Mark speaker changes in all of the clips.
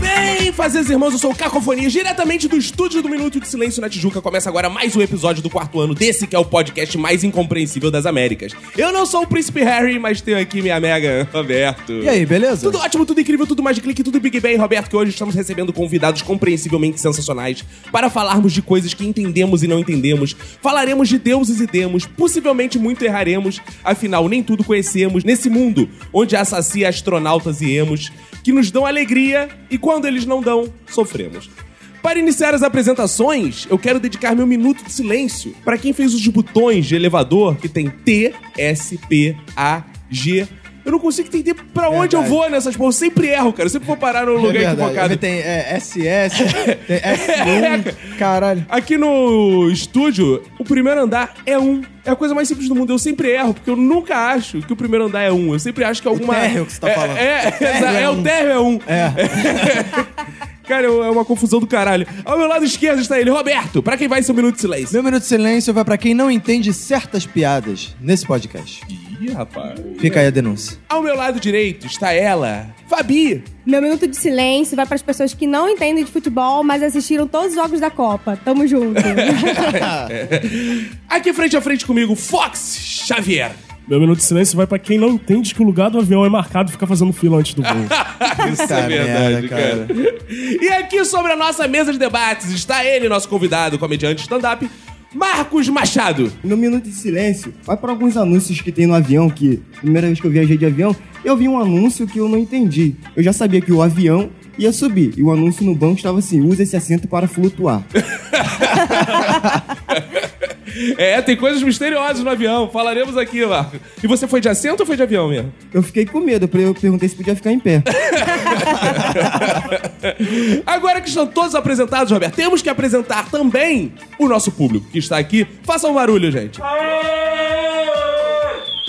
Speaker 1: Bem, fazeres irmãos, eu sou o Cacofonia, diretamente do estúdio do Minuto de Silêncio na Tijuca. Começa agora mais um episódio do quarto ano desse que é o podcast mais incompreensível das Américas. Eu não sou o Príncipe Harry, mas tenho aqui minha Mega Roberto.
Speaker 2: E aí, beleza?
Speaker 1: Tudo ótimo, tudo incrível, tudo mais de clique, tudo Big Bang, Roberto, que hoje estamos recebendo convidados compreensivelmente sensacionais para falarmos de coisas que entendemos e não entendemos. Falaremos de deuses e demos, possivelmente muito erraremos, afinal, nem tudo conhecemos nesse mundo onde há saci, astronautas e emos que nos dão alegria e quando eles não dão, sofremos. Para iniciar as apresentações, eu quero dedicar meu minuto de silêncio para quem fez os botões de elevador que tem T, S, P, A, G. Eu não consigo entender pra onde eu
Speaker 2: Verdade. É
Speaker 1: vou nessas porra. Eu sempre erro, cara. Eu sempre vou parar no lugar equivocado.
Speaker 2: Tem é, SS, tem
Speaker 1: É, cara.
Speaker 2: S1, caralho.
Speaker 1: Aqui no estúdio, o primeiro andar é um. É a coisa mais simples do mundo. Eu sempre erro, porque eu nunca acho que o primeiro andar é um. Eu sempre acho que alguma.
Speaker 2: térreo que você tá
Speaker 1: é,
Speaker 2: falando.
Speaker 1: É,
Speaker 2: O térreo
Speaker 1: é,
Speaker 2: é
Speaker 1: o
Speaker 2: um.
Speaker 1: térreo é um.
Speaker 2: É.
Speaker 1: Cara, eu- é uma confusão do caralho. Ao meu lado esquerdo está ele, Roberto. Pra quem vai ser o minuto de silêncio?
Speaker 2: Meu minuto de silêncio vai pra quem não entende certas piadas nesse podcast.
Speaker 1: Ih, rapaz.
Speaker 2: Fica aí a denúncia.
Speaker 1: Ao meu lado direito está ela, Fabi.
Speaker 3: Meu minuto de silêncio vai para as pessoas que não entendem de futebol, mas assistiram todos os jogos da Copa. Tamo junto.
Speaker 1: Aqui frente a frente comigo, Fox Xavier.
Speaker 4: Meu minuto de silêncio vai pra quem não entende que o lugar do avião é marcado e fica fazendo fila antes do voo.
Speaker 1: Isso é
Speaker 2: Puta merda, cara.
Speaker 1: E aqui sobre a nossa mesa de debates está ele, nosso convidado, comediante stand-up, Marcos Machado.
Speaker 5: No minuto de silêncio, vai para alguns anúncios que tem no avião, que primeira vez que eu viajei de avião, eu vi um anúncio que eu não entendi. Eu já sabia que o avião ia subir, e o anúncio no banco estava assim, usa esse assento para flutuar.
Speaker 1: É, tem coisas misteriosas no avião. Falaremos aqui, Marcos. E você foi de assento ou foi de avião mesmo?
Speaker 5: Eu fiquei com medo, eu perguntei se podia ficar em pé.
Speaker 1: Agora que estão todos apresentados, Roberto, temos que apresentar também o nosso público que está aqui. Façam um barulho, gente.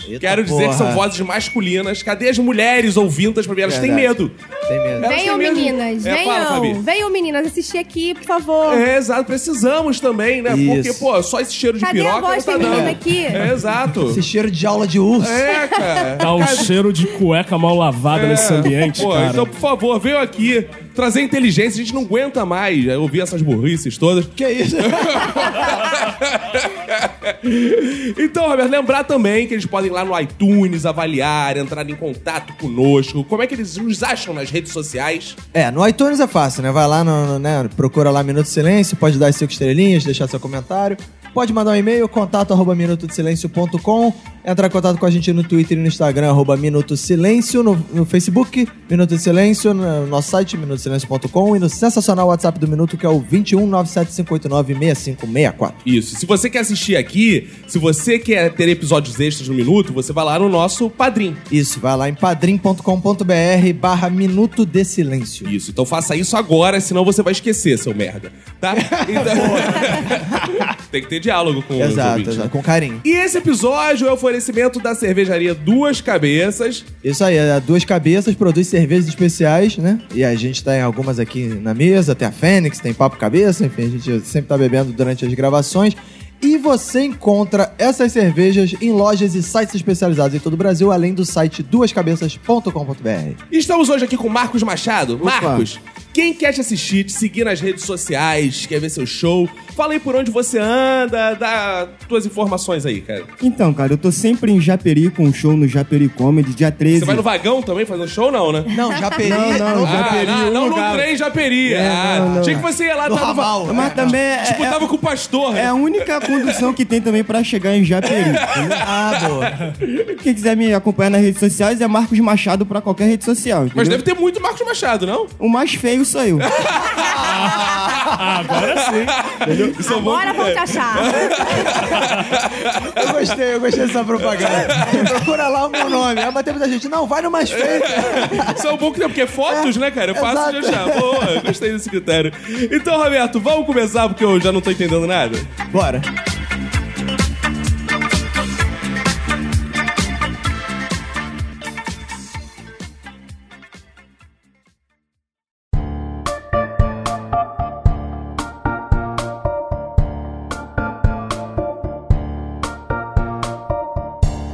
Speaker 2: Eita
Speaker 1: Quero dizer que são
Speaker 2: porra.
Speaker 1: vozes masculinas. Cadê as mulheres ouvintas pra mim? Elas têm
Speaker 2: Verdade.
Speaker 1: medo.
Speaker 2: Tem medo.
Speaker 1: Elas têm
Speaker 3: venham,
Speaker 1: medo.
Speaker 3: meninas.
Speaker 1: É,
Speaker 3: venham.
Speaker 1: fala, Fabi.
Speaker 3: venham, meninas. Assistir aqui, por favor.
Speaker 1: É, exato. Precisamos também, né? Porque,
Speaker 2: Isso.
Speaker 1: pô, só esse cheiro de
Speaker 3: Cadê a
Speaker 1: piroca não
Speaker 3: voz
Speaker 1: tá
Speaker 3: feminina
Speaker 1: dando.
Speaker 3: aqui?
Speaker 1: É, exato.
Speaker 2: Esse cheiro de aula de urso.
Speaker 1: É, cara.
Speaker 4: Dá um
Speaker 1: Cara, É.
Speaker 4: cheiro de cueca mal lavada nesse ambiente,
Speaker 1: Pô,
Speaker 4: cara.
Speaker 1: então, por favor, venham aqui trazer inteligência. A gente não aguenta mais é, ouvir essas burrices todas.
Speaker 2: Que isso?
Speaker 1: Então, Roberto, lembrar também que eles podem ir lá no iTunes avaliar, entrar em contato conosco. Como é que eles nos acham nas redes sociais?
Speaker 2: É, no iTunes é fácil, né? Vai lá, no, no- né? procura lá Minuto de Silêncio, pode dar as cinco estrelinhas, deixar seu comentário. Pode mandar um e-mail, contato arroba minutodesilêncio.com. Entrar em contato com a gente no Twitter e no Instagram, arroba Minuto Silêncio, no, no Facebook, Minuto de Silêncio, no nosso site, minutosilêncio.com e no sensacional WhatsApp do Minuto, que é o 21 6564
Speaker 1: Isso. Se você quer assistir aqui, se você quer ter episódios extras no minuto, você vai lá no nosso padrinho.
Speaker 2: Isso, vai lá em padrim.com.br barra Minuto de Silêncio.
Speaker 1: Isso. Então faça isso agora, senão você vai esquecer, seu merda. Tá? Então... Tem que ter diálogo com os
Speaker 2: Exato,
Speaker 1: ouvintes, né?
Speaker 2: exato, com carinho.
Speaker 1: E esse episódio é o oferecimento da cervejaria Duas Cabeças.
Speaker 2: Isso aí, a Duas Cabeças produz cervejas especiais, né? E a gente tem algumas aqui na mesa, tem a Fênix, tem Papo Cabeça, enfim, a gente sempre tá bebendo durante as gravações. E você encontra essas cervejas em lojas e sites especializados em todo o Brasil, além do site duascabeças.com.br.
Speaker 1: Estamos hoje aqui com Marcos Machado. Marcos, quem quer te assistir, te seguir nas redes sociais, quer ver seu show, fala aí por onde você anda, dá tuas informações aí, cara.
Speaker 5: Então, cara, eu tô sempre em Japeri com um show no Japeri Comedy, dia 13.
Speaker 1: Você vai no vagão também fazendo show, não, né?
Speaker 2: Não, já peguei.
Speaker 5: não, já
Speaker 1: Ah,
Speaker 5: Japeri,
Speaker 1: não,
Speaker 5: um
Speaker 1: não
Speaker 5: lugar.
Speaker 1: no trem Japeri.
Speaker 5: É,
Speaker 1: ah,
Speaker 5: não, não.
Speaker 1: achei que você ia lá,
Speaker 2: No
Speaker 1: tava,
Speaker 2: ramal.
Speaker 5: Mas também é,
Speaker 1: tipo,
Speaker 5: é-
Speaker 1: tava com o pastor.
Speaker 5: é a única condução que tem também para chegar em Japeri. entendeu?
Speaker 2: Ah, boa.
Speaker 5: Quem quiser me acompanhar nas redes sociais é Marcos Machado para qualquer rede social.
Speaker 1: Mas
Speaker 5: entendeu?
Speaker 1: deve ter muito Marcos Machado, não?
Speaker 5: O mais feio sou eu.
Speaker 4: Agora sim.
Speaker 1: Isso é um bom
Speaker 3: Agora vão te achar.
Speaker 2: Eu gostei, eu gostei dessa propaganda. Procura lá o meu nome. Aí bateu muita gente. Não, vai no mais feio.
Speaker 1: Isso é um bom que tem, porque é fotos, né, cara? É fácil de
Speaker 2: exato.
Speaker 1: achar. Boa, gostei desse critério. Então, Roberto, vamos começar, porque eu já não tô entendendo nada.
Speaker 2: Bora.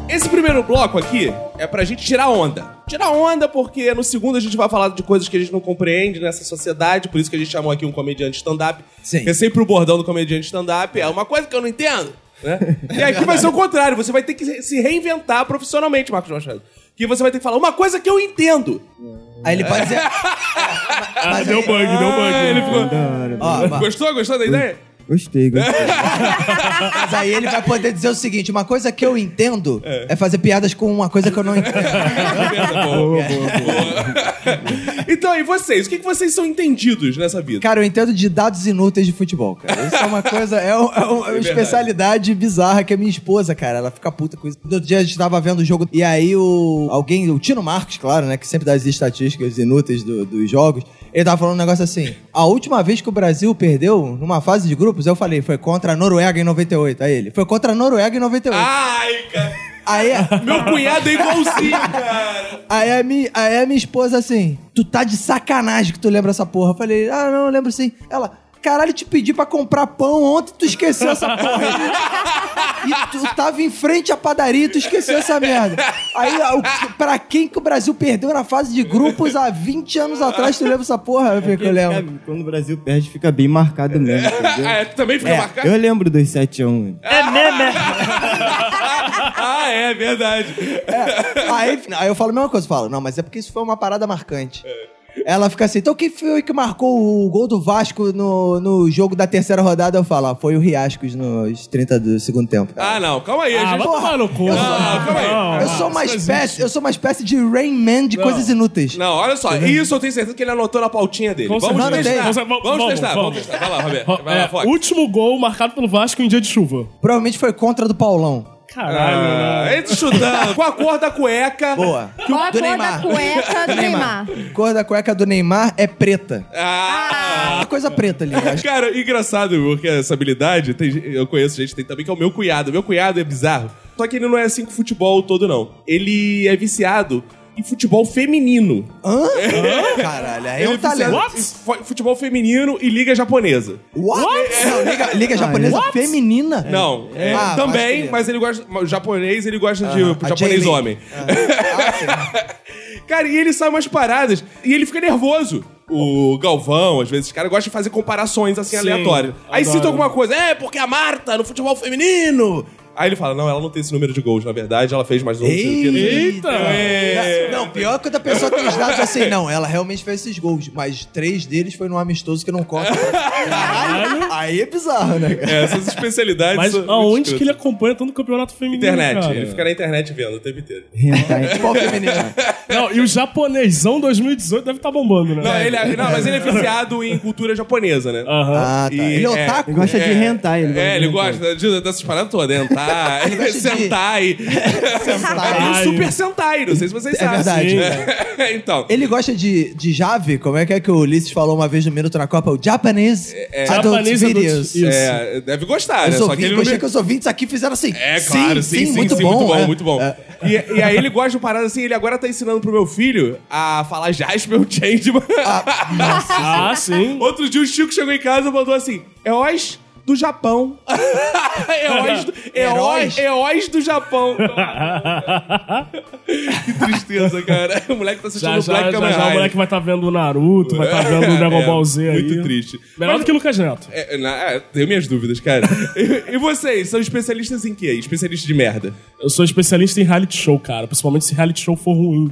Speaker 1: Esse primeiro bloco aqui é pra gente tirar onda. Tirar onda porque no segundo a gente vai falar de coisas que a gente não compreende nessa sociedade, por isso que a gente chamou aqui um comediante stand-up.
Speaker 2: Sim.
Speaker 1: É sempre o bordão do comediante stand-up, é uma coisa que eu não entendo. Né? E aqui vai ser o contrário, você vai ter que se reinventar profissionalmente, Marcos Machado. Que você vai ter que falar uma coisa que eu entendo.
Speaker 2: Aí ele pode dizer.
Speaker 4: Ah, deu bug, deu bug.
Speaker 1: Ah, ele ficou-
Speaker 2: Ó, mas-
Speaker 1: Gostou? Gostou da ideia?
Speaker 5: Gostei,
Speaker 1: É.
Speaker 5: gostei.
Speaker 2: mas aí ele vai poder dizer o seguinte: uma coisa que eu entendo é, fazer piadas com uma coisa que eu não entendo.
Speaker 1: então, e vocês? O que, que vocês são entendidos nessa vida?
Speaker 2: Cara, eu entendo de dados inúteis de futebol, cara. Isso é uma coisa, é, um- é um- é uma
Speaker 1: verdade.
Speaker 2: especialidade bizarra que a minha esposa, cara, ela fica puta com isso. Todo dia a gente tava vendo o jogo e aí o alguém, o Tino Marcos, claro, né, que sempre dá as estatísticas inúteis do- dos jogos, ele tava falando um negócio assim: a última vez que o Brasil perdeu numa fase de grupos, eu falei, foi contra a Noruega em 98. Aí ele, foi contra a Noruega em 98.
Speaker 1: Ai, cara.
Speaker 2: Aí,
Speaker 1: Meu cunhado é igualzinho, cara.
Speaker 2: Aí a, minha, aí a minha esposa assim, tu tá de sacanagem que tu lembra essa porra. Eu falei, ah, não, eu lembro sim. Ela, caralho, te pedi pra comprar pão ontem, tu esqueceu essa porra. e tu tava em frente à padaria e tu esqueceu essa merda. Aí, ah, o, que- pra quem que o Brasil perdeu na fase de grupos há 20 anos atrás, tu lembra essa porra? Eu falei, que eu lembro.
Speaker 5: Fica- Quando o Brasil perde, fica bem marcado mesmo, entendeu?
Speaker 1: Ah, é, tu também fica marcado?
Speaker 5: Eu lembro dos 7x1.
Speaker 1: Ah, é verdade.
Speaker 2: Aí, aí eu falo a mesma coisa, eu falo, não, mas é porque isso foi uma parada marcante. Ela fica assim, então quem foi que marcou o gol do Vasco no, no jogo da terceira rodada? Eu falo, ah, foi o Riascos nos 30 do segundo tempo.
Speaker 1: Ah, não, calma aí. a
Speaker 4: Ah,
Speaker 1: gente-
Speaker 4: vai tomar no cu.
Speaker 2: eu sou-
Speaker 1: Ah, calma aí.
Speaker 2: eu, sou uma
Speaker 4: isso
Speaker 2: espécie, eu sou uma espécie de Rain Man de coisas inúteis.
Speaker 1: Não, olha só, isso eu tenho certeza que ele anotou na pautinha dele.
Speaker 4: Com
Speaker 1: Vamos
Speaker 4: certeza.
Speaker 1: testar.
Speaker 4: Não
Speaker 1: Vamos,
Speaker 4: tem. Vamos,
Speaker 1: testar, vamos,
Speaker 4: vamos.
Speaker 1: testar. Vai lá, Roberto. Vai lá,
Speaker 4: É,
Speaker 1: Fox.
Speaker 4: último gol marcado pelo Vasco em dia de chuva.
Speaker 2: Provavelmente foi contra do Paulão.
Speaker 4: Caralho, né?
Speaker 1: Ah, Entre chutando. Com a cor da cueca.
Speaker 2: Boa.
Speaker 3: Qual é a
Speaker 2: Do
Speaker 3: cor da
Speaker 2: Neymar.
Speaker 3: cueca do Neymar?
Speaker 2: Cor da cueca do Neymar é preta.
Speaker 1: Ah.
Speaker 2: É coisa preta ali. eu acho.
Speaker 1: Cara, engraçado, porque essa habilidade, tem gen- eu conheço gente que tem também, que é o meu cunhado. Meu cunhado é bizarro. Só que ele não é assim com futebol todo, não. Ele é viciado em futebol feminino.
Speaker 2: Hã? Caralho, aí é
Speaker 1: Ah, ele assim,
Speaker 2: um talento.
Speaker 1: viciado em fu- futebol feminino e liga japonesa.
Speaker 2: What? Não, liga, liga japonesa
Speaker 4: what?
Speaker 2: feminina?
Speaker 1: Não, é, Ah,
Speaker 2: Ah, pode
Speaker 1: também,
Speaker 2: crer.
Speaker 1: mas ele gosta. mas Japonês, ele gosta de
Speaker 2: Aham, a
Speaker 1: japonês
Speaker 2: J-League.
Speaker 1: homem.
Speaker 2: Ah, sim.
Speaker 1: Cara, e ele sai umas paradas e ele fica nervoso. O Galvão, às vezes, os caras gostam de fazer comparações assim aleatórias. Aí
Speaker 4: adoro.
Speaker 1: cita alguma coisa, é, porque a Marta no futebol feminino. Aí ele fala: não, ela não tem esse número de gols, na verdade, ela fez mais um.
Speaker 4: Eita!
Speaker 1: É.
Speaker 2: Não, pior que quando a pessoa tem os dados assim, não, ela realmente fez esses gols, mas três deles foi num amistoso que não conta. Caralho, aí é bizarro, né, cara?
Speaker 1: É, essas especialidades.
Speaker 4: Mas
Speaker 1: são muito
Speaker 4: aonde
Speaker 1: escrotas.
Speaker 4: que ele acompanha tanto o campeonato feminino?
Speaker 1: Internet,
Speaker 4: cara?
Speaker 1: ele fica na internet vendo o tempo inteiro.
Speaker 2: Futebol feminino.
Speaker 4: Não, e o japonesão 2018 deve estar bombando, né?
Speaker 1: Não, ele é- não, mas ele é viciado em cultura japonesa, né?
Speaker 4: Aham.
Speaker 2: Ah, tá.
Speaker 1: E-
Speaker 2: Ele é otaku?
Speaker 5: Ele gosta de rentar, ele.
Speaker 1: É, ele
Speaker 5: de hentai.
Speaker 1: gosta de- dessas paradas todas, hentai,
Speaker 2: gosta de-
Speaker 1: sentai.
Speaker 2: Sentai.
Speaker 1: Ele é um super sentai, não sei se vocês sabem.
Speaker 2: verdade,
Speaker 1: Sim. então,
Speaker 2: Ele gosta de, de Jave? Como é que é que o Ulisses falou uma vez no Minuto na Copa? O Japanese Adult
Speaker 4: Japanese Adult-
Speaker 2: Videos.
Speaker 4: Isso.
Speaker 1: É, deve gostar,
Speaker 2: Eu
Speaker 1: né?
Speaker 2: sou
Speaker 1: É, Só que ele não.
Speaker 2: gostei
Speaker 1: me-
Speaker 2: que os ouvintes aqui fizeram assim.
Speaker 1: É, claro, sim, sim, sim, muito, bom, muito bom,
Speaker 2: é.
Speaker 1: E, e aí ele gosta de parada assim, ele agora tá ensinando pro meu filho a falar Jasper Changeman.
Speaker 4: Ah, sim.
Speaker 1: Outro dia o Chico chegou em casa e mandou assim: Heróis do Japão. heróis, do, heróis,
Speaker 2: Heróis?
Speaker 1: heróis do Japão. que tristeza, cara. O moleque tá assistindo
Speaker 4: Já, já,
Speaker 1: Black
Speaker 4: já,
Speaker 1: Kamen
Speaker 4: já o
Speaker 1: Rider.
Speaker 4: moleque vai estar vendo o Naruto, vai estar vendo o Dragon
Speaker 1: É,
Speaker 4: Ball Z aí.
Speaker 1: Muito triste.
Speaker 4: Melhor
Speaker 1: Mas-
Speaker 4: do que o Lucas Neto.
Speaker 1: É, na- é, tenho minhas dúvidas, cara. e, e vocês, são especialistas em quê? Especialistas de merda.
Speaker 4: Eu sou especialista em reality show, cara. Principalmente se reality show for ruim.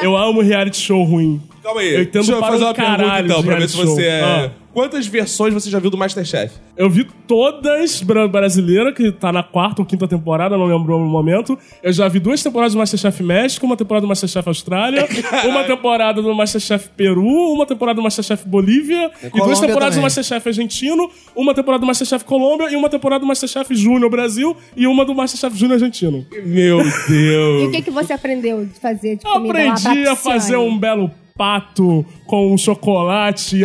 Speaker 4: eu amo reality show ruim.
Speaker 1: Calma aí.
Speaker 4: Eu entendo
Speaker 1: Deixa eu
Speaker 4: para
Speaker 1: fazer
Speaker 4: um
Speaker 1: uma pergunta
Speaker 4: caralho
Speaker 1: então,
Speaker 4: de
Speaker 1: pra ver se
Speaker 4: reality
Speaker 1: você
Speaker 4: show.
Speaker 1: é.
Speaker 4: Ah.
Speaker 1: Quantas versões você já viu do Masterchef?
Speaker 4: Eu vi todas bra- brasileira, que tá na quarta ou quinta temporada, não lembro o momento. Eu já vi duas temporadas do Masterchef México, uma temporada do Masterchef Austrália, uma temporada do Masterchef Peru, uma temporada do Masterchef Bolívia, e duas
Speaker 2: Colômbia
Speaker 4: temporadas do
Speaker 2: também.
Speaker 4: Masterchef Argentino, uma temporada do Masterchef Colômbia e uma temporada do Masterchef Júnior Brasil e uma do Masterchef Júnior Argentino.
Speaker 1: Meu Deus.
Speaker 3: E o que, que você aprendeu de fazer de
Speaker 4: Eu
Speaker 3: comida lá,
Speaker 4: aprendi a
Speaker 3: Baptiane?
Speaker 4: fazer um belo pato com um chocolate,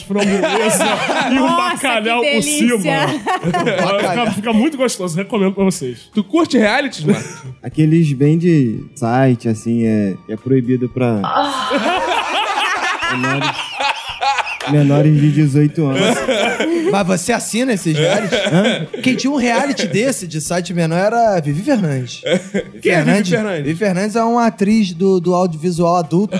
Speaker 4: framboesa e um
Speaker 3: Nossa,
Speaker 4: bacalhau
Speaker 3: que
Speaker 4: por
Speaker 3: delícia.
Speaker 4: cima. fica, fica muito gostoso, recomendo pra vocês.
Speaker 1: Tu curte realities, mano?
Speaker 5: Aqueles bem de site, assim, é, é proibido pra. menores, menores de 18 anos.
Speaker 2: Mas você assina
Speaker 1: É.
Speaker 2: esses reality? Hã? Quem tinha um reality desse, de site menor, era a Vivi Fernandes.
Speaker 1: Quem é Vivi Fernandes?
Speaker 2: Vivi Fernandes é uma atriz do, do audiovisual adulto,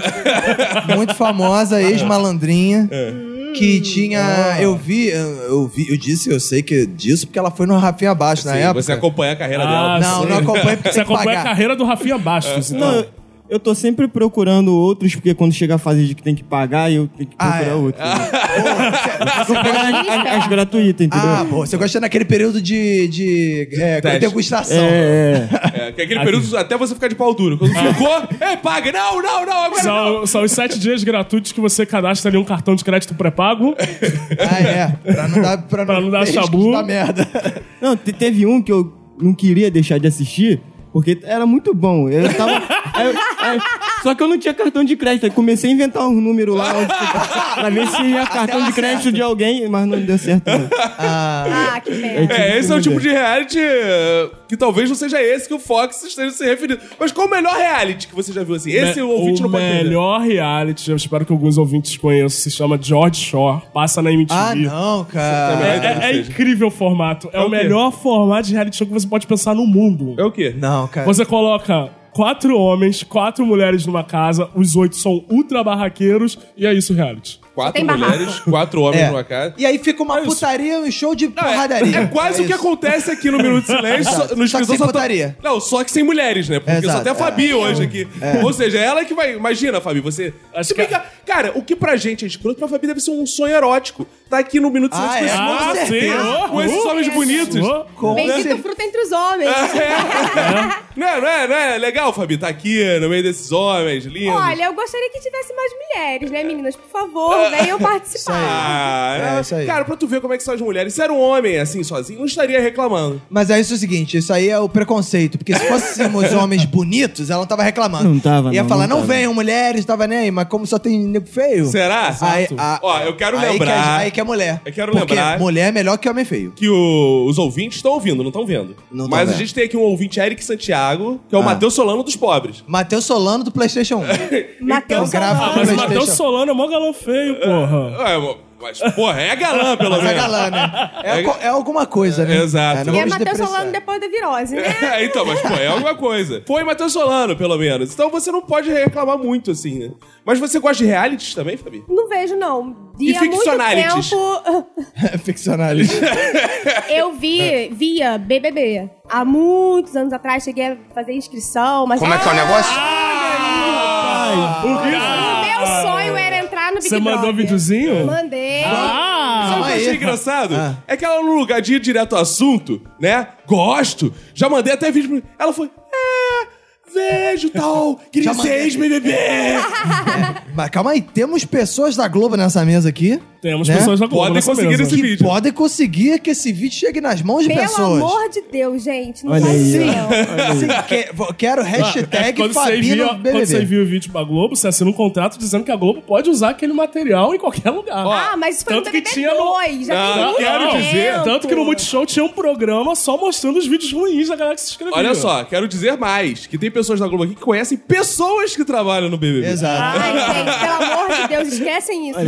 Speaker 2: muito famosa, ex-malandrinha.
Speaker 1: É.
Speaker 2: Que tinha.
Speaker 1: Ah.
Speaker 2: Eu vi, eu vi, eu disse, eu sei que disso, porque ela foi no Rafinha Abaixo na
Speaker 1: Sim,
Speaker 2: época.
Speaker 1: você é acompanha a carreira
Speaker 4: Ah,
Speaker 1: dela.
Speaker 2: Não,
Speaker 4: sim.
Speaker 2: não acompanha porque
Speaker 4: Você
Speaker 2: tem que
Speaker 4: acompanha a
Speaker 2: pagar.
Speaker 4: carreira do Rafinha Bastos, então.
Speaker 5: Não, eu- eu tô sempre procurando outros, porque quando chega a fase de que tem que pagar, eu tenho que
Speaker 2: Ah,
Speaker 5: procurar
Speaker 2: é.
Speaker 5: outros. As, as gratuitas, entendeu?
Speaker 2: Ah, pô, você gosta naquele período de, de, é,
Speaker 1: Teste.
Speaker 2: degustação.
Speaker 5: é,
Speaker 4: Ah,
Speaker 5: é.
Speaker 1: É, que é aquele período até você ficar de pau duro. Quando ficou, ei, paga! Não, não, não, agora não!
Speaker 4: São, são os sete dias gratuitos que você cadastra ali um cartão de crédito pré-pago.
Speaker 2: Ah, é. Pra não dar, pra
Speaker 4: Pra não dar
Speaker 2: risco de
Speaker 4: chabu.
Speaker 2: dar merda.
Speaker 5: Não, te- teve um que eu não queria deixar de assistir, porque era muito bom. Eu tava. eu- eu- só que eu não tinha cartão de crédito. Aí comecei a inventar um número lá onde, pra ver se ia cartão de crédito de alguém, mas não deu certo. não.
Speaker 3: Ah, que pena.
Speaker 1: É, esse é o
Speaker 4: né?
Speaker 1: tipo de reality eh, que talvez não seja esse que o Fox esteja se referindo. Mas qual o melhor reality que você já viu assim? Esse o ouvinte não pode entender.
Speaker 4: melhor reality, eu espero que alguns ouvintes conheçam, se chama George Shore. Passa na MTV.
Speaker 2: Ah, não, cara.
Speaker 4: É, é- é incrível o formato. É,
Speaker 1: o
Speaker 4: o
Speaker 1: quê?
Speaker 4: melhor formato de reality show que você pode pensar no mundo.
Speaker 1: É o quê?
Speaker 2: Não, cara.
Speaker 4: Você coloca quatro homens, quatro mulheres numa casa, os oito são ultra barraqueiros, e é isso o reality.
Speaker 1: Quatro
Speaker 3: Tem
Speaker 1: mulheres, quatro homens
Speaker 2: É.
Speaker 1: numa casa.
Speaker 2: E aí fica uma putaria, um show de
Speaker 1: Não, é-
Speaker 2: porradaria.
Speaker 1: É, quase o que
Speaker 2: isso.
Speaker 1: acontece aqui no Minuto de Silêncio.
Speaker 2: Exato.
Speaker 1: só- no
Speaker 2: Só que
Speaker 1: escritor
Speaker 2: sem
Speaker 1: tá-
Speaker 2: putaria.
Speaker 1: Não, só que sem mulheres, né? Porque
Speaker 2: Exato,
Speaker 1: só tem a
Speaker 2: é.
Speaker 1: Fabi hoje aqui. Ou seja, ela é que vai. Imagina, Fabi, você.
Speaker 4: Acho
Speaker 1: Se bem
Speaker 4: que-
Speaker 1: que- Cara, o que pra gente é escroto, pra Fabi deve ser um sonho erótico. Tá aqui no Minuto de
Speaker 2: Ah,
Speaker 1: Silêncio com
Speaker 2: é?
Speaker 1: esse
Speaker 2: Com
Speaker 1: monte de-
Speaker 2: certeza.
Speaker 1: com esses homens bonitos.
Speaker 4: Oh.
Speaker 2: Com
Speaker 3: Bendito
Speaker 2: certeza.
Speaker 3: fruta entre os homens.
Speaker 1: É. Não, é, não é, não é legal, Fabi, tá aqui no meio desses homens lindos.
Speaker 3: Olha, eu gostaria que tivesse mais mulheres, né, meninas? Por favor, venham participar.
Speaker 1: Ah,
Speaker 2: É, isso aí.
Speaker 1: Cara, pra tu ver como é que são as mulheres. Se era um homem assim, sozinho, não estaria reclamando.
Speaker 2: Mas é isso o seguinte, isso aí é o preconceito. Porque se fôssemos homens bonitos, ela não tava reclamando.
Speaker 5: Não tava,
Speaker 2: Ia
Speaker 5: não,
Speaker 2: falar,
Speaker 5: não
Speaker 2: não,
Speaker 5: tava.
Speaker 2: venham mulheres, tava nem aí. Mas como só tem nego feio...
Speaker 1: Será?
Speaker 2: Aí,
Speaker 1: Exato.
Speaker 2: a-
Speaker 1: Ó, eu quero
Speaker 2: aí Que
Speaker 1: lembrar-
Speaker 2: é, aí que é mulher.
Speaker 1: Eu quero
Speaker 2: Porque
Speaker 1: lembrar-
Speaker 2: mulher é melhor que homem feio.
Speaker 1: Que o- os ouvintes estão ouvindo, não estão vendo.
Speaker 2: Não tão
Speaker 1: Mas a
Speaker 2: vendo.
Speaker 1: gente tem aqui um ouvinte, Eric Santiago, que é o
Speaker 2: Ah.
Speaker 1: Matheus Solano dos pobres.
Speaker 2: Matheus Solano do Playstation 1. Então,
Speaker 3: Matheus
Speaker 2: grava-
Speaker 3: Solano.
Speaker 4: Mas o
Speaker 2: Playstation.
Speaker 4: Matheus Solano é mó galão feio, porra.
Speaker 1: É, mas, porra, é galã, pelo
Speaker 2: Mas é
Speaker 1: menos.
Speaker 2: galã, né? É, co- é alguma coisa, né?
Speaker 1: Exato.
Speaker 2: não
Speaker 3: E é
Speaker 2: vamos
Speaker 3: Matheus
Speaker 2: depreciar.
Speaker 3: Solano depois da virose, né?
Speaker 1: É, então, mas pô, é alguma coisa. Foi Matheus Solano, pelo menos. Então você não pode reclamar muito, assim, né? Mas você gosta de realities também, Fabi?
Speaker 3: Não vejo, não. E
Speaker 1: E
Speaker 3: há muito
Speaker 1: ficcionalities?
Speaker 3: tempo
Speaker 2: É ficcionalista.
Speaker 3: eu vi, via BBB. Há muitos anos atrás cheguei a fazer inscrição, mas... Como é que é o negócio?
Speaker 4: O
Speaker 3: O
Speaker 4: que-
Speaker 3: meu sonho era entrar no Big
Speaker 4: Você
Speaker 3: Brother.
Speaker 4: mandou ah, videozinho?
Speaker 3: Mandei.
Speaker 4: Ah!
Speaker 1: Sabe o que eu achei
Speaker 2: Aí. Ah.
Speaker 1: engraçado? É que ela, no lugar de ir direto ao assunto, né? Gosto. Já mandei até vídeo. pra- Ela foi. É, vejo tal. Queria
Speaker 2: Já mandei.
Speaker 1: ser ex-BBB.
Speaker 2: Mas calma aí, temos pessoas da Globo nessa mesa aqui.
Speaker 4: Temos
Speaker 2: né?
Speaker 4: pessoas da Globo
Speaker 1: Podem
Speaker 4: Tá nessa
Speaker 1: conseguir
Speaker 4: mesa.
Speaker 1: esse
Speaker 2: que
Speaker 1: vídeo.
Speaker 2: podem conseguir que esse vídeo chegue nas mãos de
Speaker 3: Pelo
Speaker 2: pessoas.
Speaker 3: amor de Deus, gente. Não
Speaker 5: Olha
Speaker 3: faz
Speaker 5: aí,
Speaker 3: isso,
Speaker 5: ó.
Speaker 3: não.
Speaker 2: Sim, que- vo- quero hashtag
Speaker 4: Ah, É, Quando você,
Speaker 2: Fabi
Speaker 4: envia,
Speaker 2: no
Speaker 4: quando você
Speaker 2: BBB.
Speaker 4: envia o vídeo pra Globo, você assina um contrato dizendo que a Globo pode usar aquele material em qualquer lugar.
Speaker 3: Ah, mas isso foi
Speaker 4: Tanto
Speaker 3: no
Speaker 4: que
Speaker 3: BBB
Speaker 4: tinha no-
Speaker 3: 2. Já
Speaker 2: Ah,
Speaker 1: Não,
Speaker 3: tem muito
Speaker 1: quero
Speaker 3: tempo.
Speaker 1: dizer,
Speaker 4: Tanto que no Multishow tinha um programa só mostrando os vídeos ruins da galera que se inscreveu.
Speaker 1: Olha só, quero dizer mais: que tem pessoas da Globo aqui que conhecem pessoas que trabalham no BBB.
Speaker 2: Exato.
Speaker 3: Ai, gente, pelo amor de Deus, esquecem isso.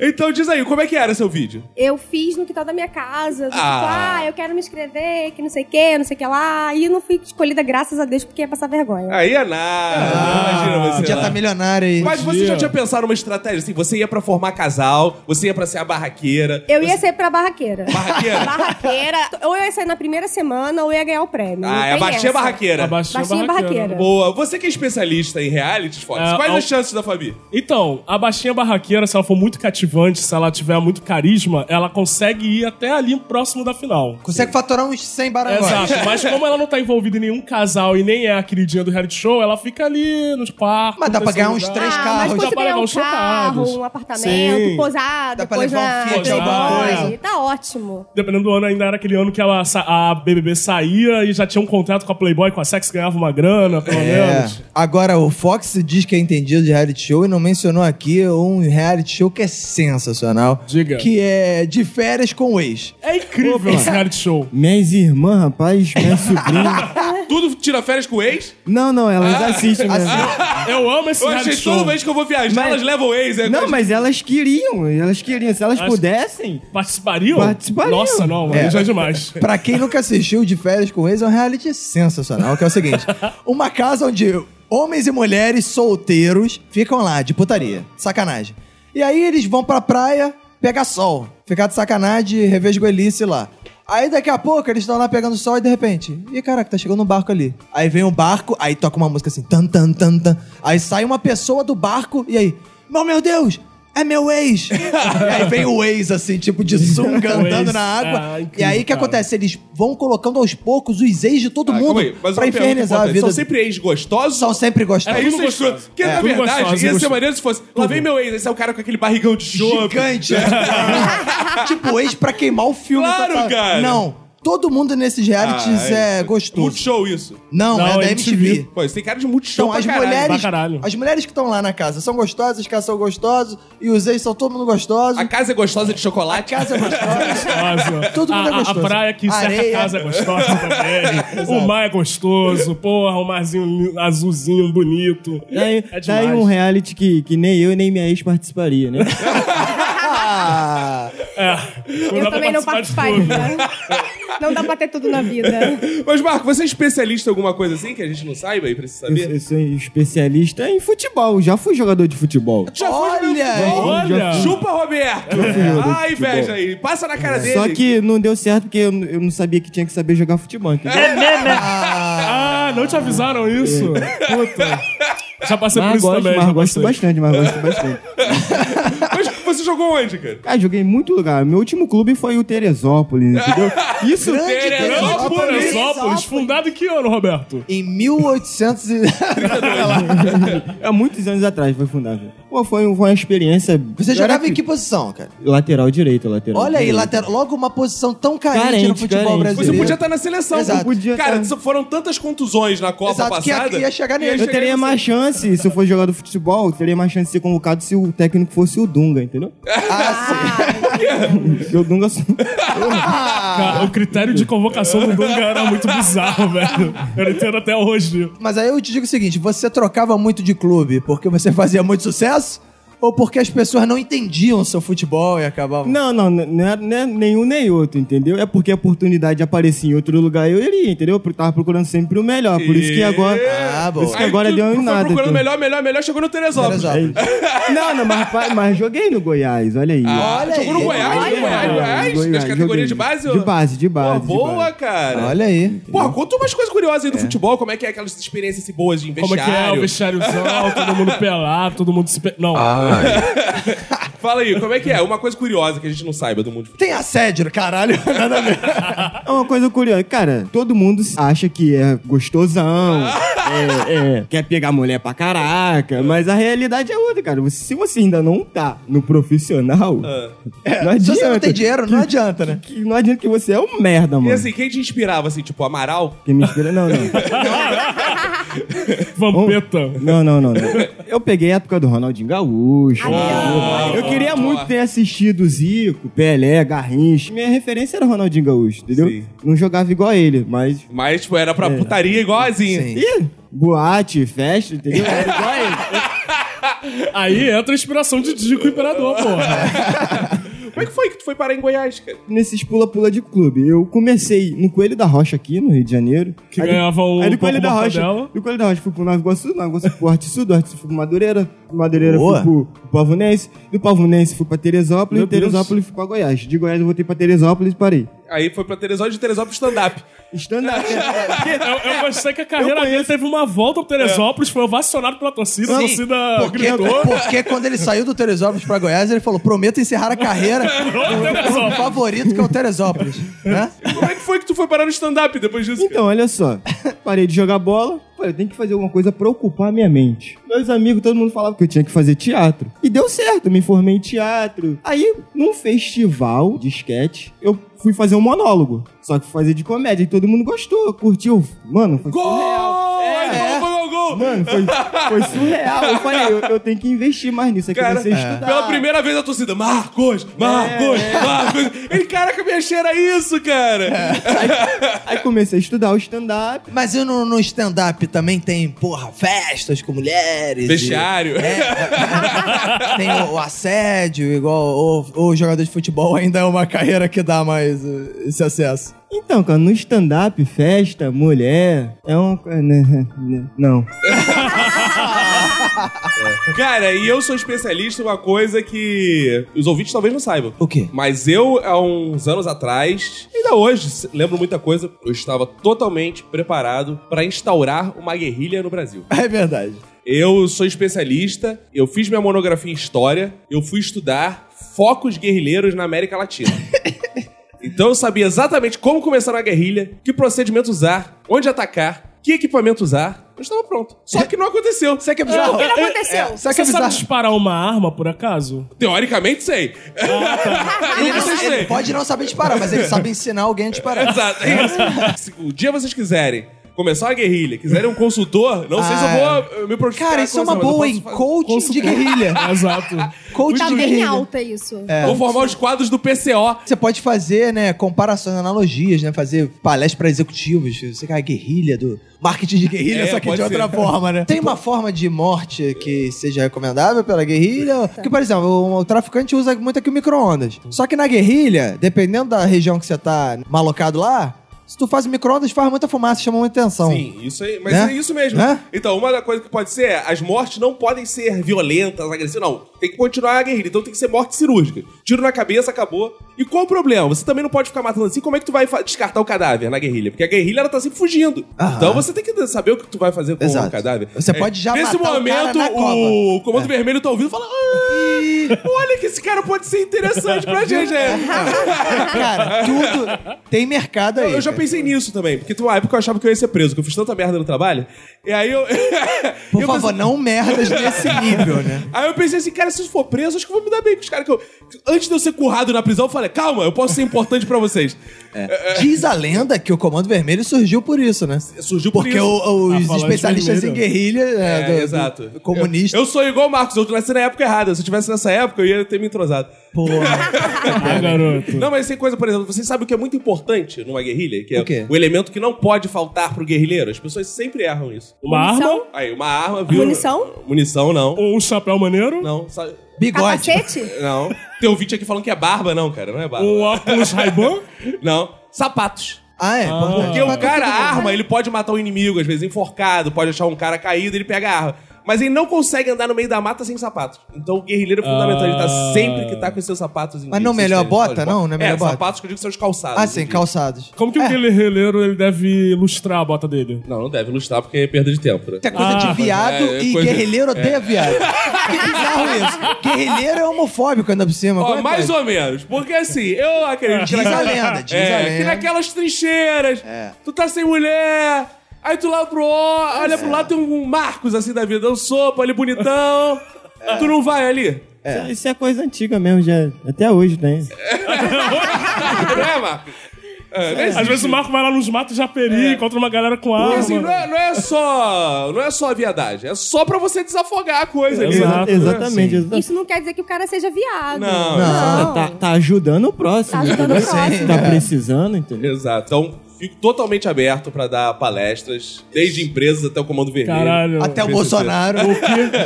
Speaker 1: Então diz aí, como é que era seu vídeo?
Speaker 3: Eu fiz no quintal da minha casa, do tipo,
Speaker 1: Ah.
Speaker 3: ah, eu quero me inscrever, que não sei o que, não sei o que lá. E não fui escolhida, graças a Deus, porque ia passar
Speaker 2: Ah,
Speaker 3: vergonha.
Speaker 1: Aí é nada. Imagina você.
Speaker 2: Podia
Speaker 1: lá.
Speaker 2: tá milionário aí.
Speaker 1: é. Mas você
Speaker 4: Podia.
Speaker 1: já tinha pensado numa estratégia assim? Você ia pra formar casal, você ia pra ser a barraqueira.
Speaker 3: Eu ia ser pra barraqueira.
Speaker 1: Barraqueira?
Speaker 3: barraqueira. Ou eu ia sair na primeira semana, ou eu ia ganhar o prêmio. Não
Speaker 1: Ah, é a
Speaker 3: tem
Speaker 1: baixinha
Speaker 3: essa.
Speaker 1: barraqueira.
Speaker 4: Abaixinha
Speaker 3: Baixinha barraqueira.
Speaker 1: Boa. Você que é especialista em reality, Fox,
Speaker 4: É,
Speaker 1: quais
Speaker 4: ao-
Speaker 1: as chances da Fabi?
Speaker 4: Então, a baixinha barraqueira, se ela for muito cativante, se ela ela tiver muito carisma, ela consegue ir até ali próximo da final.
Speaker 2: Consegue faturar uns 100 barangóis.
Speaker 4: Exato, mas como ela não tá envolvida em nenhum casal e nem é a queridinha do reality show, ela fica ali nos quartos.
Speaker 2: Mas dá pra ganhar uns três
Speaker 3: ah,
Speaker 2: carros.
Speaker 3: mas
Speaker 4: Dá
Speaker 3: você
Speaker 4: pra
Speaker 3: ganhar
Speaker 4: levar
Speaker 3: um
Speaker 4: os chocados.
Speaker 3: carro, um apartamento,
Speaker 4: Sim.
Speaker 3: posar,
Speaker 2: Dá pra
Speaker 3: depois
Speaker 2: levar um
Speaker 3: na
Speaker 2: Fiat,
Speaker 4: alguma
Speaker 3: Playboy.
Speaker 2: coisa.
Speaker 3: Tá ótimo.
Speaker 4: Dependendo do ano, ainda era aquele ano que ela, sa- a BBB saía e já tinha um contrato com a Playboy, com a Sex, ganhava uma grana, pelo
Speaker 2: É.
Speaker 4: menos.
Speaker 2: Agora, o Fox diz que é entendido de reality show e não mencionou aqui um reality show que é sensacional.
Speaker 4: Diga.
Speaker 2: Que é de férias com o ex.
Speaker 4: É incrível esse reality show.
Speaker 5: Minhas irmãs, rapaz, minhas sobrinhas.
Speaker 1: Tudo tira férias com o ex?
Speaker 5: Não, não, elas assistem mesmo.
Speaker 4: Eu amo esse é
Speaker 1: Eu
Speaker 4: reality
Speaker 1: achei
Speaker 4: show.
Speaker 1: toda vez que eu vou viajar,
Speaker 5: Mas-
Speaker 1: elas levam o ex. É,
Speaker 5: Não, mas elas queriam, elas queriam. Se elas
Speaker 4: né? Acho-
Speaker 5: pudessem.
Speaker 4: Participariam?
Speaker 5: Participariam.
Speaker 4: Nossa, não, mano,
Speaker 2: É.
Speaker 4: já é demais.
Speaker 2: Pra quem nunca assistiu De Férias com Ex, é um reality sensacional, que é o seguinte: uma casa onde homens e mulheres solteiros ficam lá, de putaria, sacanagem. E aí eles vão pra praia pegar sol, ficar de sacanagem, revesgoelice lá. Aí daqui a pouco eles estão lá pegando sol e de repente, ih caraca, tá chegando um barco ali. Aí vem um barco, aí toca uma música assim, tan tan tan tan. Aí sai uma pessoa do barco e aí, "Mas, meu Deus, é meu ex. e aí vem o ex assim, tipo de sunga
Speaker 4: O
Speaker 2: andando
Speaker 4: ex,
Speaker 2: na água.
Speaker 4: ah,
Speaker 2: e
Speaker 4: incrível,
Speaker 2: aí o que
Speaker 4: cara.
Speaker 2: acontece? acontece? Eles vão colocando aos poucos os ex de todo
Speaker 1: Ah,
Speaker 2: mundo
Speaker 1: calma aí, mas
Speaker 2: pra
Speaker 1: uma pergunta
Speaker 2: infernizar a
Speaker 1: importante.
Speaker 2: vida.
Speaker 1: São sempre ex gostosos?
Speaker 2: São sempre gostosos.
Speaker 1: É isso é
Speaker 4: gostoso.
Speaker 1: escroto. Porque,
Speaker 4: É.
Speaker 1: na
Speaker 4: Tudo
Speaker 1: verdade,
Speaker 4: gostoso,
Speaker 1: ia ser
Speaker 4: gostoso.
Speaker 1: maneiro se fosse. Lá vem meu ex, esse é o cara com aquele barrigão de
Speaker 4: um
Speaker 1: chope.
Speaker 2: Gigante.
Speaker 4: né?
Speaker 2: tipo, ex pra queimar o filme.
Speaker 1: Claro,
Speaker 2: Tá- tá-
Speaker 1: cara.
Speaker 2: Não. Todo mundo nesses realities
Speaker 1: Ah,
Speaker 2: é, gostoso.
Speaker 1: Multishow isso.
Speaker 2: Não,
Speaker 4: Não,
Speaker 2: é da
Speaker 4: é
Speaker 2: MTV.
Speaker 4: MTV.
Speaker 1: Pô, isso tem cara de multishow
Speaker 2: Então,
Speaker 1: pra
Speaker 2: as
Speaker 1: caralho.
Speaker 2: mulheres,
Speaker 4: pra caralho.
Speaker 2: as mulheres que estão lá na casa são gostosas, os caras são gostosos, e os ex são todo mundo gostoso.
Speaker 1: A casa é gostosa de chocolate?
Speaker 2: casa é gostosa.
Speaker 4: Gostosa.
Speaker 2: Todo mundo é
Speaker 4: a, a-
Speaker 2: gostoso.
Speaker 4: A praia que cerca
Speaker 2: Areia.
Speaker 4: a casa é gostosa também. o mar é gostoso. Porra, o marzinho li- azulzinho, bonito.
Speaker 5: Daí,
Speaker 4: é
Speaker 5: daí
Speaker 4: demais.
Speaker 5: um reality que, que nem eu e nem minha ex participaria, né?
Speaker 2: Ah,
Speaker 3: Eu também não participaria. não dá pra ter tudo na vida.
Speaker 1: Mas, Marco, você é especialista em alguma coisa assim que a gente não saiba e precisa
Speaker 5: Eu,
Speaker 1: saber?
Speaker 5: eu sou um especialista em futebol, já fui jogador de futebol.
Speaker 2: olha é aí.
Speaker 4: Olha!
Speaker 1: Chupa, Roberto!
Speaker 5: jogador
Speaker 1: Ai,
Speaker 5: de futebol.
Speaker 1: inveja aí. Passa na cara dele.
Speaker 5: Só que não deu certo porque eu, eu não sabia que tinha que saber jogar futebol. entendeu?
Speaker 2: É,
Speaker 4: Ah, não te avisaram isso?
Speaker 2: É.
Speaker 4: Puta. Já passei por
Speaker 5: Mas
Speaker 4: isso
Speaker 5: Ah, gosto,
Speaker 4: também. já
Speaker 5: mas
Speaker 4: passei.
Speaker 5: gosto bastante, mas gosto bastante.
Speaker 1: Mas você jogou onde, cara?
Speaker 5: Cara, joguei em muito lugar. Meu último clube foi o Teresópolis, entendeu? Isso
Speaker 1: né?
Speaker 4: Grande
Speaker 2: Teresópolis.
Speaker 4: Teresópolis, fundado em que ano, Roberto?
Speaker 2: Em 1800 e...
Speaker 5: há muitos anos atrás foi fundado. Pô, foi, um- foi uma experiência.
Speaker 2: Você
Speaker 5: Eu
Speaker 2: jogava
Speaker 5: era
Speaker 2: em que posição, cara?
Speaker 5: Lateral direito, lateral.
Speaker 2: Olha aí,
Speaker 5: direito.
Speaker 2: lateral, logo uma posição tão carente,
Speaker 5: Carente,
Speaker 2: no futebol
Speaker 5: carente.
Speaker 2: brasileiro.
Speaker 1: Você podia estar na seleção.
Speaker 2: Exato.
Speaker 5: Podia
Speaker 1: cara,
Speaker 5: estar.
Speaker 1: foram tantas contusões na Copa
Speaker 2: Exato, que é
Speaker 1: passada.
Speaker 2: ia- ia chegar nele.
Speaker 1: ia
Speaker 2: Eu
Speaker 5: Eu
Speaker 1: chegar
Speaker 5: teria
Speaker 1: em você.
Speaker 5: mais chance, se eu fosse jogador de futebol, eu teria mais chance de ser convocado se o técnico fosse o Dunga, entendeu?
Speaker 2: Ah,
Speaker 5: Porque o Dunga.
Speaker 2: Ah.
Speaker 4: Cara, o critério de convocação do Dunga era muito bizarro, velho. Eu entendo até hoje.
Speaker 2: Mas aí eu te digo o seguinte, você trocava muito de clube porque você fazia muito sucesso ou porque as pessoas não entendiam o seu futebol e acabavam...
Speaker 5: Não, não, não não é, não é nenhum nem outro, entendeu? É porque a oportunidade aparecia em outro lugar eu iria, entendeu? Eu tava procurando sempre o melhor, por isso que agora.
Speaker 2: Ah,
Speaker 5: por isso que
Speaker 2: boa.
Speaker 5: agora
Speaker 1: tu
Speaker 5: deu em
Speaker 1: foi
Speaker 5: nada.
Speaker 1: procurando
Speaker 5: entendeu?
Speaker 1: melhor, melhor, melhor, chegou no Teresópolis.
Speaker 5: É
Speaker 2: Teresópolis.
Speaker 5: isso. Não, não, mas, rapaz, mas joguei no Goiás, olha aí.
Speaker 1: Ah,
Speaker 2: Olha
Speaker 1: jogou
Speaker 2: aí.
Speaker 1: no Goiás,
Speaker 3: Olha.
Speaker 1: no Goiás, no Goiás, nas
Speaker 5: joguei.
Speaker 1: categorias de base?
Speaker 5: De
Speaker 1: ó.
Speaker 5: base, de
Speaker 1: Pô,
Speaker 5: base. de
Speaker 1: boa,
Speaker 5: base.
Speaker 1: cara.
Speaker 2: Olha aí.
Speaker 1: Porra, conta umas coisas curiosas aí do futebol, como é que é aquelas experiências assim, boas de
Speaker 4: Como é
Speaker 1: vestiário.
Speaker 4: que é o vestiáriozão, todo mundo pelado, todo mundo se... Pe... Não,
Speaker 1: Fala aí, como é que é? Uma coisa curiosa que a gente não saiba do mundo de futebol.
Speaker 2: Tem assédio, caralho. Nada a ver.
Speaker 5: É uma coisa curiosa. Cara, todo mundo acha que é gostosão, é, é, quer pegar mulher pra caraca, mas a realidade é outra, cara. Você- se você ainda não tá no profissional,
Speaker 1: Ah.
Speaker 5: não
Speaker 2: É, Se
Speaker 5: adianta.
Speaker 2: você não tem dinheiro, não adianta, né?
Speaker 5: que- não adianta que você é um
Speaker 1: E
Speaker 5: merda, mano.
Speaker 1: assim, quem te inspirava, assim, tipo, Amaral?
Speaker 5: Quem me inspira, não, não.
Speaker 1: É um
Speaker 4: vampeta.
Speaker 5: Não, não, não, não. Eu peguei a época do Ronaldinho Gaúcho.
Speaker 1: Ah,
Speaker 5: eu queria muito ter assistido Zico, Pelé, Garrincha. Minha referência era Ronaldinho Gaúcho, entendeu?
Speaker 1: Sim.
Speaker 5: Não jogava igual a ele, mas.
Speaker 1: Mas, tipo, era pra putaria igualzinho.
Speaker 2: Sim.
Speaker 5: Ih, boate, festa, entendeu? Era igual a ele.
Speaker 4: Aí entra a inspiração de Dico Imperador, porra.
Speaker 1: Como é que foi que tu foi parar em Goiás, cara?
Speaker 5: nesses pula-pula de clube. Eu comecei no Coelho da Rocha aqui, no Rio de Janeiro.
Speaker 4: Que
Speaker 5: Aí do-
Speaker 4: ganhava o
Speaker 5: Aí do
Speaker 4: Coco
Speaker 5: Coelho da Rocha.
Speaker 4: Mortadela.
Speaker 5: Do Coelho da Rocha fui pro Nova Iguaçu, do Nova Iguaçu fui pro Arte Sul, do Arte Sul fui pro Madureira, do Madureira
Speaker 2: Boa.
Speaker 5: fui pro Pavunense, do Pavunense fui pra Teresópolis,
Speaker 4: Meu
Speaker 5: do Teresópolis fui pra Goiás. De Goiás eu voltei pra Teresópolis e parei.
Speaker 1: Aí foi pra Teresópolis, de Teresópolis stand-up.
Speaker 5: Stand-up.
Speaker 4: Eu, eu gostei que a carreira dele teve uma volta pro Teresópolis, foi ovacionado pela torcida, a torcida
Speaker 2: É.
Speaker 1: Ah,
Speaker 2: Porque, é
Speaker 4: gritou.
Speaker 2: porque quando ele saiu do Teresópolis pra Goiás, ele falou: prometo encerrar a carreira com o favorito, que é o Teresópolis. né?
Speaker 1: Como é que foi que tu foi parar no stand-up depois disso?
Speaker 5: Então, olha só. Parei de jogar bola. Falei, eu tenho que fazer alguma coisa pra ocupar a minha mente. Meus amigos, todo mundo falava que eu tinha que fazer teatro. E deu certo, eu me formei em teatro. Aí, num festival de sketch, eu fui fazer um monólogo. Só que fazer de comédia. E todo mundo gostou, curtiu. Mano, foi
Speaker 1: Gol! É, gol, gol, gol!
Speaker 5: Mano, foi, foi surreal. Eu falei, eu, eu tenho que investir mais nisso. Eu
Speaker 1: Cara, é.
Speaker 5: comecei a estudar.
Speaker 1: Pela primeira vez a torcida, Marcos, Marcos, Marcos. Ele, caraca, minha cheira era isso, cara.
Speaker 5: Aí comecei a estudar o stand-up.
Speaker 2: Mas e no, no stand-up também tem, porra, festas com mulheres. e-
Speaker 1: Vestiário.
Speaker 2: É, tem o, o assédio, igual o, o jogador de futebol ainda é uma carreira que dá mais eh, esse acesso.
Speaker 5: Então, cara, no stand-up, festa, mulher, é um... né, Não.
Speaker 1: Cara, e eu sou especialista em uma coisa que os ouvintes talvez não saibam.
Speaker 2: O quê?
Speaker 1: Mas eu, há uns anos atrás, ainda hoje, se- lembro muita coisa, eu estava totalmente preparado para instaurar uma guerrilha no Brasil.
Speaker 2: É verdade.
Speaker 1: Eu sou especialista, eu fiz minha monografia em História, eu fui estudar focos guerrilheiros na América Latina. Então eu sabia exatamente como começar uma guerrilha, que procedimento usar, onde atacar, que equipamento usar. Eu estava pronto. Só que não aconteceu.
Speaker 2: Sabe que é
Speaker 3: O
Speaker 2: bizarro?
Speaker 3: que não aconteceu?
Speaker 2: Sabe que
Speaker 4: Você
Speaker 2: é
Speaker 4: sabe
Speaker 2: bizarro?
Speaker 4: disparar uma arma, por acaso?
Speaker 1: Teoricamente, sei.
Speaker 2: Ele,
Speaker 1: Nunca
Speaker 2: não-
Speaker 1: sei.
Speaker 2: ele Ah, tá. pode não saber disparar, mas ele sabe ensinar alguém a disparar.
Speaker 1: Exato, é isso. Se o dia vocês quiserem começar uma guerrilha, quiserem um consultor, não sei se eu
Speaker 2: Ah,
Speaker 1: vou eh, me preocupar
Speaker 2: Cara, isso é uma boa, hein? Coaching de guerrilha.
Speaker 4: Exato.
Speaker 2: Coaching
Speaker 3: Tá
Speaker 2: de
Speaker 3: bem
Speaker 2: guerrilha.
Speaker 3: alta isso.
Speaker 2: É,
Speaker 1: Vou formar os quadros do PCO.
Speaker 2: Você pode fazer, né, comparações, analogias, né? Fazer palestras para executivos. Você quer a guerrilha do marketing de guerrilha,
Speaker 1: É,
Speaker 2: só que
Speaker 1: pode
Speaker 2: de outra
Speaker 1: ser.
Speaker 2: forma, né? Tem uma forma de morte que seja recomendável pela guerrilha? Porque, por exemplo, o, o traficante usa muito aqui o micro-ondas. Só que na guerrilha, dependendo da região que você tá malocado lá, se tu faz o micro-ondas, faz muita fumaça, chama muita atenção.
Speaker 1: Sim, isso aí. Mas
Speaker 2: Né?
Speaker 1: é isso mesmo.
Speaker 2: Né?
Speaker 1: Então, uma da coisa que pode ser é, as mortes não podem ser violentas, agressivas, não. Tem que continuar a guerrilha. Então tem que ser morte cirúrgica. Tiro na cabeça, acabou. E qual o problema? Você também não pode ficar matando assim. Como é que tu vai fa- descartar o cadáver na guerrilha? Porque a guerrilha, ela tá sempre fugindo.
Speaker 2: Aham.
Speaker 1: Então você tem que saber o que tu vai fazer com
Speaker 2: Exato.
Speaker 1: o cadáver.
Speaker 2: Você pode já
Speaker 1: Nesse
Speaker 2: matar o cara
Speaker 1: momento,
Speaker 2: na cova. É.
Speaker 1: o Comando Vermelho tá ouvindo e fala... "Ah, Olha que esse cara pode ser interessante pra gente, né?
Speaker 2: Cara, tudo tem mercado aí.
Speaker 1: Eu, eu já
Speaker 2: cara.
Speaker 1: pensei nisso também, porque tem uma época que eu achava que eu ia ser preso, que eu fiz tanta merda no trabalho. E aí eu.
Speaker 2: Por
Speaker 1: eu
Speaker 2: favor,
Speaker 1: pensei-
Speaker 2: não merdas desse nível, né?
Speaker 1: Aí eu pensei assim, cara, se eu for preso, acho que eu vou me dar bem com os caras que eu. Antes de eu ser currado na prisão, eu falei, calma, eu posso ser importante pra vocês. É.
Speaker 2: Diz a lenda que o Comando Vermelho surgiu por isso, né?
Speaker 1: Surgiu por
Speaker 2: Porque
Speaker 1: isso.
Speaker 2: o-
Speaker 4: Ah,
Speaker 2: os
Speaker 4: falando
Speaker 2: especialistas em
Speaker 4: vermelho.
Speaker 2: guerrilha, é,
Speaker 1: É,
Speaker 2: do- do-
Speaker 1: exato.
Speaker 2: do comunista,
Speaker 1: Eu sou igual o Marcos, eu nasci na época errada. Se eu tivesse nessa época, eu ia ter me entrosado.
Speaker 2: porra.
Speaker 4: Ah, garoto.
Speaker 1: Não, mas tem coisa, por exemplo, vocês sabem o que é muito importante numa guerrilha? Que é
Speaker 2: O quê?
Speaker 1: elemento que não pode faltar pro guerrilheiro. As pessoas sempre erram isso.
Speaker 4: Uma
Speaker 3: Munição?
Speaker 4: arma,
Speaker 1: Aí, uma arma, viu?
Speaker 3: Munição?
Speaker 1: Munição, não.
Speaker 4: um chapéu maneiro,
Speaker 1: Não, sabe.
Speaker 2: Bigode.
Speaker 3: Capacete?
Speaker 1: Não. Tem ouvinte aqui falando que é barba, não, cara. Não é barba.
Speaker 4: um óculos Ray-Ban.
Speaker 1: Não. Sapatos.
Speaker 2: Ah, é? importante.
Speaker 1: Porque o cara, a arma, ele pode matar o inimigo, às vezes enforcado, pode achar um cara caído, ele pega a arma. Mas ele não consegue andar no meio da mata sem sapatos. Então o guerrilheiro é fundamental, ele tá
Speaker 4: Ah.
Speaker 1: sempre que tá com os seus sapatos em
Speaker 2: Mas
Speaker 1: dia,
Speaker 2: não
Speaker 1: que vocês
Speaker 2: melhor
Speaker 1: têm,
Speaker 2: bota,
Speaker 1: só de
Speaker 2: não? Não é melhor
Speaker 1: é,
Speaker 2: bota?
Speaker 1: sapatos que eu digo que são os calçados.
Speaker 2: Ah, sim,
Speaker 1: calçados.
Speaker 2: calçados.
Speaker 4: Como que
Speaker 2: é,
Speaker 4: o guerrilheiro ele deve ilustrar a bota dele?
Speaker 1: Não, não deve ilustrar porque é perda de tempo, né?
Speaker 2: Tem coisa
Speaker 4: Ah,
Speaker 2: de viado
Speaker 1: é,
Speaker 2: e
Speaker 1: coisa-
Speaker 2: guerrilheiro odeia viado. Que bizarro isso. Guerrilheiro é homofóbico ainda por cima.
Speaker 1: Ó,
Speaker 2: Como é que
Speaker 1: mais
Speaker 2: pode?
Speaker 1: ou menos, porque assim, eu acredito que
Speaker 2: Diz a
Speaker 1: naquela-
Speaker 2: lenda, diz né? É.
Speaker 1: é,
Speaker 2: a
Speaker 1: que
Speaker 2: lenda.
Speaker 1: naquelas trincheiras, tu tá sem mulher, aí tu lá pro ó, olha
Speaker 2: É.
Speaker 1: pro lado, tem um Marcos assim da vida, um sopa, ele bonitão,
Speaker 2: É.
Speaker 1: tu não vai ali?
Speaker 5: Isso, isso é coisa antiga mesmo, já, até hoje, né?
Speaker 1: Não é, Marcos? É, não é assim.
Speaker 4: Às vezes o Marco vai lá nos matos de Japeri,
Speaker 2: É.
Speaker 4: encontra uma galera com
Speaker 1: Porque,
Speaker 4: arma.
Speaker 1: assim, não é, não é só. Não é só a viadagem, é só pra você desafogar a coisa ali. né?
Speaker 4: Exato.
Speaker 5: Exa-
Speaker 1: assim.
Speaker 5: exatamente. exatamente.
Speaker 3: Isso não quer dizer que o cara seja viado.
Speaker 1: Não,
Speaker 3: não.
Speaker 5: Tá, tá ajudando o próximo.
Speaker 3: Tá ajudando o
Speaker 5: entendeu?
Speaker 3: próximo.
Speaker 5: Tá precisando, entendeu?
Speaker 1: Exato. Então, fico totalmente aberto pra dar palestras, desde empresas até o Comando Vermelho.
Speaker 4: Caralho.
Speaker 2: Até o
Speaker 1: Esse
Speaker 2: Bolsonaro.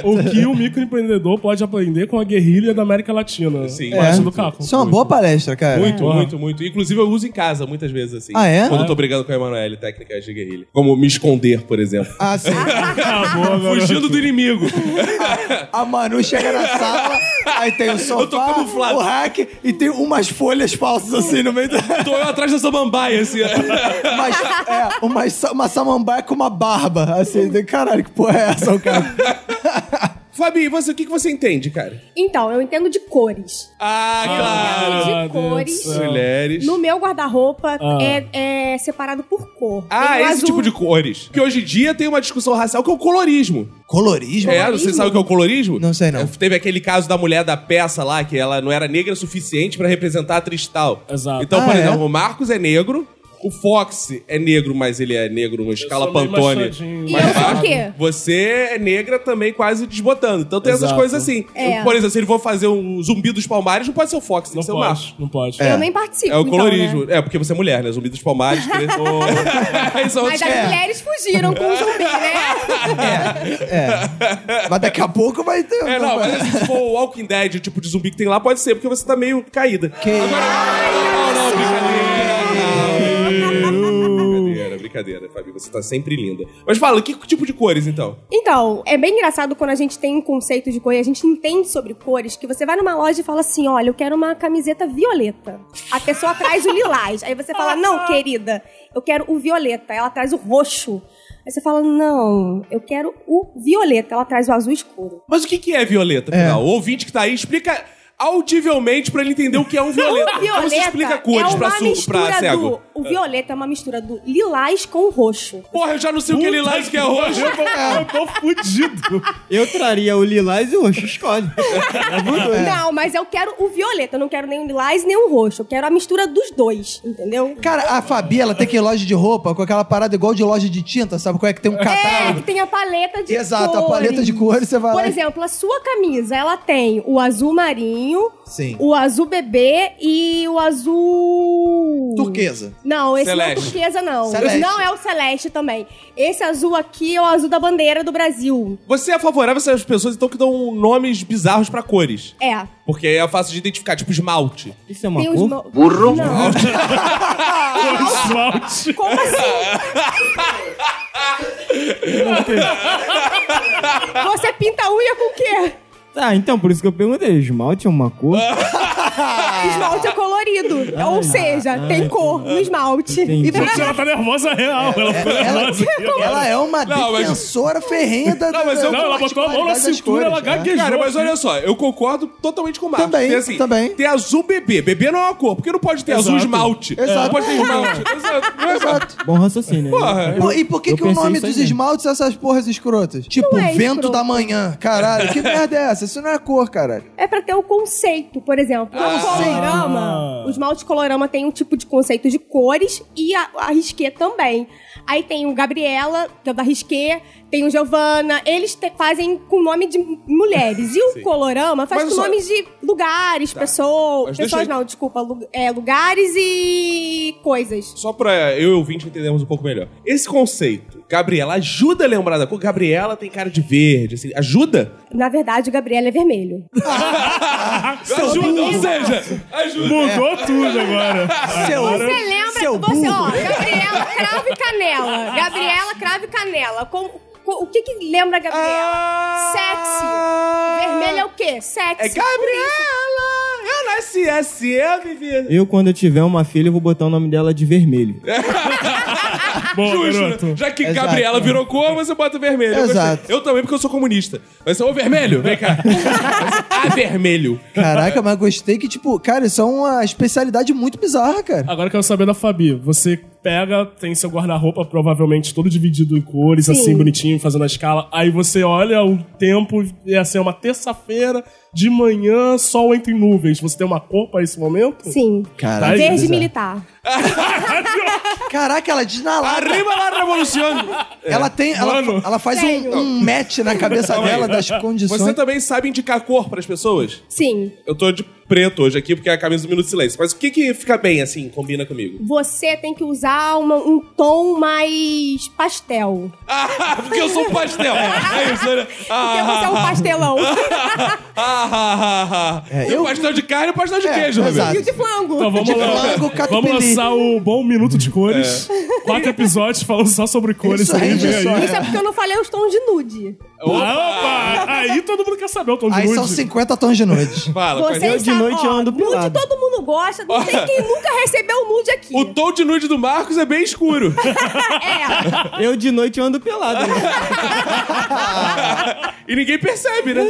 Speaker 4: O que o microempreendedor pode aprender com a guerrilha da América Latina?
Speaker 1: Sim.
Speaker 4: Parece
Speaker 2: É.
Speaker 4: do Caco.
Speaker 2: Isso é uma boa palestra, cara.
Speaker 1: Muito,
Speaker 4: Porra.
Speaker 1: muito, muito. Inclusive, eu uso em casa muitas vezes, assim.
Speaker 2: Ah, é?
Speaker 1: Quando eu tô brigando com a Emanuele, técnicas de guerrilha. Como me esconder, por exemplo.
Speaker 2: Ah, sim.
Speaker 4: Ah, boa, garoto.
Speaker 1: Fugindo do inimigo.
Speaker 2: A Manu chega na sala, aí tem o
Speaker 1: Eu tô
Speaker 2: sofá,
Speaker 1: camuflado.
Speaker 2: o rack e tem umas folhas falsas assim no meio da...
Speaker 1: Então, Tô eu atrás dessa bambaia, assim.
Speaker 2: Mas, é, uma, sa- uma samambaia com uma barba. Assim, de- caralho, que porra é essa, cara?
Speaker 1: Fabi, e você, o que, que você entende, cara?
Speaker 3: Então, eu entendo de cores.
Speaker 1: Ah, claro.
Speaker 3: de
Speaker 4: Ah, Deus
Speaker 3: cores.
Speaker 4: do céu.
Speaker 1: Mulheres.
Speaker 3: No meu guarda-roupa
Speaker 4: Ah.
Speaker 3: é, é separado por cor.
Speaker 1: Ah,
Speaker 3: Tem o
Speaker 1: esse
Speaker 3: azul-
Speaker 1: tipo de cores. Que hoje em dia tem uma discussão racial que é o colorismo.
Speaker 2: Colorismo?
Speaker 1: É, você sabe o que é o colorismo?
Speaker 2: Não sei, não.
Speaker 1: É, Teve aquele caso da mulher da peça lá, que ela não era negra o suficiente pra representar a Tristal.
Speaker 4: Exato.
Speaker 1: Então, por
Speaker 2: Ah, é?
Speaker 1: exemplo, o Marcos é negro, o Fox é negro, mas ele é negro numa escala
Speaker 4: sou meio
Speaker 1: Pantone.
Speaker 4: machadinho.
Speaker 3: E
Speaker 1: mais
Speaker 3: eu sou
Speaker 1: baixo.
Speaker 3: o quê?
Speaker 1: Você é negra também, quase desbotando. Então tem essas
Speaker 4: Exato.
Speaker 1: coisas assim.
Speaker 3: É.
Speaker 1: Eu, por exemplo, se ele for fazer um zumbi dos palmares, não pode ser o Fox, tem
Speaker 4: Não
Speaker 1: que ser o Marcos.
Speaker 4: pode, não pode.
Speaker 3: Eu nem participo.
Speaker 1: É o
Speaker 3: então,
Speaker 1: colorismo.
Speaker 3: né?
Speaker 1: É, porque você é mulher, né? Zumbi dos palmares. Que... Aí são
Speaker 3: Mas
Speaker 1: outros-
Speaker 3: as mulheres fugiram com o zumbi, né?
Speaker 2: Mas daqui a pouco vai ter...
Speaker 1: É, não, mas assim, se for o Walking Dead, o tipo de zumbi que tem lá, pode ser, porque você tá meio caída. Que Agora, não, não, brincadeira. não. Brincadeira, brincadeira, Fabi, você tá sempre linda. Mas fala, que tipo de cores, então?
Speaker 3: Então, é bem engraçado quando a gente tem um conceito de cor e a gente entende sobre cores, que você vai numa loja e fala assim, olha, eu quero uma camiseta violeta. A pessoa traz o lilás. Aí você fala, não, querida, eu quero o violeta. Ela traz o roxo. Aí você fala, não, eu quero o violeta. Ela traz o azul escuro.
Speaker 1: Mas o que, que é violeta, afinal? O ouvinte que tá aí, explica audivelmente pra ele entender o que é um violeta.
Speaker 3: O violeta
Speaker 1: Como você explica
Speaker 3: é
Speaker 1: cores
Speaker 3: uma
Speaker 1: pra, su,
Speaker 3: mistura
Speaker 1: pra cego?
Speaker 3: do... O violeta é uma mistura do lilás com o roxo.
Speaker 1: Porra, eu já não sei o que ele lá que é roxo.
Speaker 4: Eu tô, eu tô fudido.
Speaker 5: Eu traria o lilás e o roxo, escolhe.
Speaker 1: Ah, é.
Speaker 3: Não, mas eu quero o violeta. Eu não quero nem o lilás nem o roxo. Eu quero a mistura dos dois, entendeu?
Speaker 2: Cara, a Fabi, ela tem que ir em loja de roupa com aquela parada igual de loja de tinta, sabe? Qual é que tem um
Speaker 3: É,
Speaker 2: catálogo?
Speaker 3: que tem a paleta de
Speaker 2: Exato,
Speaker 3: cores.
Speaker 2: a paleta de cores, você vai
Speaker 3: Por
Speaker 2: lá e-
Speaker 3: exemplo, a sua camisa, ela tem o azul marinho,
Speaker 2: Sim.
Speaker 3: o azul bebê e o azul...
Speaker 2: Turquesa.
Speaker 3: Não, esse não é
Speaker 1: Celeste.
Speaker 3: turquesa, não.
Speaker 2: Celeste.
Speaker 3: Não é o celeste também. Esse azul aqui é o azul da bandeira do Brasil.
Speaker 1: Você é favorável a essas pessoas, então, que dão nomes bizarros pra cores.
Speaker 3: É.
Speaker 1: Porque é fácil de identificar, tipo esmalte.
Speaker 5: Isso é uma
Speaker 3: tem
Speaker 5: cor?
Speaker 3: os... mo- Não.
Speaker 4: Esmalte.
Speaker 3: Como assim? Você pinta a unha com o quê?
Speaker 5: Tá, então, por isso que eu perguntei. Esmalte é uma cor?
Speaker 1: Ah.
Speaker 2: Ah.
Speaker 3: Esmalte é colorido. Ou seja, tem cor no esmalte.
Speaker 5: Entendi.
Speaker 3: E da-
Speaker 4: Gente, ela tá nervosa real. Ela ficou
Speaker 2: É. Ela,
Speaker 4: nervosa.
Speaker 2: ela é uma
Speaker 1: Não, mas-
Speaker 2: defensora ferrenha da.
Speaker 1: Não, mas eu-
Speaker 2: da
Speaker 4: Não, ela botou a mão na
Speaker 2: particularidade das
Speaker 4: cintura, ela
Speaker 2: cores, né?
Speaker 4: gaguejou.
Speaker 1: Cara, mas olha só, eu concordo totalmente com o Marcos.
Speaker 2: Também,
Speaker 1: tem assim,
Speaker 2: também.
Speaker 1: Tem azul bebê. Bebê não é uma cor, porque não pode ter azul
Speaker 4: Exato.
Speaker 1: esmalte.
Speaker 2: Exato.
Speaker 1: Não pode ter esmalte. Exato. Não é
Speaker 2: Exato.
Speaker 5: Bom raciocínio. né?
Speaker 1: Porra.
Speaker 2: Pô, e por que,
Speaker 5: Eu
Speaker 2: que o
Speaker 5: pensei
Speaker 2: nome
Speaker 5: isso aí
Speaker 2: dos
Speaker 5: mesmo.
Speaker 2: esmaltes é essas porras escrotas? Tipo,
Speaker 3: é
Speaker 2: vento
Speaker 3: escroto.
Speaker 2: da manhã. Caralho, que merda é essa? Isso não é cor, caralho.
Speaker 3: É pra ter o conceito, por exemplo.
Speaker 1: Ah.
Speaker 3: o colorama, o esmalte colorama tem um tipo de conceito de cores e a, a risqué também. Aí tem o Gabriela, que é o da risqué, tem o Giovanna. Eles te- fazem com nome de mulheres. E o colorama faz
Speaker 1: Mas
Speaker 3: com
Speaker 1: só- Tá.
Speaker 3: nomes de lugares, pessoas.
Speaker 1: Mas deixa
Speaker 3: Pessoas
Speaker 1: eu-
Speaker 3: não, desculpa. lu- é, lugares e coisas.
Speaker 1: Só pra eu e o ouvinte entendermos um pouco melhor. Esse conceito, Gabriela, ajuda a lembrar da cor. Gabriela tem cara de verde, assim, ajuda?
Speaker 3: Na verdade, o Gabriela é vermelho.
Speaker 1: ajuda, ou seja,
Speaker 2: É.
Speaker 1: ajuda.
Speaker 4: Mudou tudo Ah, agora.
Speaker 2: Seu,
Speaker 3: Você lembra
Speaker 2: seu
Speaker 3: você, ó,
Speaker 2: é burro.
Speaker 3: Gabriela, cravo e canela. Gabriela, cravo e canela. Com- com- o que que lembra a Gabriela? Sexy. Vermelho é o quê? Sexy.
Speaker 1: É Gabriela! Eu nasci assim, eu vivi.
Speaker 5: Eu, quando eu tiver uma filha, eu vou botar o nome dela de vermelho.
Speaker 4: Boa,
Speaker 1: Justo. né?
Speaker 4: garoto.
Speaker 1: Já que
Speaker 2: Exato.
Speaker 1: Gabriela virou cor, você bota vermelho. Eu gostei.
Speaker 2: Exato.
Speaker 1: Eu, também, porque eu sou comunista. Mas ô vermelho, vem cá. A vermelho.
Speaker 2: Caraca, mas gostei que, tipo, cara, isso é uma especialidade muito bizarra, cara.
Speaker 4: Agora eu quero saber da Fabi. Você pega, tem seu guarda-roupa provavelmente todo dividido em cores,
Speaker 3: Sim.
Speaker 4: assim, bonitinho, fazendo a escala. Aí você olha o tempo, é assim, é uma terça-feira, de manhã, sol entre nuvens. Você tem uma cor pra esse momento?
Speaker 3: Sim.
Speaker 4: Tá
Speaker 2: Caraca,
Speaker 4: aí,
Speaker 3: Verde
Speaker 4: bizarro.
Speaker 3: militar.
Speaker 2: caraca ela diz na lata.
Speaker 1: Arriba lá, revolução!
Speaker 2: Ela tem. Ela,
Speaker 4: Mano.
Speaker 2: ela faz um,
Speaker 3: Sério.
Speaker 2: um match na cabeça dela das condições.
Speaker 1: Você tá também sabe indicar cor pras pessoas?
Speaker 3: Sim.
Speaker 1: Eu tô de preto hoje aqui porque é a camisa do Minuto de Silêncio. Mas o que que fica bem assim, combina comigo?
Speaker 3: Você tem que usar uma- um tom mais pastel.
Speaker 1: Ah, porque eu sou um pastel! É isso, né?
Speaker 3: Porque você é um pastelão.
Speaker 1: ah,
Speaker 2: É,
Speaker 1: E
Speaker 2: eu- É,
Speaker 1: o um pastel de carne e o pastel de queijo, Roberto.
Speaker 2: exato.
Speaker 3: E o de flango.
Speaker 4: Então vamos
Speaker 2: De
Speaker 4: lá.
Speaker 2: frango,
Speaker 4: Vamos
Speaker 2: catupiry.
Speaker 4: lançar o Bom Minuto de Cores. Quatro episódios falando só sobre cores.
Speaker 2: É. Isso aí,
Speaker 4: vem
Speaker 2: isso aí.
Speaker 3: Isso é porque eu não falei os tons de nude.
Speaker 4: Ah, Opa! Aí todo mundo quer saber o tom de
Speaker 2: Aí
Speaker 4: nude.
Speaker 2: são 50 tons de nudes.
Speaker 1: Fala,
Speaker 3: Vocês
Speaker 1: quais-
Speaker 5: de noite
Speaker 3: ó,
Speaker 5: eu ando
Speaker 3: nude
Speaker 5: pelado.
Speaker 3: todo mundo gosta, não tem quem nunca recebeu um nude aqui.
Speaker 1: O tom de nude do Marcos é bem escuro.
Speaker 3: É,
Speaker 5: Eu de noite eu ando pelado. né?
Speaker 1: e ninguém percebe, né?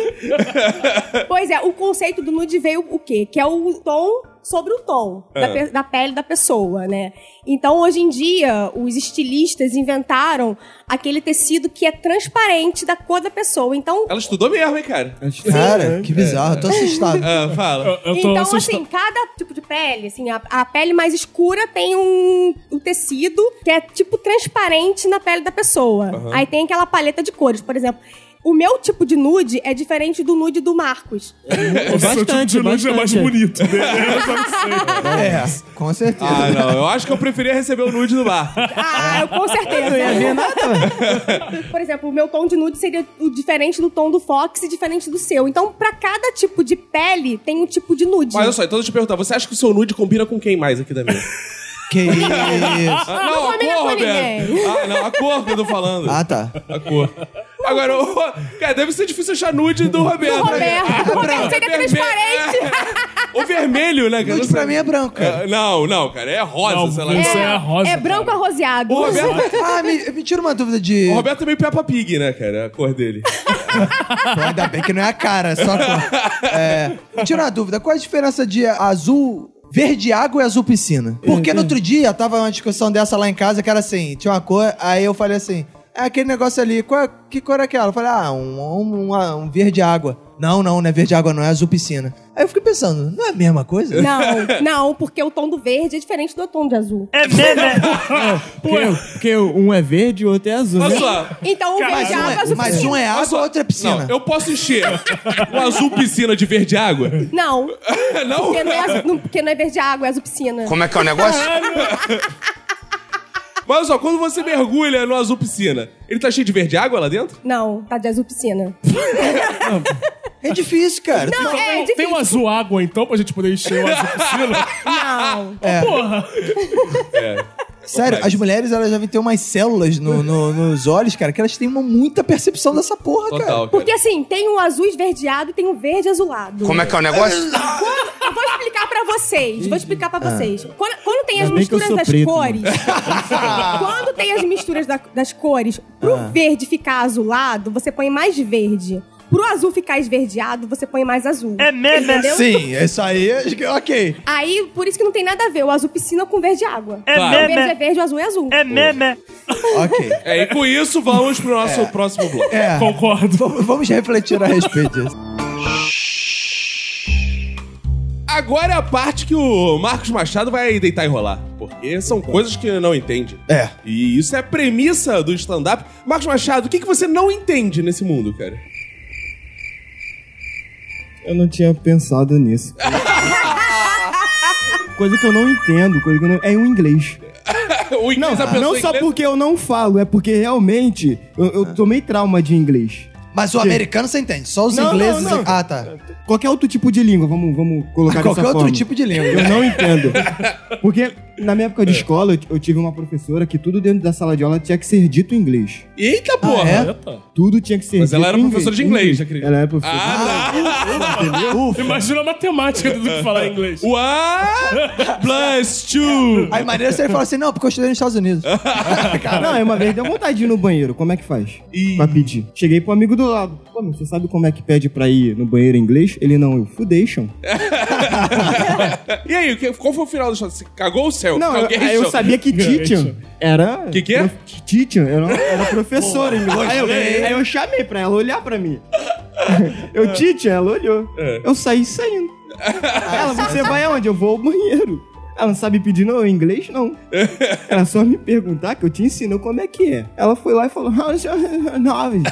Speaker 3: pois é, o conceito do nude veio o quê? Que é o tom sobre o tom da,
Speaker 4: É.
Speaker 3: pe- da pele da pessoa, né? Então, hoje em dia, os estilistas inventaram aquele tecido que é transparente da cor da pessoa. Então,
Speaker 1: Ela estudou mesmo, hein, cara?
Speaker 2: Cara, que bizarro. Eu tô assustado.
Speaker 1: Ah, fala.
Speaker 4: Eu, eu tô
Speaker 3: então,
Speaker 4: assustado.
Speaker 3: assim, cada tipo de pele, assim, a, a pele mais escura tem um, um tecido que é, tipo, transparente na pele da pessoa. Aí tem aquela paleta de cores, por exemplo. O meu tipo de nude é diferente do nude do Marcos.
Speaker 4: o seu tipo de nude é mais bonito. né?
Speaker 2: É, com certeza.
Speaker 1: Ah, não. Eu acho que eu preferia receber o nude do Marcos.
Speaker 3: Ah, eu com certeza. Por exemplo, o meu tom de nude seria o diferente do tom do Fox e diferente do seu. Então, pra cada tipo de pele, tem um tipo de nude.
Speaker 1: Mas olha só, então deixa eu te perguntar. Você acha que o seu nude combina com quem mais aqui da mesa?
Speaker 2: Que isso.
Speaker 3: Não combina com ninguém.
Speaker 1: Ah, não. A cor que eu tô falando.
Speaker 2: Ah, tá.
Speaker 1: A cor. Agora, o... cara, deve ser difícil achar nude do Roberto. né?
Speaker 3: Do Roberto. O Roberto seria
Speaker 1: Vermelho.
Speaker 3: transparente.
Speaker 1: É. O vermelho, né, cara?
Speaker 2: Nude pra mim é branco, cara.
Speaker 1: É, Não, não, cara. É rosa,
Speaker 4: Não,
Speaker 1: sei lá.
Speaker 4: isso é a rosa,
Speaker 3: É branco
Speaker 4: cara.
Speaker 3: arroseado.
Speaker 1: O Roberto,
Speaker 2: Ah, me, me tira uma dúvida de.
Speaker 1: o Roberto é meio Peppa Pig, né, cara? A cor dele.
Speaker 2: Pô, Ainda bem que não é a cara, é só a cor. É, me tira uma dúvida. Qual é a diferença de azul. Verde água e azul piscina. Porque no outro dia tava uma discussão dessa lá em casa que era assim, tinha uma cor, aí eu falei assim: é aquele negócio ali, qual, é- que cor é aquela? Eu falei, ah, um, um, um- um verde água. Não, não, não é verde água, não, é azul piscina. Aí eu fiquei pensando, não é a mesma coisa?
Speaker 3: Não, não, porque o tom do verde é diferente do tom de azul.
Speaker 5: Porque, porque um é verde e o outro é azul.
Speaker 1: Olha
Speaker 5: né?
Speaker 1: só.
Speaker 3: Então o
Speaker 2: Mas
Speaker 3: verde
Speaker 2: um
Speaker 3: água é
Speaker 2: é,
Speaker 3: azul
Speaker 2: mas um
Speaker 3: piscina.
Speaker 2: é
Speaker 1: Olha
Speaker 2: água,
Speaker 1: só.
Speaker 2: outro é piscina.
Speaker 1: Não, eu posso encher o azul piscina de verde água?
Speaker 3: Não,
Speaker 1: Não?
Speaker 3: porque não, é azul, não, porque não é verde água, é azul piscina.
Speaker 6: Como é que é o negócio?
Speaker 1: Mas olha só, quando você mergulha no azul piscina, ele tá cheio de verde água lá dentro?
Speaker 3: Não, tá de azul piscina.
Speaker 2: É difícil, cara.
Speaker 3: Não, é
Speaker 4: Tem- Tem um
Speaker 3: difícil.
Speaker 4: azul água, então, pra gente poder encher
Speaker 3: É
Speaker 4: o azul piscina?
Speaker 3: Não.
Speaker 4: Porra!
Speaker 1: é-
Speaker 2: Sério, as mulheres elas devem ter umas células no- no- nos olhos, cara, que elas têm uma, muita percepção dessa porra,
Speaker 1: Total, cara.
Speaker 3: Porque assim, tem um azul esverdeado e tem um verde azulado.
Speaker 6: Como é que é o negócio?
Speaker 3: Eu vou explicar pra vocês. Vou explicar pra vocês. Quando, quando tem as
Speaker 5: É. Ainda bem que eu
Speaker 3: misturas
Speaker 5: sou
Speaker 3: das
Speaker 5: preto,
Speaker 3: cores. quando tem as misturas da- das cores, pro
Speaker 5: Ah.
Speaker 3: verde ficar azulado, você põe mais verde. Pro azul ficar esverdeado, você põe mais azul. É mesmo?
Speaker 2: cara.
Speaker 3: Entendeu?
Speaker 2: Sim, isso aí, acho que- ok.
Speaker 3: Aí, por isso que não tem nada a ver o azul piscina com verde água. É O verde é verde, o azul é azul.
Speaker 2: Ok.
Speaker 1: É, e com isso, vamos pro nosso próximo bloco.
Speaker 2: É,
Speaker 4: Concordo.
Speaker 2: vamos, vamos refletir a respeito disso.
Speaker 1: Agora é a parte que o Marcos Machado vai deitar e rolar. Porque são coisas que não entende.
Speaker 2: É.
Speaker 1: E isso é a premissa do stand-up. Marcos Machado, o que, que você não entende nesse mundo, cara?
Speaker 5: Eu não tinha pensado nisso. coisa que eu não entendo, coisa que eu não... é o inglês.
Speaker 1: O
Speaker 5: Não,
Speaker 1: inglês, a pessoa
Speaker 5: não só
Speaker 1: inglesa-
Speaker 5: porque eu não falo, é porque realmente eu, eu tomei trauma de inglês.
Speaker 2: Mas o americano você entende, só os
Speaker 5: Não,
Speaker 2: ingleses.
Speaker 5: não, não.
Speaker 2: Ah, tá.
Speaker 5: Qualquer outro tipo de língua, vamos, vamos colocar dessa
Speaker 2: Qualquer outro
Speaker 5: forma.
Speaker 2: tipo de língua.
Speaker 5: Eu não entendo. Porque na minha época de escola, eu- eu tive uma professora que tudo dentro da sala de aula tinha que ser dito em inglês.
Speaker 1: Eita, porra!
Speaker 2: é?
Speaker 4: Eita.
Speaker 5: Tudo tinha que ser
Speaker 1: Mas ela
Speaker 5: dito
Speaker 1: era
Speaker 5: em
Speaker 1: professora de inglês, acredito.
Speaker 5: Ela era professora.
Speaker 1: Ah,
Speaker 4: Imagina a matemática do que falar inglês.
Speaker 1: What? Plus two!
Speaker 2: Aí maneira você fala assim, não, porque eu estudei nos Estados Unidos.
Speaker 5: Não, é uma vez deu vontade de ir no banheiro. Como é que faz? Pra pedir. Cheguei pro amigo do lado. Pô, meu, você sabe como é que pede pra ir no banheiro em inglês? Ele não, eu fudation.
Speaker 1: É E aí, o que- qual foi o final do show? Você cagou o céu?
Speaker 5: Não, eu,
Speaker 1: Alguém
Speaker 5: aí eu
Speaker 1: show?
Speaker 5: sabia que teacher era.
Speaker 1: Que que é?
Speaker 5: prof- Teacher era, era professora em inglês. Aí eu,
Speaker 2: Gostei.
Speaker 5: aí eu chamei pra ela olhar pra mim. Eu, teacher, ela olhou.
Speaker 1: É.
Speaker 5: Eu saí saindo. Ela, você vai aonde? Eu vou ao banheiro. Ela não sabe pedir não, em inglês, não. Era só me perguntar que eu te ensino como é que é. Ela foi lá e falou... Nove.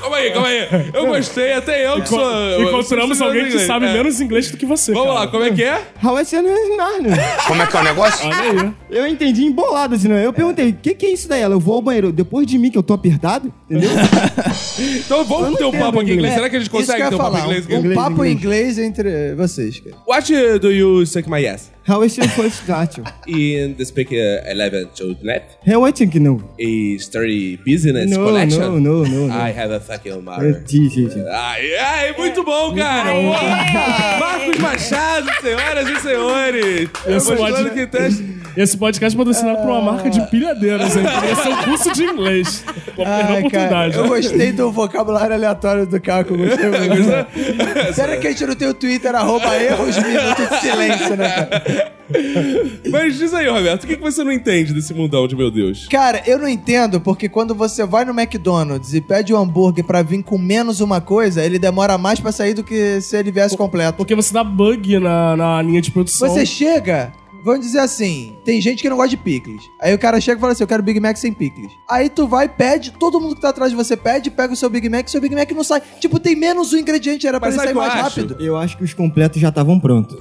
Speaker 1: Calma aí, calma aí. Eu gostei, até eu que sou.
Speaker 4: Encontramos
Speaker 1: sou-
Speaker 4: alguém que sabe
Speaker 1: É.
Speaker 4: menos inglês do que você.
Speaker 1: Vamos
Speaker 4: cara.
Speaker 1: lá, como é que é?
Speaker 5: How is it nine?
Speaker 4: Olha aí.
Speaker 5: Eu entendi embolado, assim, né? Eu perguntei, o que, que é isso daí? Ela, eu vou ao banheiro depois de mim, que eu tô apertado, entendeu?
Speaker 1: Então
Speaker 5: Eu
Speaker 1: vamos
Speaker 5: não
Speaker 1: ter um
Speaker 5: entendo
Speaker 1: papo aqui em inglês.
Speaker 5: inglês.
Speaker 1: Será que eles
Speaker 2: É. Isso que
Speaker 1: conseguem
Speaker 2: eu
Speaker 1: ter
Speaker 2: ia
Speaker 1: um papo em
Speaker 2: falar.
Speaker 1: inglês?
Speaker 2: Um, um
Speaker 5: Inglês,
Speaker 2: papo em inglês
Speaker 5: inglês.
Speaker 2: entre vocês, cara.
Speaker 1: What do you suck my ass?
Speaker 5: How is your first got you?
Speaker 1: In the speaker 11 to left
Speaker 5: How I think no.
Speaker 1: is 30 business
Speaker 5: No,
Speaker 1: collection.
Speaker 5: no, no, no, no.
Speaker 1: I have a fucking mother.
Speaker 5: Eu te- te- te-
Speaker 1: Ai, ai, muito bom, cara! Porra! Marcos Machado, senhoras e senhores! Eu
Speaker 4: Esse,
Speaker 1: mostrando que tá...
Speaker 4: podcast, esse podcast é patrocinado por uma marca de pilhadeiras. hein? Poderia ser um curso de inglês. Vou perder
Speaker 2: Ai, É,
Speaker 4: a
Speaker 2: cara,
Speaker 1: né?
Speaker 4: oportunidade.
Speaker 2: eu gostei do vocabulário aleatório do Caco. Gostei
Speaker 1: é.
Speaker 2: muito. Será que a gente não tem o Twitter, arroba erros, minuto de silêncio, né, cara?
Speaker 1: Mas diz aí, Roberto, o que, que você não entende desse mundão de meu Deus?
Speaker 2: Cara, eu não entendo porque quando você vai no McDonald's e pede um hambúrguer pra vir com menos uma coisa, ele demora mais pra sair do que se ele viesse completo.
Speaker 4: Porque você dá bug na, na linha de produção.
Speaker 2: Você chega, vamos dizer assim, tem gente que não gosta de picles. Aí o cara chega e fala assim: eu quero Big Mac sem picles. Aí tu vai, pede, todo mundo que tá atrás de você pede, pega o seu Big Mac, seu Big Mac não sai. Tipo, tem menos um ingrediente, era pra
Speaker 1: Mas
Speaker 2: ele
Speaker 1: sabe o
Speaker 2: sair
Speaker 1: que eu
Speaker 2: mais
Speaker 1: acho?
Speaker 2: rápido.
Speaker 5: Eu acho que os completos já estavam prontos.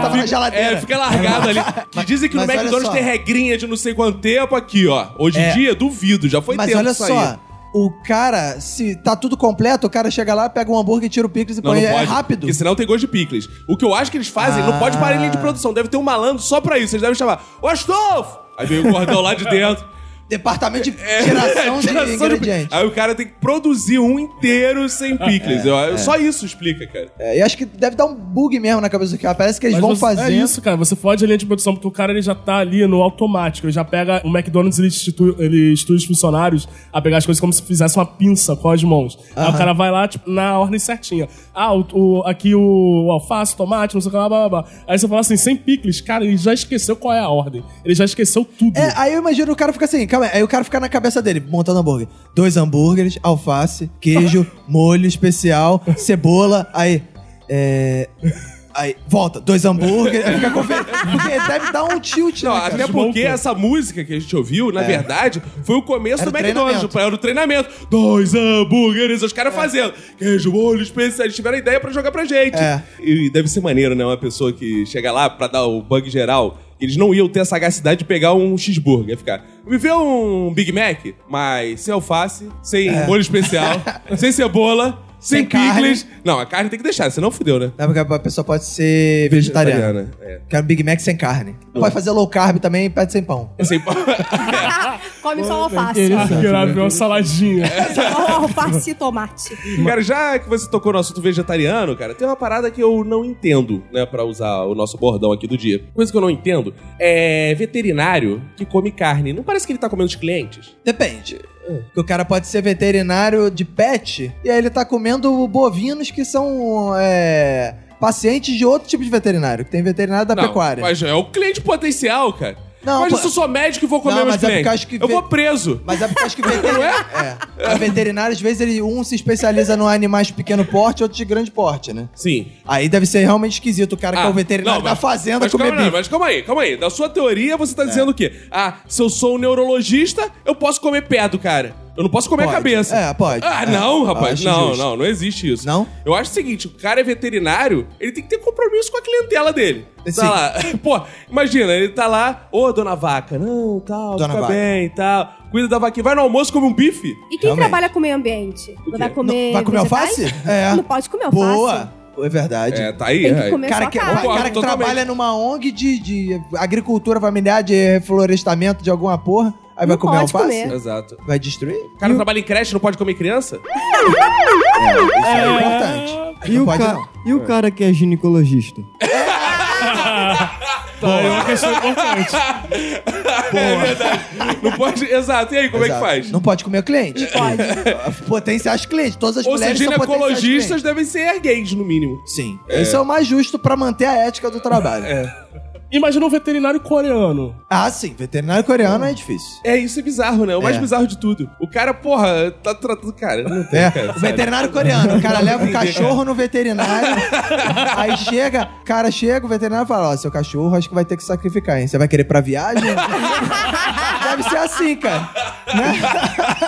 Speaker 2: Tava na
Speaker 1: É,
Speaker 2: geladeira.
Speaker 1: fica largado ali. Que dizem que no
Speaker 2: mas olha
Speaker 1: McDonald's
Speaker 2: só.
Speaker 1: tem regrinha de não sei quanto tempo aqui, ó. Hoje em
Speaker 2: É.
Speaker 1: dia, duvido, já foi
Speaker 2: Mas
Speaker 1: tempo
Speaker 2: olha
Speaker 1: disso
Speaker 2: só.
Speaker 1: aí.
Speaker 2: O cara, se tá tudo completo, o cara chega lá, pega um hambúrguer, tira o picles e
Speaker 1: Não,
Speaker 2: põe.
Speaker 1: não
Speaker 2: é
Speaker 1: pode.
Speaker 2: rápido. Ah.
Speaker 1: Porque senão tem gosto de picles. O que eu acho que eles fazem, não pode parar em linha de produção. Deve ter um malandro só pra isso. Eles devem chamar, ô Astolfo! Aí vem o gordão lá de dentro.
Speaker 2: Departamento de tiração de
Speaker 1: Tiração É, de-
Speaker 2: ingredientes.
Speaker 1: Aí o cara tem que produzir um inteiro sem picles. Eu- Só isso explica, cara.
Speaker 2: É, e acho que deve dar um bug mesmo na cabeça do cara. Parece que eles
Speaker 4: Mas
Speaker 2: vão
Speaker 4: você-
Speaker 2: fazer.
Speaker 4: É isso, cara. Você fode a linha de produção, porque o cara ele já tá ali no automático. Ele já pega. O McDonald's ele, institui, ele instrui os funcionários a pegar as coisas como se fizesse uma pinça com as mãos. Aí o cara vai lá, tipo, na ordem certinha. Ah, o, o- aqui o, alface, tomate, não sei o que lá, blá, blá, blá. Aí você fala assim, sem picles, cara, ele já esqueceu qual é a ordem. Ele já esqueceu tudo.
Speaker 2: É, aí eu imagino o cara fica assim, calma aí. aí o cara fica na cabeça dele, montando hambúrguer. Dois hambúrgueres, alface, queijo, molho especial, cebola, aí. É. Aí, volta, dois hambúrgueres, aí fica conferindo. Porque deve dar um tilt,
Speaker 1: Não,
Speaker 2: né, cara?
Speaker 1: até porque essa música que a gente ouviu, na verdade, foi o começo
Speaker 2: É. Era
Speaker 1: do
Speaker 2: o
Speaker 1: McDonald's.
Speaker 2: treinamento. É.
Speaker 1: Era o treinamento. Dois hambúrgueres, os caras fazendo. Queijo, olho, especial. Eles tiveram ideia pra jogar pra gente.
Speaker 2: É.
Speaker 1: E deve ser maneiro, né? Uma pessoa que chega lá pra dar o bug geral. Eles não iam ter a sagacidade de pegar um cheeseburger. Ia ficar. Me vê um Big Mac, mas sem alface, sem molho especial, sem cebola, sem,
Speaker 2: É. Sem
Speaker 1: picles. Não, a carne tem que deixar, senão fudeu, né?
Speaker 2: É porque a pessoa pode ser vegetariana.
Speaker 1: Vegetariana, é.
Speaker 2: Quero Big Mac sem carne. Pode fazer low carb também e pede sem pão.
Speaker 1: Sem...
Speaker 3: Come só alface.
Speaker 5: é
Speaker 4: Que era uma saladinha.
Speaker 3: Só alface e tomate.
Speaker 1: Cara, já que você tocou no assunto vegetariano, cara, tem uma parada que eu não entendo, né, Pra usar o nosso bordão aqui do dia. Coisa que eu não entendo é veterinário que come carne. Não parece que ele tá comendo os clientes?
Speaker 2: Depende.
Speaker 1: É.
Speaker 2: Porque o cara pode ser veterinário de pet e aí ele tá comendo bovinos que são é, pacientes de outro tipo de veterinário, que tem veterinário da
Speaker 1: não,
Speaker 2: pecuária.
Speaker 1: Mas é o cliente potencial, cara.
Speaker 2: Não,
Speaker 1: mas
Speaker 2: pô-
Speaker 1: eu sou só médico e vou comer
Speaker 2: Não,
Speaker 1: meus
Speaker 2: mas é porque
Speaker 1: clientes.
Speaker 2: acho que
Speaker 1: Eu
Speaker 2: ve-
Speaker 1: vou preso.
Speaker 2: Mas é porque acho que veterinário. é. A veterinário, às vezes, ele, um se especializa em animais de pequeno porte outro de grande porte, né?
Speaker 1: Sim.
Speaker 2: Aí deve ser realmente esquisito o cara que é
Speaker 1: Ah,
Speaker 2: o veterinário
Speaker 1: não,
Speaker 2: da
Speaker 1: mas-
Speaker 2: fazenda É.
Speaker 1: mas
Speaker 2: comer
Speaker 1: calma, não,
Speaker 2: bife.
Speaker 1: Mas calma aí, calma aí. Da sua teoria, você tá dizendo o quê? Ah, se eu sou um neurologista, eu posso comer pé do cara. Eu não posso comer
Speaker 2: Pode.
Speaker 1: a cabeça.
Speaker 2: É, pode.
Speaker 1: Ah,
Speaker 2: É.
Speaker 1: não, rapaz.
Speaker 2: Acho
Speaker 1: Não,
Speaker 2: justo.
Speaker 1: não, não existe isso.
Speaker 2: Não?
Speaker 1: Eu acho o seguinte, o cara é veterinário, ele tem que ter compromisso com a clientela dele.
Speaker 2: Sim.
Speaker 1: Tá lá. Pô, imagina, ele tá lá, ô, dona vaca, não, tal,
Speaker 2: Dona
Speaker 1: fica
Speaker 2: vaca.
Speaker 1: bem, tal. Cuida da vaquinha, vai no almoço, come um bife.
Speaker 3: E quem
Speaker 2: Realmente.
Speaker 3: trabalha com meio ambiente? Não vai comer.
Speaker 2: Não- vai comer
Speaker 3: vegetais?
Speaker 2: alface? É.
Speaker 3: tá Não pode comer alface.
Speaker 2: Boa! É verdade.
Speaker 1: É, tá aí.
Speaker 3: Tem que
Speaker 1: é.
Speaker 3: comer
Speaker 2: Cara
Speaker 3: só
Speaker 2: que,
Speaker 3: carne.
Speaker 1: Concordo
Speaker 2: cara que
Speaker 1: totalmente.
Speaker 2: trabalha numa ONG de, de agricultura familiar, de reflorestamento de alguma porra, aí vai
Speaker 3: Não
Speaker 2: comer
Speaker 3: pode
Speaker 2: alface?
Speaker 3: comer.
Speaker 1: Exato.
Speaker 2: Vai destruir?
Speaker 1: O cara trabalha em creche, não pode comer criança?
Speaker 2: Isso é, importante.
Speaker 5: E
Speaker 2: não
Speaker 5: o,
Speaker 2: pode
Speaker 5: ca-
Speaker 2: não.
Speaker 5: e o cara que é ginecologista?
Speaker 4: Tá, é uma questão importante.
Speaker 1: É verdade. Não pode. Exato. E aí, como
Speaker 2: Exato.
Speaker 1: é que faz?
Speaker 2: Não pode comer o cliente?
Speaker 3: Pode.
Speaker 2: Potenciais clientes. Todas as
Speaker 1: Ou se
Speaker 2: mulheres são potenciais
Speaker 1: ginecologistas
Speaker 2: clientes. é
Speaker 1: devem ser gays, no mínimo.
Speaker 2: Sim. Isso é o mais justo pra manter a ética do trabalho.
Speaker 4: Imagina um veterinário coreano.
Speaker 2: Ah, sim. Veterinário coreano é difícil.
Speaker 1: É, isso é bizarro, né? O mais
Speaker 2: É.
Speaker 1: bizarro de tudo. O cara, porra, tá tratando. Cara, não tem,
Speaker 2: É,
Speaker 1: cara.
Speaker 2: o veterinário coreano. O cara leva o cachorro no veterinário. aí chega, o cara chega, o veterinário fala: Ó, seu cachorro acho que vai ter que sacrificar, hein? Você vai querer pra viagem? Deve ser assim, cara.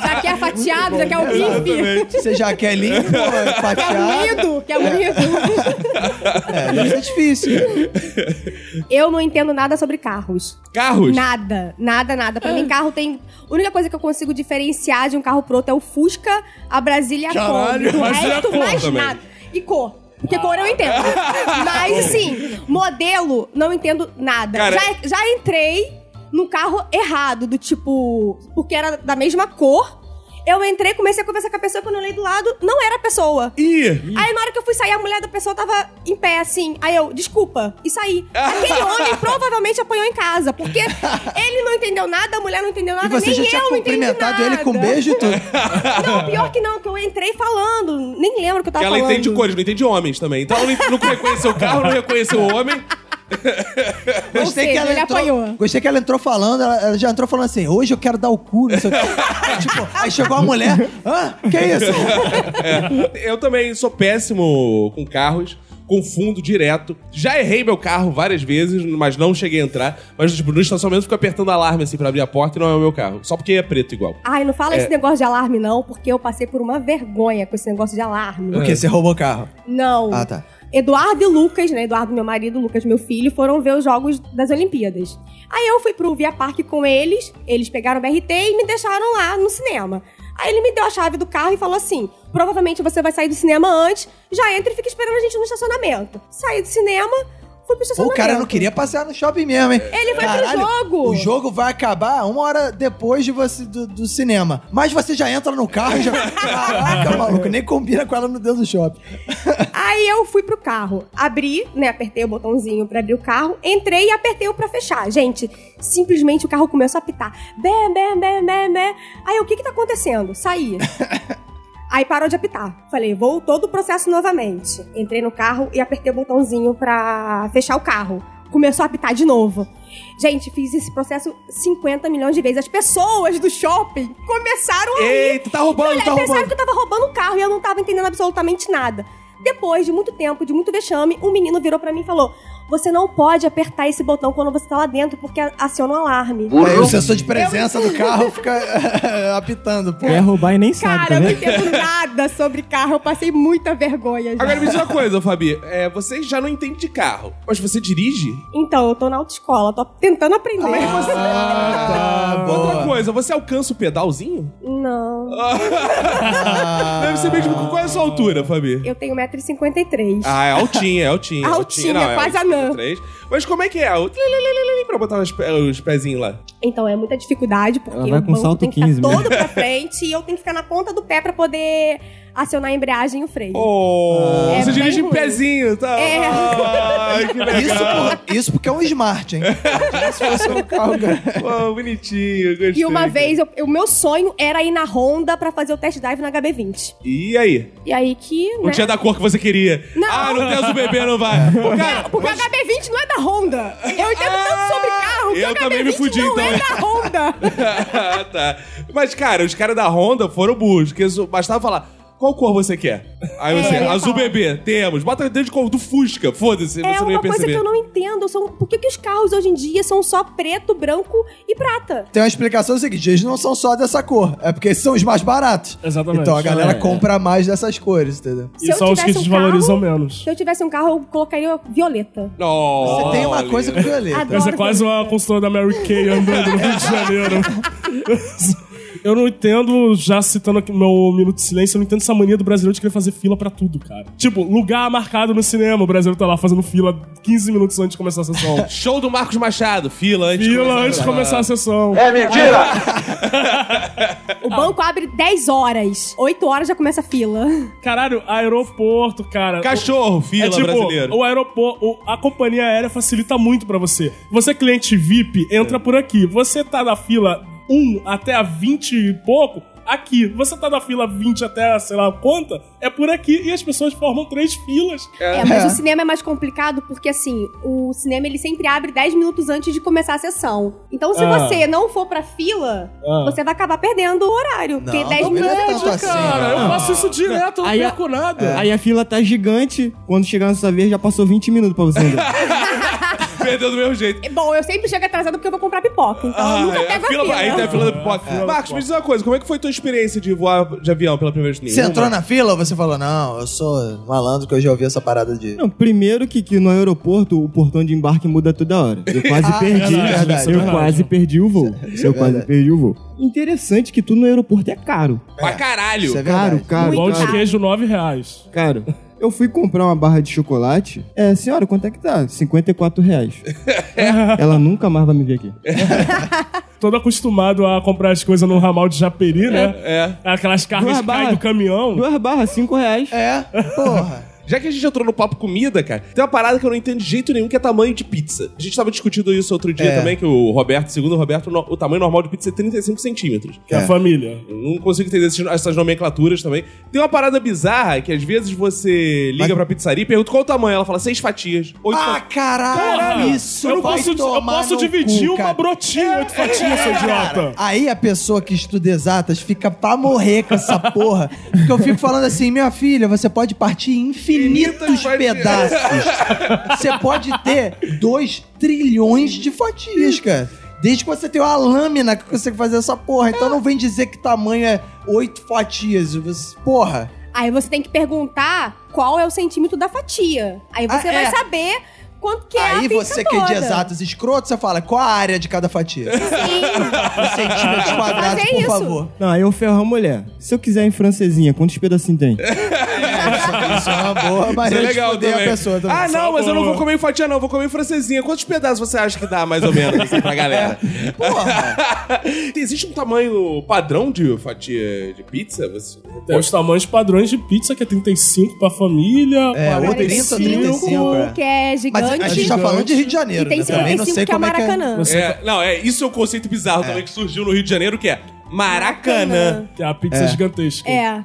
Speaker 3: Já quer fatiado, já quer o bife. é
Speaker 2: Você já quer limpo,
Speaker 3: Quer
Speaker 2: fatiado?
Speaker 3: unido, quer unido.
Speaker 2: É, deve ser difícil. cara. É.
Speaker 3: Eu não entendo nada sobre carros.
Speaker 1: Carros? Ah.
Speaker 3: Nada, nada, nada. Pra mim, carro tem. A única coisa que eu consigo diferenciar de um carro pro outro é o Fusca, a Brasília e a
Speaker 1: Caralho,
Speaker 3: Kombi. Do
Speaker 1: mas e a
Speaker 3: resto,
Speaker 1: cor
Speaker 3: mais
Speaker 1: também?
Speaker 3: nada. E cor. Porque cor eu entendo. Mas, assim, modelo, não entendo nada.
Speaker 1: Cara-
Speaker 3: Já, já entrei num carro errado, do tipo. Porque era da mesma cor. Eu entrei, comecei a conversar com a pessoa, quando eu olhei do lado, não era a pessoa.
Speaker 1: Ih!
Speaker 3: Aí na hora que eu fui sair, a mulher da pessoa tava em pé, assim. Aí eu, desculpa, e saí. Aquele homem provavelmente apanhou em casa, porque ele não entendeu nada, a mulher não entendeu nada,
Speaker 2: E você
Speaker 3: nem
Speaker 2: já
Speaker 3: eu
Speaker 2: tinha
Speaker 3: não entendi
Speaker 2: cumprimentado
Speaker 3: nada.
Speaker 2: ele com um beijo e tudo.
Speaker 3: Não, pior que não, que eu entrei falando. Nem lembro o
Speaker 2: Tá
Speaker 3: que eu tava
Speaker 1: Porque ela
Speaker 3: falando.
Speaker 1: entende cores, não entende homens também. Então ela não não reconheceu o carro, não reconheceu o homem.
Speaker 3: Ou seja, ele apanhou.
Speaker 2: gostei que ela entrou falando, ela, ela já entrou falando assim, hoje eu quero dar o cu, não sei o quê. tipo, aí chegou a mulher, hã? Que isso?
Speaker 1: É. Eu também sou péssimo com carros. Confundo direto. Já errei meu carro várias vezes, mas não cheguei a entrar. Mas, tipo, no estacionamento eu fico apertando alarme assim pra abrir a porta e não é o meu carro. Só porque é preto igual.
Speaker 3: Ai, não
Speaker 2: É.
Speaker 3: fala esse negócio de alarme, não, porque eu passei por uma vergonha com esse negócio de alarme.
Speaker 2: O quê? Você roubou o carro?
Speaker 3: Não.
Speaker 2: Ah, tá.
Speaker 3: Eduardo e Lucas, né? Eduardo, meu marido, Lucas, meu filho, foram ver os jogos das Olimpíadas. Aí eu fui pro Via Parque com eles, eles pegaram o BRT e me deixaram lá no cinema. Aí ele me deu a chave do carro e falou assim: provavelmente você vai sair do cinema antes, já entra e fica esperando a gente no estacionamento. Saí do cinema, fui pro
Speaker 2: Ou o
Speaker 3: estacionamento.
Speaker 2: cara não queria passear no shopping mesmo, hein?
Speaker 3: Ele foi pro jogo.
Speaker 2: O jogo vai acabar uma hora depois de você, do, do cinema. Mas você já entra no carro e já. Caraca, maluco, nem combina com ela no dentro do shopping.
Speaker 3: Aí eu fui pro carro, abri, né? Apertei o botãozinho pra abrir o carro, entrei e apertei o pra fechar. Gente, simplesmente o carro começou a apitar. Bé, bé, bé, bé, bé. Aí eu, o que que tá acontecendo? Saí. Aí parou de apitar. Falei, vou todo o processo novamente. Entrei no carro e apertei o botãozinho pra fechar o carro. Começou a apitar de novo. Gente, fiz esse processo 50 milhões de vezes. As pessoas do shopping começaram a rir.
Speaker 1: Eita, tá roubando,
Speaker 3: Olha,
Speaker 1: tá
Speaker 3: pensaram
Speaker 1: roubando.
Speaker 3: que eu tava roubando o carro e eu não tava entendendo absolutamente nada. Depois de muito tempo, de muito vexame, um menino virou pra mim e falou: Você não pode apertar esse botão quando você tá lá dentro, porque aciona o alarme.
Speaker 2: Aí o sensor de presença do carro fica apitando, pô.
Speaker 4: É.
Speaker 6: Quer roubar e nem sabe,
Speaker 3: Cara,
Speaker 6: tá
Speaker 3: eu não
Speaker 6: vendo?
Speaker 3: entendo nada sobre carro, eu passei muita vergonha. Já.
Speaker 1: Agora me diz uma coisa, Fabi. É, você já não entende de carro, mas você dirige?
Speaker 3: Então, eu tô na autoescola, tô tentando aprender. é?
Speaker 2: Ah, tá,
Speaker 1: Outra
Speaker 2: boa.
Speaker 1: coisa, você alcança o pedalzinho?
Speaker 3: Não.
Speaker 2: Ah.
Speaker 1: Deve ser mesmo. Qual é a sua altura, Fabi?
Speaker 3: Eu tenho 1,53m.
Speaker 1: Ah, é altinha, é altinha.
Speaker 3: Altinha, quase anã.
Speaker 1: 1,53. Mas como é que é? O trililililili Pra botar os, pe- os pezinhos lá.
Speaker 3: Então é muita dificuldade, porque
Speaker 6: Ela vai
Speaker 3: o
Speaker 6: com
Speaker 3: banco
Speaker 6: salto
Speaker 3: tem que
Speaker 6: 15
Speaker 3: ficar
Speaker 6: mesmo.
Speaker 3: todo pra frente e eu tenho que ficar na ponta do pé pra poder acionar a embreagem e o freio.
Speaker 1: Oh,
Speaker 3: É
Speaker 1: você
Speaker 3: bem
Speaker 1: dirige em
Speaker 3: ruim.
Speaker 1: pezinho, tá?
Speaker 3: É.
Speaker 1: Ai, que legal.
Speaker 2: Isso, por- isso porque é um smart, hein? Se fosse um carro, cara.
Speaker 1: Pô, bonitinho, gostei.
Speaker 3: E uma vez, eu- o meu sonho era ir na Honda pra fazer o test drive na HB20.
Speaker 1: E aí?
Speaker 3: E aí que,
Speaker 1: Não
Speaker 3: né?
Speaker 1: tinha da cor que você queria.
Speaker 3: Não.
Speaker 1: Ah, não tem o bebê, não vai. Pô, cara,
Speaker 3: Porque a HB20 não é da Honda. Eu entendo tanto sobre carro que
Speaker 1: eu
Speaker 3: a HB20
Speaker 1: também me fudi,
Speaker 3: não é
Speaker 1: então.
Speaker 3: da Honda.
Speaker 1: Ah, tá. Mas, cara, os caras da Honda foram burros, porque so- bastava falar. Qual cor você quer? Aí você,
Speaker 3: eu ia
Speaker 1: azul
Speaker 3: falar.
Speaker 1: bebê, temos. Bota dentro de cor do Fusca, foda-se, você
Speaker 3: É
Speaker 1: não ia
Speaker 3: uma coisa
Speaker 1: perceber.
Speaker 3: que eu não entendo. São, por que, que os carros hoje em dia são só preto, branco e prata?
Speaker 2: Tem uma explicação seguinte: eles não são só dessa cor, é porque esses são os mais baratos.
Speaker 4: Exatamente.
Speaker 2: Então a galera
Speaker 6: É.
Speaker 2: compra mais dessas cores, entendeu?
Speaker 3: Se
Speaker 4: E
Speaker 3: eu
Speaker 4: são os que
Speaker 3: tivesse um
Speaker 4: desvalorizam
Speaker 3: carro-
Speaker 4: menos.
Speaker 3: Se eu tivesse um carro, eu colocaria violeta.
Speaker 1: Nossa,
Speaker 2: Você tem uma coisa com violeta.
Speaker 3: Adoro
Speaker 4: Essa é quase uma consultora da Mary Kay andando no Rio de Janeiro. Eu não entendo, já citando aqui meu minuto de silêncio, eu não entendo essa mania do brasileiro de querer fazer fila pra tudo, cara. Tipo, lugar marcado no cinema, o brasileiro tá lá fazendo fila 15 minutos antes de começar a sessão.
Speaker 1: Show do Marcos Machado, fila antes. de
Speaker 4: Fila
Speaker 1: começar.
Speaker 4: antes de começar a sessão.
Speaker 3: O banco abre 10 horas. 8 horas já começa a fila.
Speaker 4: Caralho, aeroporto, cara.
Speaker 1: Cachorro, fila
Speaker 4: É tipo,
Speaker 1: brasileiro.
Speaker 4: o aeroporto, o- a companhia aérea facilita muito pra você. Você é um cliente VIP, entra por aqui. Você tá na fila 1 até a 20 e pouco, aqui. Você tá na fila 20 até, sei lá, quanta, é por aqui e as pessoas formam três filas.
Speaker 3: É, mas
Speaker 2: É.
Speaker 3: o cinema é mais complicado porque, assim, o cinema ele sempre abre 10 minutos antes de começar a sessão. Então, se
Speaker 4: Ah.
Speaker 3: você não for pra fila,
Speaker 4: Ah.
Speaker 3: você vai acabar perdendo o horário. porque 10
Speaker 2: também não
Speaker 3: minutos.
Speaker 2: é tanto assim,
Speaker 4: Cara, eu
Speaker 2: não.
Speaker 4: faço
Speaker 1: Ah,
Speaker 4: isso direto, eu não
Speaker 5: Aí a-
Speaker 4: perco nada.
Speaker 2: É.
Speaker 5: Aí a fila tá gigante. Quando chegar na sua vez, já passou 20 minutos pra você andar.
Speaker 1: Perdeu do mesmo jeito.
Speaker 3: É, Bom, eu sempre chego atrasada porque eu vou comprar pipoca. Então,
Speaker 2: Ah,
Speaker 3: eu nunca
Speaker 1: é,
Speaker 3: pego
Speaker 1: a fila,
Speaker 3: a
Speaker 1: aí tem
Speaker 3: fila.
Speaker 1: a fila da pipoca. Marcos, me diz uma coisa, como é que foi tua experiência de voar de avião pela primeira vez?
Speaker 2: Você entrou na fila ou você falou, não, eu sou malandro que eu já ouvi essa parada de.
Speaker 5: Não, primeiro que, que no aeroporto o portão de embarque muda toda hora. Eu quase perdi.
Speaker 2: Ah, é verdade, é verdade.
Speaker 5: eu
Speaker 4: verdade.
Speaker 5: quase perdi o voo.
Speaker 2: é
Speaker 5: eu quase
Speaker 2: verdade.
Speaker 5: perdi o voo. Interessante que tudo no aeroporto é caro.
Speaker 1: Pra caralho.
Speaker 2: Isso é
Speaker 5: Caro,
Speaker 2: verdade.
Speaker 5: caro,
Speaker 4: Pão de
Speaker 5: caro.
Speaker 4: queijo, 9 reais.
Speaker 5: Caro. Eu fui comprar uma barra de chocolate. É, senhora, quanto é que tá? 54 reais. Ela nunca mais vai me ver aqui.
Speaker 2: É.
Speaker 4: Todo acostumado a comprar as coisas no ramal de Japeri, né?
Speaker 1: É.
Speaker 4: Aquelas cargas
Speaker 5: Duas
Speaker 4: que caem
Speaker 5: barras.
Speaker 4: do caminhão.
Speaker 5: Duas barras, 5 reais.
Speaker 2: É, porra.
Speaker 1: Já que a gente entrou no papo comida, cara, tem uma parada que eu não entendo de jeito nenhum, que é tamanho de pizza. A gente tava discutindo isso outro dia
Speaker 2: É.
Speaker 1: também, que o Roberto, segundo o Roberto, no- o tamanho normal de pizza é 35 centímetros.
Speaker 4: Que é a
Speaker 2: É.
Speaker 4: família.
Speaker 1: Eu Não consigo entender esses- essas nomenclaturas também. Tem uma parada bizarra que às vezes você liga
Speaker 2: Mas-
Speaker 1: pra pizzaria e pergunta qual o tamanho. Ela fala seis fatias. Oito
Speaker 2: Ah,
Speaker 1: fatias.
Speaker 2: caralho, isso.
Speaker 4: tá. eu não
Speaker 2: vai
Speaker 4: posso, eu
Speaker 2: tomar
Speaker 4: posso
Speaker 2: no
Speaker 4: dividir
Speaker 2: cu,
Speaker 4: uma
Speaker 2: cara. É,
Speaker 4: brotinha, oito fatias, seu
Speaker 2: Cara,
Speaker 4: idiota.
Speaker 2: aí a pessoa que estuda exatas fica pra morrer com essa porra. Porque eu fico falando assim, minha filha, você pode partir em infinitos
Speaker 1: Infinitas
Speaker 2: pedaços. Você pode ter 2 trilhões de fatias, cara. Desde que você tem uma lâmina que consegue fazer essa porra. Então não vem dizer que tamanho é 8 fatias. Você- Porra.
Speaker 3: Aí você tem que perguntar qual é o centímetro da fatia. Aí você
Speaker 2: Ah,
Speaker 3: vai
Speaker 2: é.
Speaker 3: saber quanto que é a
Speaker 2: aí
Speaker 3: pizza
Speaker 2: você que é de
Speaker 3: toda.
Speaker 2: exatas e escroto, você fala qual a área de cada fatia?
Speaker 3: Sim.
Speaker 2: Os centímetros quadrados,
Speaker 3: Fazer
Speaker 2: por
Speaker 3: é isso.
Speaker 2: favor.
Speaker 5: Não, aí eu ferro a mulher. Se eu quiser em francesinha, quantos pedacinhos tem?
Speaker 2: Isso é uma boa
Speaker 1: Isso
Speaker 2: maneira
Speaker 1: é legal
Speaker 2: de foder
Speaker 1: também.
Speaker 2: a pessoa também.
Speaker 1: Ah, não,
Speaker 4: Só
Speaker 1: mas eu
Speaker 4: boa.
Speaker 1: não vou comer em fatia, não. Eu Vou comer em francesinha. Quantos pedaços você acha que dá, mais ou menos, assim, pra galera?
Speaker 2: Porra.
Speaker 1: Existe um tamanho padrão de fatia de pizza? Você...
Speaker 4: Tem É os tamanhos padrões de pizza, que é 35 pra família,
Speaker 2: É, ou
Speaker 4: 45.
Speaker 2: 30 ou 35. é.
Speaker 3: que é
Speaker 2: Mas
Speaker 3: gigante.
Speaker 2: a gente tá falando de Rio de Janeiro,
Speaker 3: e tem
Speaker 2: né? Também não
Speaker 3: 55
Speaker 2: sei
Speaker 3: que é o
Speaker 2: como é que é.
Speaker 3: Maracanã.
Speaker 1: É, não, é, isso é um conceito bizarro também que surgiu no Rio de Janeiro, que é Maracanã.
Speaker 4: Que é a pizza gigantesca.
Speaker 3: É.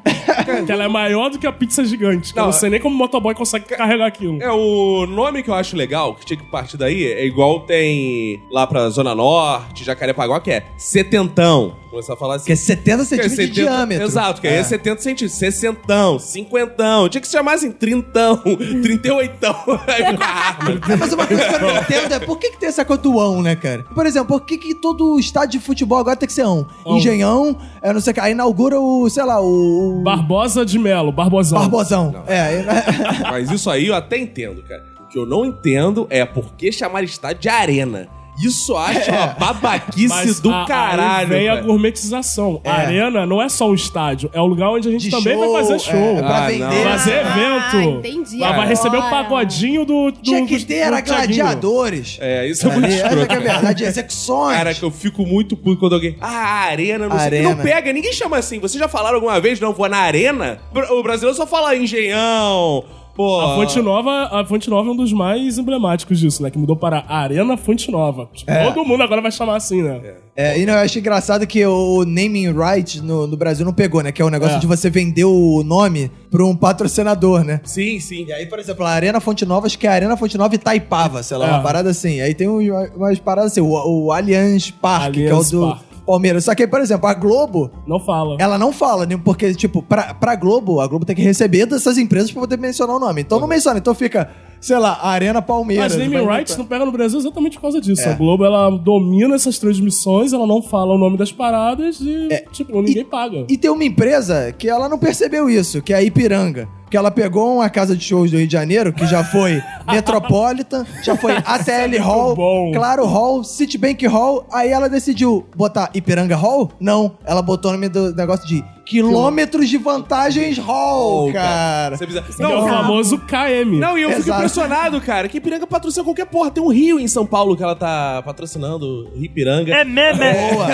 Speaker 4: Que ela é maior do que a pizza gigante. que
Speaker 1: Não,
Speaker 4: eu não sei nem como o motoboy consegue carregar aquilo.
Speaker 1: É, o nome que eu acho legal, que tinha que partir daí, é igual tem lá pra Zona Norte, Jacarepaguá, que é setentão. Começar a falar assim.
Speaker 2: Que é 70
Speaker 1: Que é
Speaker 2: centímetros de
Speaker 1: 70
Speaker 2: diâmetro.
Speaker 1: Exato, que aí é 70 centímetros. Sessentão, cinquentão. Tinha que se chamar assim, trintão, trinta e oitão. Aí ficou a arma.
Speaker 2: É, Mas uma coisa que eu não entendo é por que, que tem essa coisa do ão, né, cara? Por exemplo, por que, que todo estádio de futebol agora tem que ser ão? Engenhão, é, não sei o que. Aí inaugura o, sei lá, o. o
Speaker 4: Barbosa de Melo, Barbosão.
Speaker 2: Barbosão. É,
Speaker 1: "Ah, Mas isso aí eu até entendo, cara. O que eu não entendo é por que chamar estádio de arena. Isso eu acho uma babaquice do
Speaker 4: É. a- aí
Speaker 1: caralho.
Speaker 4: vem a
Speaker 1: velho.
Speaker 4: gourmetização. A arena não é só um estádio, é o lugar onde a gente
Speaker 2: De
Speaker 4: também
Speaker 2: show,
Speaker 4: vai fazer show.
Speaker 2: é, pra
Speaker 1: Ah,
Speaker 2: vender.
Speaker 1: não.
Speaker 4: Fazer evento.
Speaker 3: Ah, entendi.
Speaker 4: Lá vai receber o
Speaker 3: agora.
Speaker 4: pagodinho do. do
Speaker 2: Tinha que
Speaker 4: do-
Speaker 2: ter
Speaker 4: do
Speaker 2: era
Speaker 4: Thiaguinho.
Speaker 2: gladiadores.
Speaker 1: É, isso é, muito
Speaker 2: Ali,
Speaker 1: escroto.
Speaker 2: essa que é a
Speaker 1: cara.
Speaker 2: verdade, execuções.
Speaker 1: Cara, que eu fico muito puto quando alguém. Ah, arena, não sei. o quê.
Speaker 2: Arena.
Speaker 1: Não pega, ninguém chama assim. Vocês já falaram alguma vez, não, vou na arena? Br- O brasileiro só fala engenhão. Pô.
Speaker 4: A Fonte, Nova, a Fonte Nova é um dos mais emblemáticos disso, né? Que mudou para Arena Fonte Nova. Tipo, Todo mundo agora vai chamar assim, né?
Speaker 2: É, e não, eu acho engraçado que o naming right no, no Brasil não pegou, né? Que é o negócio
Speaker 4: É.
Speaker 2: de você vender o nome pra um patrocinador, né?
Speaker 1: Sim, sim.
Speaker 2: E aí, por exemplo, a Arena Fonte Nova, acho que é a Arena Fonte Nova Itaipava, sei lá,
Speaker 4: É.
Speaker 2: uma parada assim. Aí tem um- umas paradas assim, o, o Allianz Parque, que é o
Speaker 4: Allianz
Speaker 2: do
Speaker 4: Parque. É.
Speaker 2: Palmeiras. Só que aí, por exemplo, a Globo,
Speaker 4: Não fala.
Speaker 2: ela não fala, né? Porque, tipo, pra, pra Globo, a Globo tem que receber dessas empresas pra poder mencionar o nome. Então não menciona, então fica, sei lá, Arena Palmeiras.
Speaker 4: É. Mas naming
Speaker 2: vai-
Speaker 4: rights não pega no Brasil exatamente por causa disso. A Globo, ela domina essas transmissões, ela não fala o nome das paradas e, tipo, ninguém paga.
Speaker 2: E tem uma empresa que ela não percebeu isso, que é a Ipiranga. Que ela pegou uma casa de shows do Rio de Janeiro, que já foi Metropolitan, já foi ATL Hall,
Speaker 4: bom.
Speaker 2: Claro Hall, Citibank Hall. Aí ela decidiu botar Ipiranga Hall? Não, ela botou o nome do negócio de Quilômetros de Vantagens Hall,
Speaker 1: Pô,
Speaker 2: cara.
Speaker 1: Isso é bizarro.
Speaker 4: Que é o
Speaker 1: Não,
Speaker 4: famoso KM.
Speaker 1: Não, e eu fico
Speaker 2: Exato.
Speaker 1: impressionado, cara, que Ipiranga patrocina qualquer porra. Tem um Rio em São Paulo que ela tá patrocinando, Ipiranga. É
Speaker 2: Boa.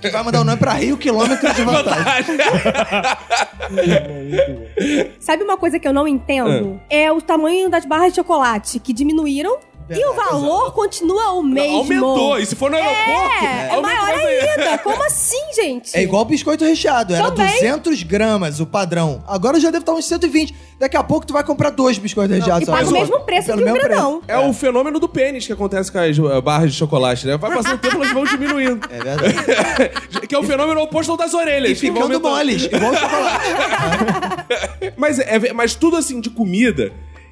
Speaker 2: Que vai mandar o nome pra Rio Quilômetros de Vantagem.
Speaker 3: É Sabe uma coisa que eu não entendo? É, o tamanho das barras de chocolate, que diminuíram. e o valor continua o mesmo.
Speaker 1: Aumentou. E se for no aeroporto,
Speaker 3: É, é
Speaker 1: aumenta
Speaker 3: maior
Speaker 1: mais
Speaker 3: ainda. Como assim, gente?
Speaker 2: É igual biscoito recheado, era
Speaker 3: Também.
Speaker 2: 200 gramas o padrão. Agora já deve estar uns 120. Daqui a pouco tu vai comprar dois biscoitos recheados.
Speaker 3: E
Speaker 2: sabe?
Speaker 3: paga o mesmo preço
Speaker 2: Pelo
Speaker 3: que o
Speaker 2: mesmo
Speaker 3: grandão.
Speaker 1: É o fenômeno do pênis que acontece com as uh, barras de chocolate, né? Vai passando o tempo, elas vão diminuindo.
Speaker 2: É verdade.
Speaker 1: que é o fenômeno oposto ao das orelhas.
Speaker 2: E
Speaker 1: que vão
Speaker 2: ficando
Speaker 1: aumentando.
Speaker 2: moles, igual chocolate.
Speaker 1: Mas, é ve- mas tudo assim de comida,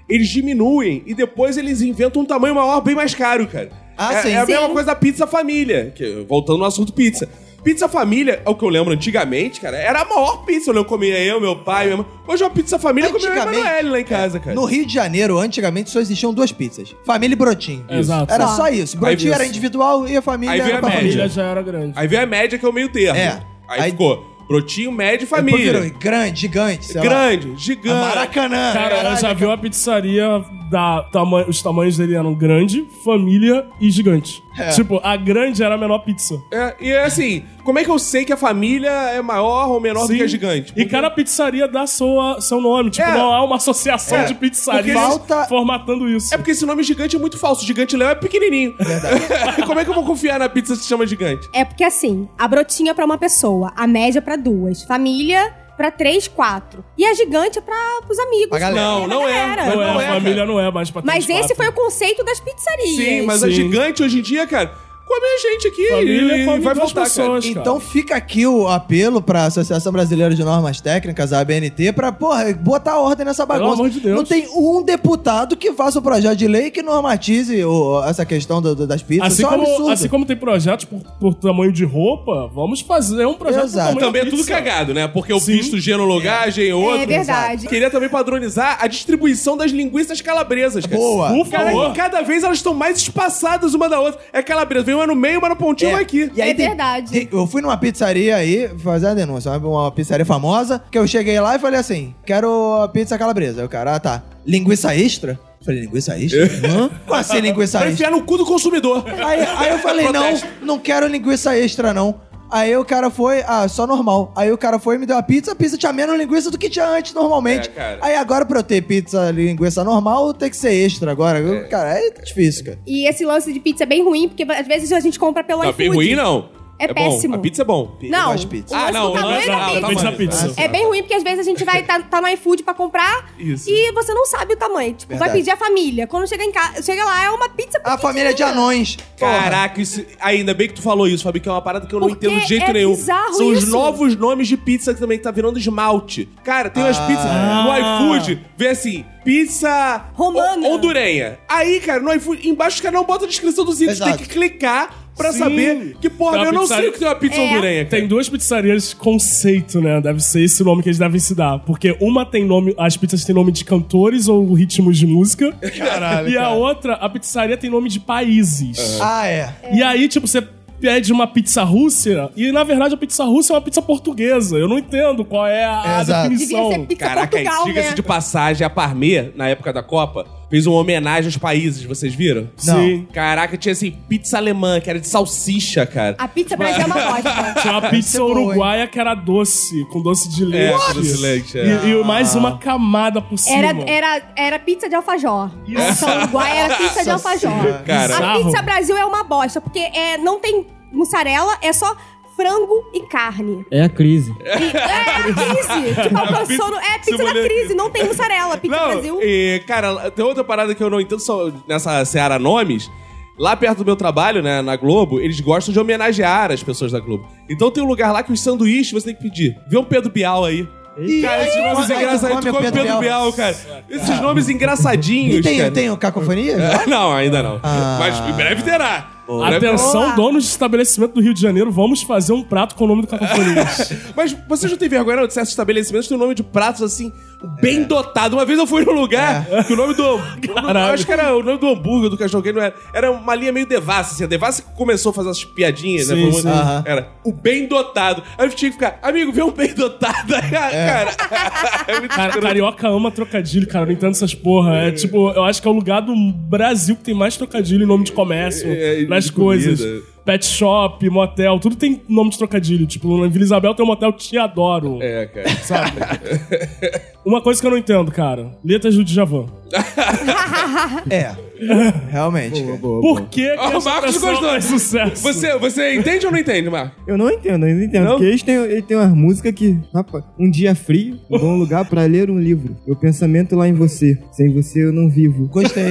Speaker 1: eles diminuem e depois eles inventam um tamanho maior, bem mais caro, cara.
Speaker 2: Ah,
Speaker 1: é,
Speaker 2: sim.
Speaker 1: é a
Speaker 3: Sim.
Speaker 1: mesma coisa da pizza família. que- voltando no assunto pizza. Pizza família, é o que eu lembro antigamente, cara, era a maior pizza. Eu lembro, comia eu, meu pai, minha mãe. Hoje é uma pizza família, eu comia o
Speaker 2: Antigamente-
Speaker 1: Emanuele lá em casa, cara.
Speaker 2: É. No Rio de Janeiro, antigamente, só existiam duas pizzas. Família e brotinho.
Speaker 4: Exato.
Speaker 2: Era
Speaker 3: Só.
Speaker 2: só isso. Brotinho
Speaker 1: Aí
Speaker 2: era
Speaker 1: isso.
Speaker 2: individual e a família
Speaker 1: Aí veio
Speaker 2: era
Speaker 1: a
Speaker 2: com a
Speaker 1: média.
Speaker 2: família.
Speaker 4: família já era grande.
Speaker 1: Aí vem a média, que é o meio termo.
Speaker 2: É.
Speaker 1: Aí,
Speaker 2: Aí-
Speaker 1: ficou brotinho, médio e
Speaker 2: Depois
Speaker 1: família.
Speaker 2: virou grande, gigante. sei lá.
Speaker 1: Grande,
Speaker 2: A
Speaker 1: gigante.
Speaker 2: Maracanã.
Speaker 4: Cara, ela já viu a pizzaria da tama- os tamanhos dele eram grande, família e gigante. Tipo, a grande era a menor pizza.
Speaker 1: É, e é assim, como é que eu sei que a família é maior ou menor do
Speaker 4: Sim.
Speaker 1: que a gigante?
Speaker 4: E cada pizzaria dá sua, seu nome. Tipo,
Speaker 1: É.
Speaker 4: não há uma associação
Speaker 1: É.
Speaker 4: de pizzarias
Speaker 1: Porque
Speaker 2: falta-
Speaker 4: formatando isso.
Speaker 1: É porque esse nome gigante é muito falso. Gigante Léo é pequenininho. como é que eu vou confiar na pizza que se chama gigante?
Speaker 3: É porque assim, a brotinha é pra uma pessoa, a média é pra duas, família pra três, quatro. E a gigante é pra os amigos.
Speaker 2: Pra galera.
Speaker 1: Não,
Speaker 3: pra
Speaker 1: não é.
Speaker 3: galera.
Speaker 1: Mas
Speaker 4: não, é,
Speaker 1: não
Speaker 4: a
Speaker 1: é,
Speaker 4: família
Speaker 1: cara.
Speaker 4: não é mais pra
Speaker 3: Mas
Speaker 4: três,
Speaker 3: esse foi
Speaker 4: quatro.
Speaker 3: o conceito das pizzarias.
Speaker 1: Sim, mas a
Speaker 4: Sim.
Speaker 1: gigante hoje em dia, cara, come a gente aqui
Speaker 4: Família
Speaker 1: e
Speaker 4: come
Speaker 1: vai
Speaker 4: duas
Speaker 1: voltar,
Speaker 4: pessoas, cara.
Speaker 2: Então fica aqui o apelo pra Associação Brasileira de Normas Técnicas, a ABNT, pra, porra, botar ordem nessa bagunça.
Speaker 4: amor de Deus.
Speaker 2: Não tem um deputado que faça um projeto de lei que normatize o- essa questão do- do- das pizzas.
Speaker 4: Assim
Speaker 2: Isso é um
Speaker 4: como,
Speaker 2: absurdo.
Speaker 4: assim como tem projetos por, por tamanho de roupa, vamos fazer um projeto por
Speaker 2: Exato.
Speaker 4: tamanho
Speaker 1: cara.
Speaker 4: de
Speaker 1: Também é tudo
Speaker 4: pizza.
Speaker 1: cagado, né? Porque o
Speaker 4: Sim.
Speaker 1: pisto gera um lugar, gera em outro.
Speaker 3: verdade.
Speaker 1: Queria também padronizar a distribuição das linguiças calabresas, cara.
Speaker 2: Boa.
Speaker 4: Por
Speaker 1: Cara,
Speaker 4: favor.
Speaker 1: cada vez elas estão mais espaçadas uma da outra. É calabresa, vem uma no meio, uma no pontinho, uma aqui.
Speaker 2: E aí
Speaker 3: É verdade.
Speaker 2: tem- eu fui numa pizzaria aí, fazer a denúncia, uma- uma pizzaria famosa, que eu cheguei lá e falei assim, quero a pizza calabresa. Aí o cara, ah tá, linguiça extra? Eu falei, linguiça extra?
Speaker 4: É.
Speaker 2: Hã? Como assim linguiça
Speaker 1: Pra
Speaker 2: extra?
Speaker 1: enfiar no cu do consumidor.
Speaker 2: Aí, aí eu falei, não,
Speaker 1: Protesto.
Speaker 2: não quero linguiça extra, não. Aí o cara foi, ah, só normal. Aí o cara foi e me deu a pizza, a pizza tinha menos linguiça do que tinha antes, normalmente.
Speaker 1: É, cara.
Speaker 2: aí agora pra eu ter pizza linguiça normal, tem que ser extra agora. Cara, é difícil, cara.
Speaker 3: E esse lance de pizza é bem ruim, porque às vezes a gente compra pelo
Speaker 1: Tá
Speaker 3: iFood.
Speaker 1: bem ruim, não.
Speaker 3: É
Speaker 1: bom.
Speaker 3: péssimo.
Speaker 1: A pizza é bom. Ah,
Speaker 3: Não, tá
Speaker 2: gosto de pizza.
Speaker 3: o lance do tamanho da
Speaker 1: não, tá
Speaker 3: pizza.
Speaker 4: Depende da
Speaker 1: tamanho.
Speaker 4: pizza.
Speaker 3: É bem ruim, porque às vezes a gente vai tá, tá no iFood pra comprar
Speaker 1: Isso.
Speaker 3: e você não sabe o tamanho. Tipo,
Speaker 2: Verdade.
Speaker 3: vai pedir a família. Quando chega em casa, chega lá, é uma pizza
Speaker 2: Ah, A família de
Speaker 3: pequenininha.
Speaker 2: anões. porra.
Speaker 1: Caraca, isso, ainda bem que tu falou isso, Fabi, que é uma parada que eu não
Speaker 3: Porque
Speaker 1: entendo de jeito
Speaker 3: é
Speaker 1: nenhum.
Speaker 3: bizarro
Speaker 1: São os
Speaker 3: isso.
Speaker 1: novos nomes de pizza que também tá virando esmalte. Cara, tem umas
Speaker 2: Ah.
Speaker 1: pizzas no iFood, vê assim, pizza
Speaker 3: Romana.
Speaker 1: ho- hondurenha. Aí, cara, no iFood, embaixo os caras não botam a descrição dos itens,
Speaker 2: Exato.
Speaker 1: tem que clicar pra
Speaker 4: Sim.
Speaker 1: saber que, porra,
Speaker 4: Tem uma
Speaker 1: eu não
Speaker 4: pizzaria-
Speaker 1: sei o que tem uma pizza
Speaker 3: É.
Speaker 1: hondurenha, cara.
Speaker 4: Tem duas pizzarias conceito, né? Deve ser esse nome que eles devem se dar. Porque uma tem nome. As pizzas têm nome de cantores ou ritmos de música. Caralho. E a outra, a pizzaria tem nome de países.
Speaker 2: Ah, é.
Speaker 4: E aí, tipo, você pede uma pizza russa e na verdade a pizza russa é uma pizza portuguesa. Eu não entendo qual é a, a
Speaker 2: Exato.
Speaker 4: definição.
Speaker 3: Devia ser pizza
Speaker 1: Caraca,
Speaker 3: Portugal,
Speaker 1: e diga-se
Speaker 3: né?
Speaker 1: de passagem, a Parmê, na época da Copa, fez uma homenagem aos países, vocês viram?
Speaker 2: Não.
Speaker 4: Sim.
Speaker 1: Caraca, tinha assim, pizza alemã, que era de salsicha, cara.
Speaker 3: A pizza brasileira é uma bosta.
Speaker 4: Tinha uma
Speaker 2: ser
Speaker 4: pizza
Speaker 2: boa, hein?
Speaker 4: uruguaia que era doce, com doce de
Speaker 1: É,
Speaker 4: leite.
Speaker 1: com doce de leite, é.
Speaker 4: E, e mais uma camada por cima.
Speaker 3: Era, era, era pizza de alfajor. A São Uruguai era pizza de alfajor.
Speaker 1: Cara.
Speaker 3: A pizza Brasil é uma bosta, porque é, não tem mussarela, é só frango e carne.
Speaker 6: É a crise.
Speaker 3: E- é a crise. tipo, alcançou no, é a pizza da
Speaker 1: Simone-
Speaker 3: crise, não tem mussarela. Pizza Brasil.
Speaker 1: E, cara, tem outra parada que eu não entendo só nessa Seara Nomes. Lá perto do meu trabalho, né, na Globo, eles gostam de homenagear as pessoas da Globo. Então tem um lugar lá que os sanduíches você tem que pedir. Vê um Pedro Bial aí. Cara, esses
Speaker 2: Aí
Speaker 1: nomes
Speaker 2: tu
Speaker 1: engraçadinhos.
Speaker 2: come o
Speaker 1: Tu come
Speaker 2: Pedro
Speaker 1: Pedro
Speaker 2: Bial,
Speaker 1: Bial,
Speaker 2: É.
Speaker 1: cara. Esses nomes engraçadinhos.
Speaker 2: E tem,
Speaker 1: cara.
Speaker 2: tem o cacofonia?
Speaker 1: Não, ainda não.
Speaker 2: Ah.
Speaker 1: Mas em breve terá. Em breve
Speaker 4: Atenção,
Speaker 3: Boa.
Speaker 4: donos de estabelecimento do Rio de Janeiro, vamos fazer um prato com o nome do Cacofonias.
Speaker 1: Mas vocês não têm vergonha não, de certos estabelecimentos tem um nome de pratos assim,
Speaker 4: É.
Speaker 1: bem dotado. Uma vez eu fui num lugar que o nome do. Eu acho que era o nome do hambúrguer do cachorro quente, não era. Era uma linha meio devassa, assim. A devassa que começou a fazer essas piadinhas, né?
Speaker 4: Sim,
Speaker 1: Foi muito-
Speaker 4: sim.
Speaker 2: Aham.
Speaker 1: Era o bem dotado. Aí eu tinha que ficar, amigo, vê um bem dotado. Aí,
Speaker 4: É.
Speaker 1: Cara, é muito
Speaker 4: cara,
Speaker 1: escroto.
Speaker 4: carioca ama trocadilho, cara. Eu não entendo essas porra. É tipo, eu acho que é o lugar do Brasil que tem mais trocadilho em nome de comércio,
Speaker 1: É, é, de
Speaker 4: nas
Speaker 1: comida.
Speaker 4: coisas. Pet shop, motel, tudo tem nome de trocadilho. Tipo, na Vila Isabel tem um motel Te Adoro.
Speaker 1: É, cara.
Speaker 4: Uma coisa que eu não entendo, cara. Letras do Djavan.
Speaker 2: É. Realmente. cara.
Speaker 4: Por que, que
Speaker 1: Ó, Ah, o
Speaker 4: essa
Speaker 1: Marcos
Speaker 4: pessoa
Speaker 1: gostou.
Speaker 4: faz sucesso?
Speaker 1: Você, você entende ou não entende, Marcos?
Speaker 5: Eu não entendo, eu não entendo.
Speaker 1: Não?
Speaker 5: Porque eles têm, eles têm umas músicas que, rapaz, um dia frio, um bom lugar pra ler um livro. Meu pensamento lá em você. Sem você eu não vivo.
Speaker 2: Gostei.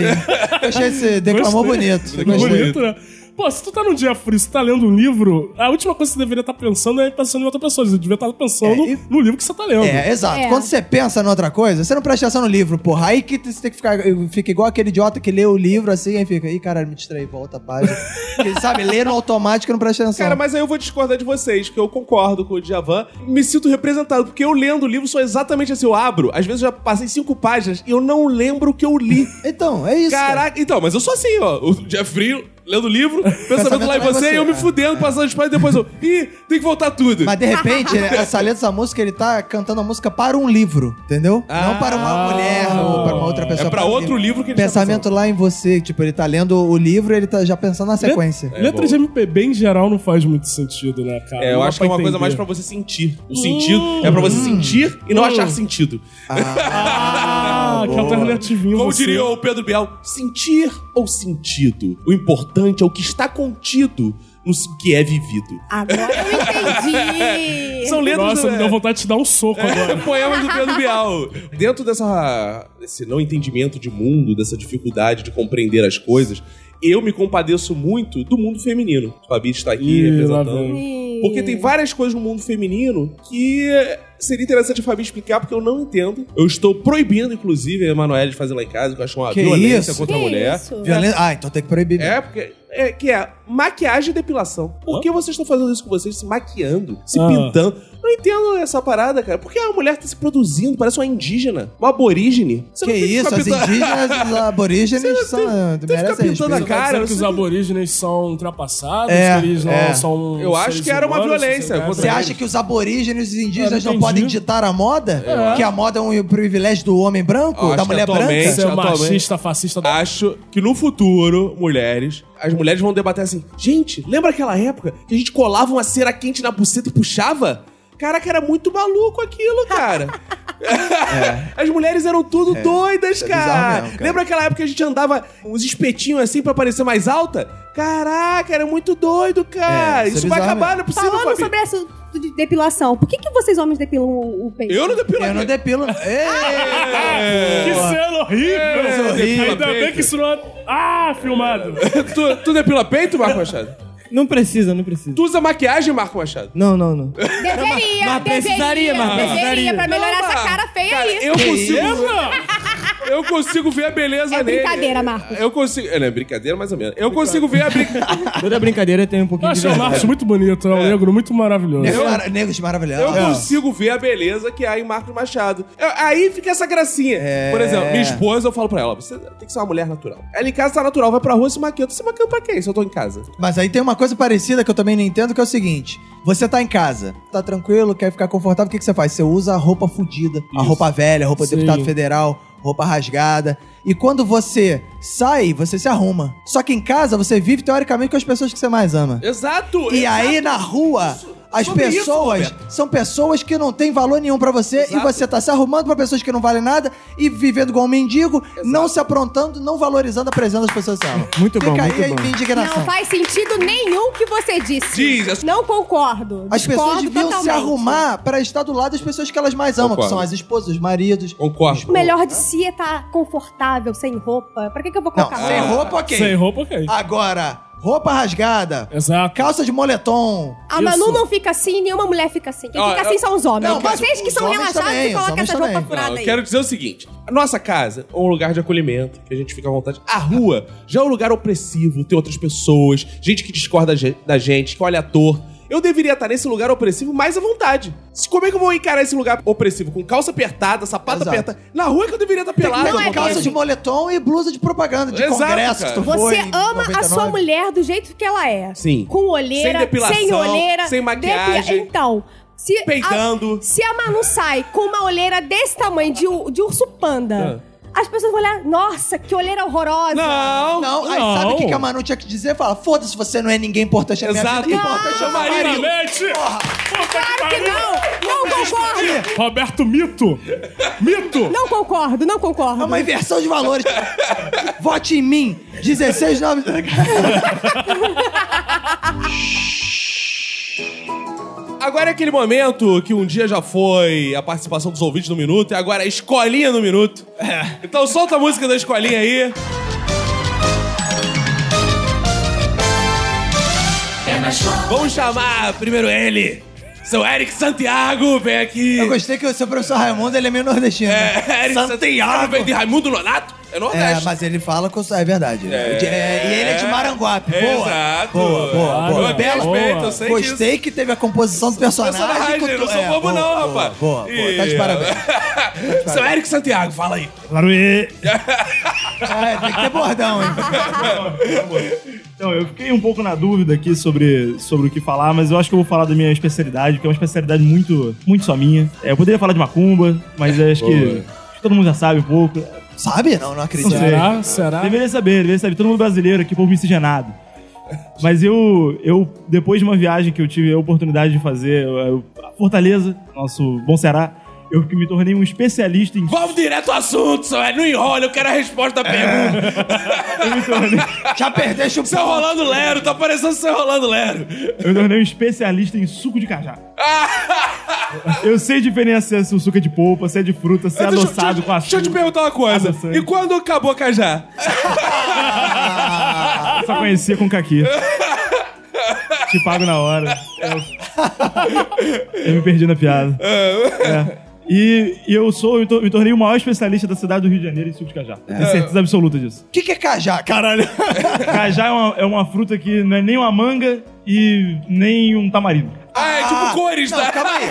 Speaker 2: Gostei de você. Declamou bonito. Gostei.
Speaker 4: Bonito, né? Pô, se tu tá num dia frio, se tu tá lendo um livro, a última coisa que você deveria estar pensando é pensando em outra pessoa. Você devia estar pensando
Speaker 2: É, e-
Speaker 4: no livro que você tá lendo.
Speaker 1: Uhum.
Speaker 2: É, exato.
Speaker 3: É.
Speaker 2: Quando você pensa em outra coisa, você não presta atenção no livro, porra. Aí que você tem que ficar. Fica igual aquele idiota que lê o livro assim, aí fica. Ih, caralho, me distraí, volta a página. Porque, sabe, ler no automático e não presta atenção.
Speaker 1: Cara, mas aí eu vou discordar de vocês, que eu concordo com o Djavan. Me sinto representado, porque eu lendo o livro sou exatamente assim. Eu abro, às vezes eu já passei cinco páginas e eu não lembro o que eu li.
Speaker 2: Então, é isso. cara.
Speaker 1: Caraca, então, mas eu sou assim, ó. O dia frio, lendo livro, pensamento lá em
Speaker 2: lá em
Speaker 1: você,
Speaker 2: você,
Speaker 1: e eu me
Speaker 2: é.
Speaker 1: fudendo, passando de paz, e depois eu. Ih, tem que voltar tudo.
Speaker 2: Mas de repente, né, essa letra dessa música, ele tá cantando a música para um livro, entendeu? não para uma mulher ou para uma outra pessoa.
Speaker 1: Ah. é pra
Speaker 2: um
Speaker 1: outro livro que ele tá
Speaker 2: Pensamento lá em você. Tipo, ele tá lendo o livro e ele tá já pensando na sequência.
Speaker 4: Letra de MPB em geral não faz muito sentido, né, cara?
Speaker 1: É, eu
Speaker 4: Não dá
Speaker 1: acho que é uma coisa
Speaker 4: entender.
Speaker 1: mais pra você sentir. O sentido é pra você sentir e não achar sentido.
Speaker 4: Ah, que alternativinho.
Speaker 1: Como
Speaker 4: você.
Speaker 1: diria o Pedro Bial, sentir ou sentido? O importante é o que está contido no que é vivido.
Speaker 3: Agora eu entendi.
Speaker 1: São letras né? É.
Speaker 4: Nossa,
Speaker 1: do...
Speaker 4: me deu vontade de te dar um soco agora.
Speaker 1: Poemas do Pedro Bial. Dentro dessa, desse não entendimento de mundo, dessa dificuldade de compreender as coisas, eu me compadeço muito do mundo feminino. Fabi está aqui
Speaker 4: Ih, lá
Speaker 1: representando.
Speaker 4: vem.
Speaker 1: Porque tem várias coisas no mundo feminino que seria interessante a Fabi explicar, porque eu não entendo. Eu estou proibindo, inclusive, a Emanuele de fazer lá em casa, que eu acho uma
Speaker 2: Que
Speaker 1: violência
Speaker 2: isso?
Speaker 1: contra a
Speaker 3: Que
Speaker 1: mulher.
Speaker 3: isso?
Speaker 2: Violen- Ah, então tem que proibir. mesmo.
Speaker 1: É, porque. É, que é maquiagem e depilação. Por que vocês estão fazendo isso com vocês? Se maquiando, se
Speaker 4: Ah.
Speaker 1: pintando. Não entendo essa parada, cara. Por que a mulher tá se produzindo? Parece uma indígena, uma aborígene. Você
Speaker 2: Que
Speaker 1: não tem
Speaker 2: isso,
Speaker 1: ficar
Speaker 2: as
Speaker 1: pintando-
Speaker 2: indígenas, os aborígenes são.
Speaker 1: tem que ficar
Speaker 2: merecem
Speaker 1: pintando a
Speaker 2: respeito.
Speaker 4: Tá
Speaker 1: Cara,
Speaker 4: dizendo que
Speaker 1: você
Speaker 4: os
Speaker 1: não-
Speaker 4: aborígenes são ultrapassados,
Speaker 2: É,
Speaker 4: que eles não
Speaker 2: é.
Speaker 4: são.
Speaker 1: Eu acho
Speaker 4: seres
Speaker 1: que era uma
Speaker 4: humanos,
Speaker 1: violência.
Speaker 4: sociedade.
Speaker 2: Você acha que os aborígenes e os indígenas
Speaker 4: Eu não
Speaker 2: não podem
Speaker 4: entendi.
Speaker 2: ditar a moda? Que a moda é um privilégio do homem branco?
Speaker 1: Acho
Speaker 2: da
Speaker 1: que
Speaker 2: mulher
Speaker 1: atualmente-
Speaker 2: branca?
Speaker 4: Você é
Speaker 1: Atualmente- Ah,
Speaker 4: machista, fascista da
Speaker 1: Acho que no futuro, mulheres, as mulheres vão debater assim: gente, lembra aquela época que a gente colava uma cera quente na buceta e puxava? Caraca, era muito maluco aquilo, cara. As mulheres eram tudo doidas,
Speaker 2: é bizarro
Speaker 1: cara.
Speaker 2: mesmo, cara.
Speaker 1: Lembra aquela época que a gente andava uns espetinhos assim pra parecer mais alta? Caraca, era muito doido, cara.
Speaker 2: É, isso é
Speaker 1: isso vai
Speaker 2: bizarro
Speaker 1: acabar, não é possível,
Speaker 3: Falando
Speaker 1: Fabi.
Speaker 3: sobre essa de depilação, por que, que vocês homens depilam o o peito?
Speaker 1: Eu não depilo.
Speaker 2: Eu não depilo.
Speaker 4: Que
Speaker 2: Ei!
Speaker 4: cena horrível!
Speaker 1: É, horrível.
Speaker 4: Ainda bem que isso não é... Ah, filmado!
Speaker 1: tu, tu depila peito, Marco Machado?
Speaker 5: Não precisa, não precisa.
Speaker 1: Tu usa maquiagem, Marco Machado?
Speaker 5: Não, não, não.
Speaker 3: Deveria,
Speaker 5: Mas precisaria,
Speaker 3: deveria,
Speaker 5: mas
Speaker 3: deveria,
Speaker 5: precisaria.
Speaker 3: pra melhorar
Speaker 1: Não,
Speaker 3: essa
Speaker 1: mano.
Speaker 3: cara feia
Speaker 1: Cara,
Speaker 3: aí.
Speaker 1: eu consigo.
Speaker 4: Lembra?
Speaker 1: Eu consigo ver a beleza
Speaker 3: É
Speaker 1: nele.
Speaker 3: brincadeira, Marcos.
Speaker 1: Eu consigo. é, Não, é brincadeira, mais ou menos. Eu consigo ver a brincadeira.
Speaker 5: Toda brincadeira tem um
Speaker 4: Eu
Speaker 5: pouquinho de
Speaker 4: achei o
Speaker 5: verdade.
Speaker 4: Marcos muito bonito, é um negro muito maravilhoso.
Speaker 1: É,
Speaker 2: Negros mara- Negros maravilhosos.
Speaker 1: Eu consigo ver a beleza que há em Marcos Machado. Eu- aí fica essa gracinha.
Speaker 2: É.
Speaker 1: Por exemplo, minha esposa, eu falo pra ela: você tem que ser uma mulher natural. Ela em casa tá natural, vai pra rua se maquiando. Se maquiando pra quem? Se eu tô em casa.
Speaker 2: Mas aí tem uma coisa parecida que eu também não entendo, que é o seguinte. Você tá em casa, tá tranquilo, quer ficar confortável, o que, que você faz? Você usa a roupa fudida, a roupa velha, a roupa do
Speaker 4: Sim.
Speaker 2: deputado federal, roupa rasgada. E quando você sai, você se arruma. Só que em casa, você vive, teoricamente, com as pessoas que você mais ama.
Speaker 1: Exato!
Speaker 2: E aí, na rua... As
Speaker 1: Sobre isso,
Speaker 2: pessoas
Speaker 1: Roberto.
Speaker 2: são pessoas que não têm valor nenhum pra você e
Speaker 1: Exato.
Speaker 2: você tá se arrumando pra pessoas que não valem nada e vivendo igual um mendigo, não se aprontando, não valorizando a presença das pessoas que você ama.
Speaker 5: Muito bom,
Speaker 2: Fica aí
Speaker 5: muito
Speaker 2: a
Speaker 5: bom.
Speaker 2: minha indignação.
Speaker 3: Não faz sentido nenhum o que você disse.
Speaker 1: Diz, as-
Speaker 3: Não concordo.
Speaker 2: As pessoas
Speaker 3: Discordo
Speaker 2: deviam se
Speaker 3: totalmente.
Speaker 2: arrumar pra estar do lado das pessoas que elas mais amam,
Speaker 1: Concordo.
Speaker 2: que são as esposas, os maridos.
Speaker 1: Concordo.
Speaker 3: O melhor de si é estar confortável, sem roupa. Pra que, que eu vou
Speaker 2: Não,
Speaker 3: colocar
Speaker 2: sem roupa, ok.
Speaker 4: Sem roupa, ok.
Speaker 2: Agora, roupa rasgada,
Speaker 4: Exato.
Speaker 2: calça de moletom.
Speaker 3: A Manu não fica assim, nenhuma mulher fica assim. Quem
Speaker 1: Ó,
Speaker 3: fica
Speaker 1: eu-
Speaker 3: assim são os homens.
Speaker 2: Não, mas
Speaker 3: Vocês que
Speaker 2: os
Speaker 3: são
Speaker 2: homens
Speaker 3: relaxados
Speaker 2: também,
Speaker 3: e
Speaker 2: os
Speaker 3: colocam
Speaker 2: homens
Speaker 3: essas roupas
Speaker 2: também.
Speaker 3: furadas
Speaker 1: Não, eu
Speaker 3: aí.
Speaker 1: quero dizer o seguinte: a nossa casa é um lugar de acolhimento, que a gente fica à vontade. A rua já é um lugar opressivo, tem outras pessoas, gente que discorda ge- da gente, que olha ator. Eu deveria estar nesse lugar opressivo mais à vontade. Se- Como é que eu vou encarar esse lugar opressivo? Com calça apertada, sapato
Speaker 2: Exato.
Speaker 1: apertado. Na rua é que eu deveria estar pelado.
Speaker 3: Não é
Speaker 2: calça
Speaker 3: mesmo.
Speaker 2: de moletom e blusa de propaganda, de
Speaker 1: Exato,
Speaker 2: congresso
Speaker 1: cara.
Speaker 2: que tu foi
Speaker 3: Você
Speaker 2: em
Speaker 3: ama a sua
Speaker 2: 99.
Speaker 3: mulher do jeito que ela é.
Speaker 1: Sim.
Speaker 3: Com olheira,
Speaker 1: Sem depilação,
Speaker 3: sem olheira,
Speaker 1: sem maquiagem.
Speaker 3: depila- Então, se a-
Speaker 1: Peidando.
Speaker 3: se a Manu sai com uma olheira desse tamanho de, u- de urso panda. as pessoas vão olhar, nossa, que olheira horrorosa.
Speaker 1: Não,
Speaker 2: Não, aí sabe o que, que a Manu tinha que dizer? Fala, foda-se, você não é ninguém importante na minha
Speaker 1: Exato.
Speaker 2: vida. Importante é o
Speaker 1: Marina
Speaker 2: marido.
Speaker 4: Leite! Puta que
Speaker 3: Claro que
Speaker 4: pariu!
Speaker 3: não! Não concordo!
Speaker 4: Roberto Mito! Mito!
Speaker 3: Não concordo, não concordo.
Speaker 2: É uma inversão de valores. Vote em mim. 16 nomes.
Speaker 1: Agora é aquele momento que um dia já foi a participação dos ouvintes no minuto e agora é a escolinha no minuto.
Speaker 2: É.
Speaker 1: Então solta a música da escolinha aí. Vamos chamar primeiro ele. Seu Eric Santiago, vem aqui.
Speaker 2: Eu gostei que o seu professor Raimundo ele é meio nordestino.
Speaker 1: É, Eric Santiago, vem de Raimundo Nonato. É
Speaker 2: É,
Speaker 1: Nordeste.
Speaker 2: mas ele fala com. É verdade. De- é, e ele é de Maranguape. Boa.
Speaker 1: Exato.
Speaker 2: Boa, boa, boa.
Speaker 1: Eu até
Speaker 4: Bela-
Speaker 1: respeito, eu sei disso.
Speaker 2: Gostei que teve a composição do personagem.
Speaker 1: Personagem,
Speaker 2: com tu-
Speaker 1: não sou
Speaker 2: é,
Speaker 1: bobo
Speaker 2: boa,
Speaker 1: não,
Speaker 2: boa,
Speaker 1: rapaz.
Speaker 2: Boa, boa. Tá de
Speaker 1: E-
Speaker 2: parabéns.
Speaker 1: Seu Eric Santiago, fala aí.
Speaker 5: Claro, e...
Speaker 2: É, tem que ter bordão, hein?
Speaker 5: Então, eu fiquei um pouco na dúvida aqui sobre, sobre o que falar, mas eu acho que eu vou falar da minha especialidade, que é uma especialidade muito, muito só minha. É, eu poderia falar de macumba, mas eu acho que, acho que todo mundo já sabe um pouco.
Speaker 2: Sabe? Não, não acredito.
Speaker 5: Não sei.
Speaker 4: Será? Será?
Speaker 5: Deveria saber, deveria saber. Todo mundo brasileiro aqui, povo miscigenado. Mas eu, eu, depois de uma viagem que eu tive a oportunidade de fazer, eu- eu- a Fortaleza, nosso bom Ceará, eu que me tornei um especialista em
Speaker 1: Vamos direto ao assunto, seu Eric. Não enrola, eu quero a
Speaker 2: É.
Speaker 1: resposta da pergunta.
Speaker 2: Já perdeste o
Speaker 1: Seu Rolando Lero, tá parecendo seu Rolando Lero.
Speaker 5: Eu me tornei um especialista em suco de cajá. eu sei diferenciar se o suco é de polpa, se é de fruta, se é
Speaker 1: Deixa eu-
Speaker 5: adoçado
Speaker 1: deixa,
Speaker 5: com açúcar. Tá
Speaker 1: Deixa eu te perguntar uma coisa.
Speaker 5: Adoçante.
Speaker 1: E quando acabou a Cajá?
Speaker 5: Eu só conhecia com caqui. te pago na hora. Eu, eu me perdi na piada. É. E, e eu sou, eu to- me tornei o maior especialista da cidade do Rio de Janeiro em suco de cajá. Tenho certeza absoluta disso.
Speaker 2: O que, que é cajá? Caralho.
Speaker 5: Cajá é uma, é uma fruta que não é nem uma manga e nem um tamarindo.
Speaker 1: Ah, é tipo cores,
Speaker 2: Não,
Speaker 1: tá?
Speaker 2: calma aí.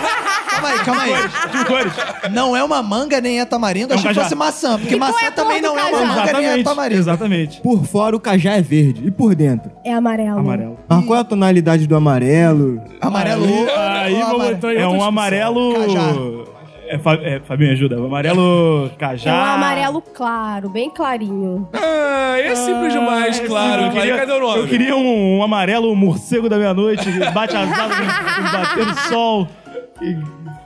Speaker 2: Calma aí, calma aí.
Speaker 5: Tipo cores.
Speaker 2: Não é uma manga nem é tamarindo,
Speaker 5: É um
Speaker 2: achei que
Speaker 5: cajá.
Speaker 2: fosse maçã, porque
Speaker 3: Que
Speaker 2: maçã
Speaker 3: qual é a cor
Speaker 2: também
Speaker 3: do
Speaker 2: não é uma
Speaker 3: cajá?
Speaker 2: manga nem é
Speaker 5: Exatamente.
Speaker 2: tamarindo.
Speaker 5: Exatamente.
Speaker 7: Por fora o cajá é verde e por dentro.
Speaker 3: É amarelo.
Speaker 5: Amarelo.
Speaker 7: Mas qual é a tonalidade do amarelo?
Speaker 2: Amarelo.
Speaker 4: Aí,
Speaker 2: ou-
Speaker 4: aí
Speaker 2: ou
Speaker 4: vamos
Speaker 2: amarelo.
Speaker 4: entrar em outra
Speaker 5: É um
Speaker 4: discussão.
Speaker 5: amarelo.
Speaker 2: Cajá.
Speaker 5: É, Fa... é, Fabinho, ajuda. É um amarelo
Speaker 3: É
Speaker 5: cajá.
Speaker 3: um amarelo claro, bem clarinho.
Speaker 1: Ah, é simples demais, claro.
Speaker 5: Eu
Speaker 1: claro.
Speaker 5: queria,
Speaker 1: Cadê o nome?
Speaker 5: eu queria um, um amarelo morcego da meia-noite, que bate asado, batendo sol. E-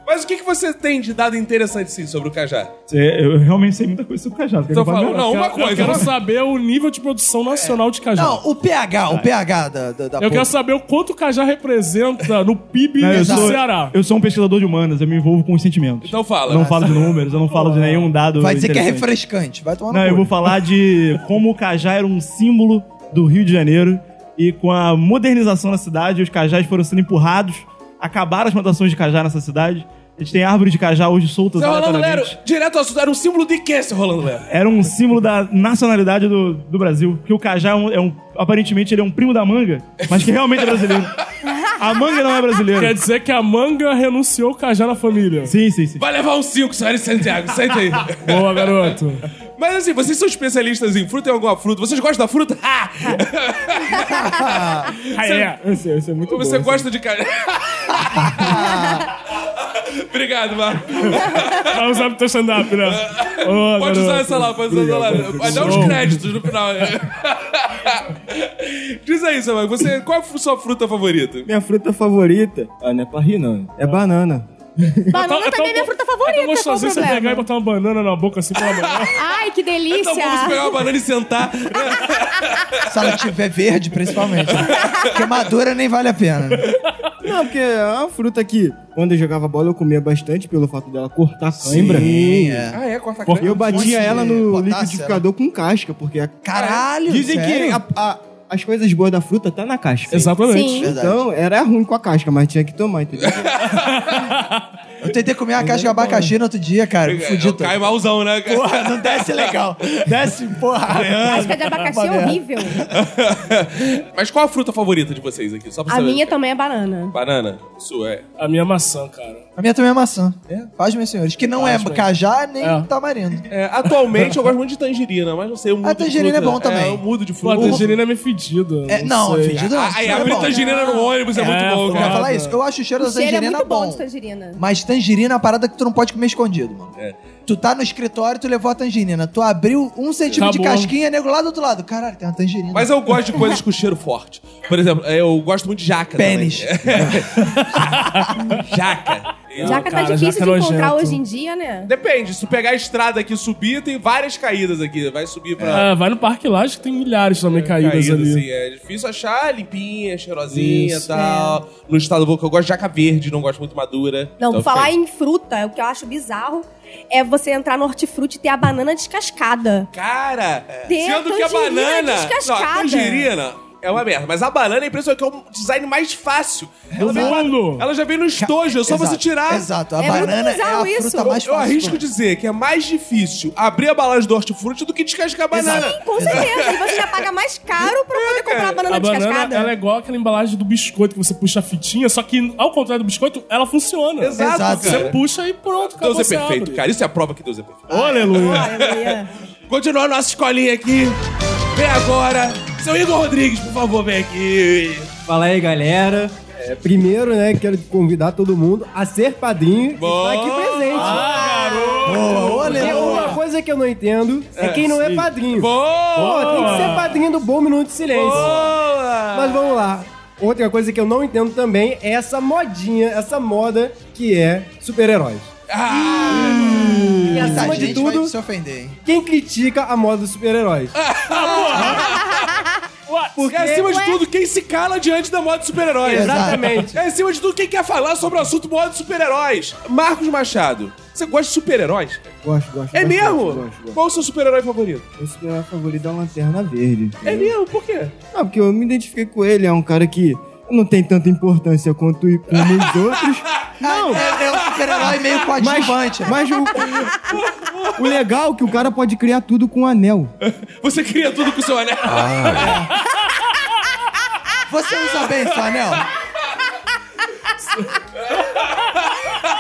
Speaker 1: Mas o que, que você tem de dado interessante, sim, sobre o Cajá?
Speaker 5: Cê- Eu realmente sei muita coisa sobre cajá.
Speaker 1: Então fala- não, uma
Speaker 4: Eu quero-
Speaker 1: coisa.
Speaker 4: Eu quero saber o nível de produção nacional de cajá.
Speaker 2: Não, o pH, o pH da, da, da
Speaker 4: eu
Speaker 2: porra.
Speaker 4: quero saber o quanto o cajá representa no PIB
Speaker 5: eu,
Speaker 4: do
Speaker 5: sou,
Speaker 4: Ceará.
Speaker 5: eu sou um pesquisador de humanas, eu me envolvo com os sentimentos.
Speaker 1: Então fala.
Speaker 5: Eu não falo de números, eu não falo de nenhum dado.
Speaker 2: Vai dizer que é
Speaker 5: interessante.
Speaker 2: refrescante. Vai tomar no
Speaker 5: Não, eu
Speaker 2: cu.
Speaker 5: vou falar de como o cajá era um símbolo do Rio de Janeiro e com a modernização da cidade, os cajás foram sendo empurrados, acabaram as plantações de cajá nessa cidade. A gente tem árvores de cajá hoje soltas
Speaker 1: Seu Tá Rolando Lero,
Speaker 5: aleatoriamente.
Speaker 1: direto ao assunto, era um símbolo de quê, seu Rolando Lero?
Speaker 5: Era um símbolo da nacionalidade do, do Brasil, que o cajá é um, é um- Aparentemente ele é um primo da manga, mas que realmente é brasileiro. A manga não é
Speaker 4: Quer
Speaker 5: brasileira.
Speaker 4: dizer que a manga renunciou o cajá na família.
Speaker 5: Sim, sim, sim.
Speaker 1: Vai levar um 5, senhora Santiago, senta aí.
Speaker 4: Boa, garoto.
Speaker 1: Mas assim, vocês são especialistas em fruta e alguma fruta. Vocês gostam da fruta? Ah!
Speaker 4: Ah, é. Esse, esse é muito
Speaker 1: Você
Speaker 4: bom.
Speaker 1: gosta de cajá? Obrigado, Marco.
Speaker 4: Vai usar pro teu stand-up, né? Ô,
Speaker 1: Pode usar
Speaker 4: garoto.
Speaker 1: essa lá, pode usar essa lá. Vai dar uns créditos no final. Diz aí, Samuel, você qual é a sua fruta favorita? Então
Speaker 7: Minha fruta favorita. Ah, não é pra rir, não. É banana.
Speaker 3: Banana
Speaker 4: É tão
Speaker 3: também é minha
Speaker 4: bom-
Speaker 3: fruta
Speaker 4: É
Speaker 3: favorita,
Speaker 4: tão
Speaker 3: qual o
Speaker 4: gostosinho você pegar e
Speaker 3: problema?
Speaker 4: botar uma banana na boca assim pela manhã.
Speaker 3: Ai, que delícia!
Speaker 1: Então vamos pegar uma banana e sentar.
Speaker 2: Se ela tiver verde, principalmente. Porque madura nem vale a pena. né?
Speaker 7: Não, porque é uma fruta que, quando eu jogava bola, eu comia bastante pelo fato dela cortar cãibra.
Speaker 2: Sim, é.
Speaker 1: Ah, é, corta a
Speaker 7: Porque eu
Speaker 2: Fonte de
Speaker 7: batia ela no
Speaker 2: potássio,
Speaker 7: liquidificador com casca, porque a...
Speaker 2: Caralho,
Speaker 7: Dizem que
Speaker 2: sério?
Speaker 7: a- a- as coisas boas da fruta tá na casca.
Speaker 4: Exatamente.
Speaker 3: Sim.
Speaker 2: Verdade.
Speaker 7: Então, era ruim com a casca, mas tinha que tomar, entendeu?
Speaker 2: Eu tentei comer uma caixa de abacaxi no outro dia, cara. Me fudi todo.
Speaker 1: Cai malzão, é né? cara?
Speaker 2: Porra, não desce legal. Desce, porra.
Speaker 3: Casca de abacaxi é horrível.
Speaker 1: Mas qual a fruta favorita de vocês aqui? Só pra
Speaker 3: A
Speaker 1: saber.
Speaker 3: minha também é banana.
Speaker 1: Banana? Sua, é.
Speaker 4: A minha maçã, cara.
Speaker 2: A minha também é maçã. Paz, meus senhores. Que não é cajá nem tamarindo.
Speaker 1: É, Atualmente eu gosto muito de tangerina, mas não sei, eu mudo
Speaker 2: Ah, tangerina
Speaker 1: de fruta.
Speaker 2: é bom também.
Speaker 1: eu mudo de
Speaker 4: Pô, a
Speaker 1: fruta.
Speaker 4: tangerina é meio fedida.
Speaker 2: É, não,
Speaker 4: sei.
Speaker 2: fedido não.
Speaker 1: Ah, Aí
Speaker 2: isso não é
Speaker 1: abrir
Speaker 2: bom.
Speaker 1: tangerina no ônibus é, muito
Speaker 4: É,
Speaker 1: bom,
Speaker 4: pô,
Speaker 2: Eu ia
Speaker 1: cara.
Speaker 2: falar isso. Eu acho o cheiro
Speaker 3: O
Speaker 2: da
Speaker 3: cheiro é
Speaker 2: tangerina
Speaker 3: muito bom
Speaker 2: bom.
Speaker 3: de tangerina.
Speaker 2: Mas tangerina é uma parada que tu não pode comer escondido, mano.
Speaker 1: É.
Speaker 2: Tu tá no escritório, tu levou a tangerina. Tu abriu um centímetro de
Speaker 4: Acabou.
Speaker 2: casquinha, nego lá do outro lado. Caralho, tem uma tangerina.
Speaker 1: Mas eu gosto de coisas com cheiro forte. Por exemplo, eh, eu gosto muito de jaca.
Speaker 2: Pênis.
Speaker 1: também. jaca.
Speaker 3: Jaca
Speaker 4: cara,
Speaker 3: tá difícil
Speaker 4: jaca é
Speaker 3: de encontrar
Speaker 4: nojento.
Speaker 3: hoje em dia, né?
Speaker 1: Depende, se tu pegar a estrada aqui e subir, tem várias caídas aqui. Vai subir pra.
Speaker 4: É, vai no Parque lá, acho que tem milhares também caídas,
Speaker 1: caídas,
Speaker 4: ali.
Speaker 1: assim. É difícil achar limpinha, cheirosinha e
Speaker 4: Isso. É.
Speaker 1: tal. No estado do boca, eu gosto de jaca verde, não gosto muito madura.
Speaker 3: Não,
Speaker 1: Então,
Speaker 3: falar
Speaker 1: fica aí.
Speaker 3: em fruta, o que eu acho bizarro é você entrar no hortifruti e ter a banana descascada.
Speaker 1: Cara,
Speaker 3: Tem a
Speaker 1: sendo que a
Speaker 3: tangerina
Speaker 1: banana. Não, a
Speaker 3: descascada.
Speaker 1: tangerina é uma merda. Mas a banana, a impressão é que é o design mais fácil. Ela, vem,
Speaker 4: É mundo.
Speaker 1: ela já vem no estojo, é só
Speaker 2: Exato,
Speaker 1: você tirar.
Speaker 2: Exato, a
Speaker 3: É muito
Speaker 2: banana é a
Speaker 3: bizarro isso.
Speaker 2: fruta mais
Speaker 1: Eu
Speaker 2: fácil.
Speaker 1: arrisco dizer que é mais difícil abrir a balagem do hortifruti do que descascar a banana.
Speaker 2: Exato.
Speaker 3: Com certeza, e você já paga mais caro pra poder comprar a banana,
Speaker 4: A banana,
Speaker 3: descascada.
Speaker 4: ela é igual aquela embalagem do biscoito que você puxa a fitinha, só que ao contrário do biscoito, ela funciona.
Speaker 1: Exato,
Speaker 2: Exato,
Speaker 1: cara.
Speaker 4: Você puxa e pronto, acabou,
Speaker 1: Deus é
Speaker 4: você
Speaker 1: perfeito,
Speaker 4: abre.
Speaker 1: cara. Isso é a prova que Deus é perfeito.
Speaker 4: Ô, Aleluia.
Speaker 3: Aleluia.
Speaker 1: Continua a nossa escolinha aqui. Vem agora. Seu Igor Rodrigues, por favor, vem aqui.
Speaker 5: Fala aí, galera. É, primeiro, né, quero convidar todo mundo a ser padrinho
Speaker 1: Boa.
Speaker 5: e estar aqui presente.
Speaker 2: Boa, ô,
Speaker 5: Porque
Speaker 2: Leão.
Speaker 5: uma coisa que eu não entendo é, quem não é padrinho.
Speaker 1: Boa!
Speaker 5: Pô, tem que ser padrinho do Bom Minuto de Silêncio.
Speaker 1: Boa!
Speaker 5: Mas vamos lá. Outra coisa que eu não entendo também é essa modinha, essa moda que é super-heróis. e
Speaker 2: Essa
Speaker 5: acima de
Speaker 2: Tá, gente vai
Speaker 5: tudo,
Speaker 2: se ofender, hein?
Speaker 5: quem critica a moda dos super-heróis?
Speaker 1: Ah, Porque é acima de tudo quem se cala diante da moda de super-heróis.
Speaker 5: Exatamente.
Speaker 1: É acima de tudo quem quer falar sobre o assunto moda de super-heróis. Marcos Machado, você gosta de super-heróis?
Speaker 5: Gosto, gosto.
Speaker 1: É
Speaker 5: bastante,
Speaker 1: mesmo?
Speaker 5: Gosto, gosto.
Speaker 1: Qual o seu super-herói favorito?
Speaker 5: Meu super-herói favorito é o Lanterna Verde.
Speaker 1: É mesmo? Por quê?
Speaker 5: Ah, porque eu me identifiquei com ele, é um cara que não tem tanta importância quanto como os outros. Não,
Speaker 2: É, é um super-herói meio coadjuvante. né?
Speaker 5: mas o, o legal é que o cara pode criar tudo com um anel.
Speaker 1: Você cria tudo com o seu anel.
Speaker 2: Você usa bem seu anel?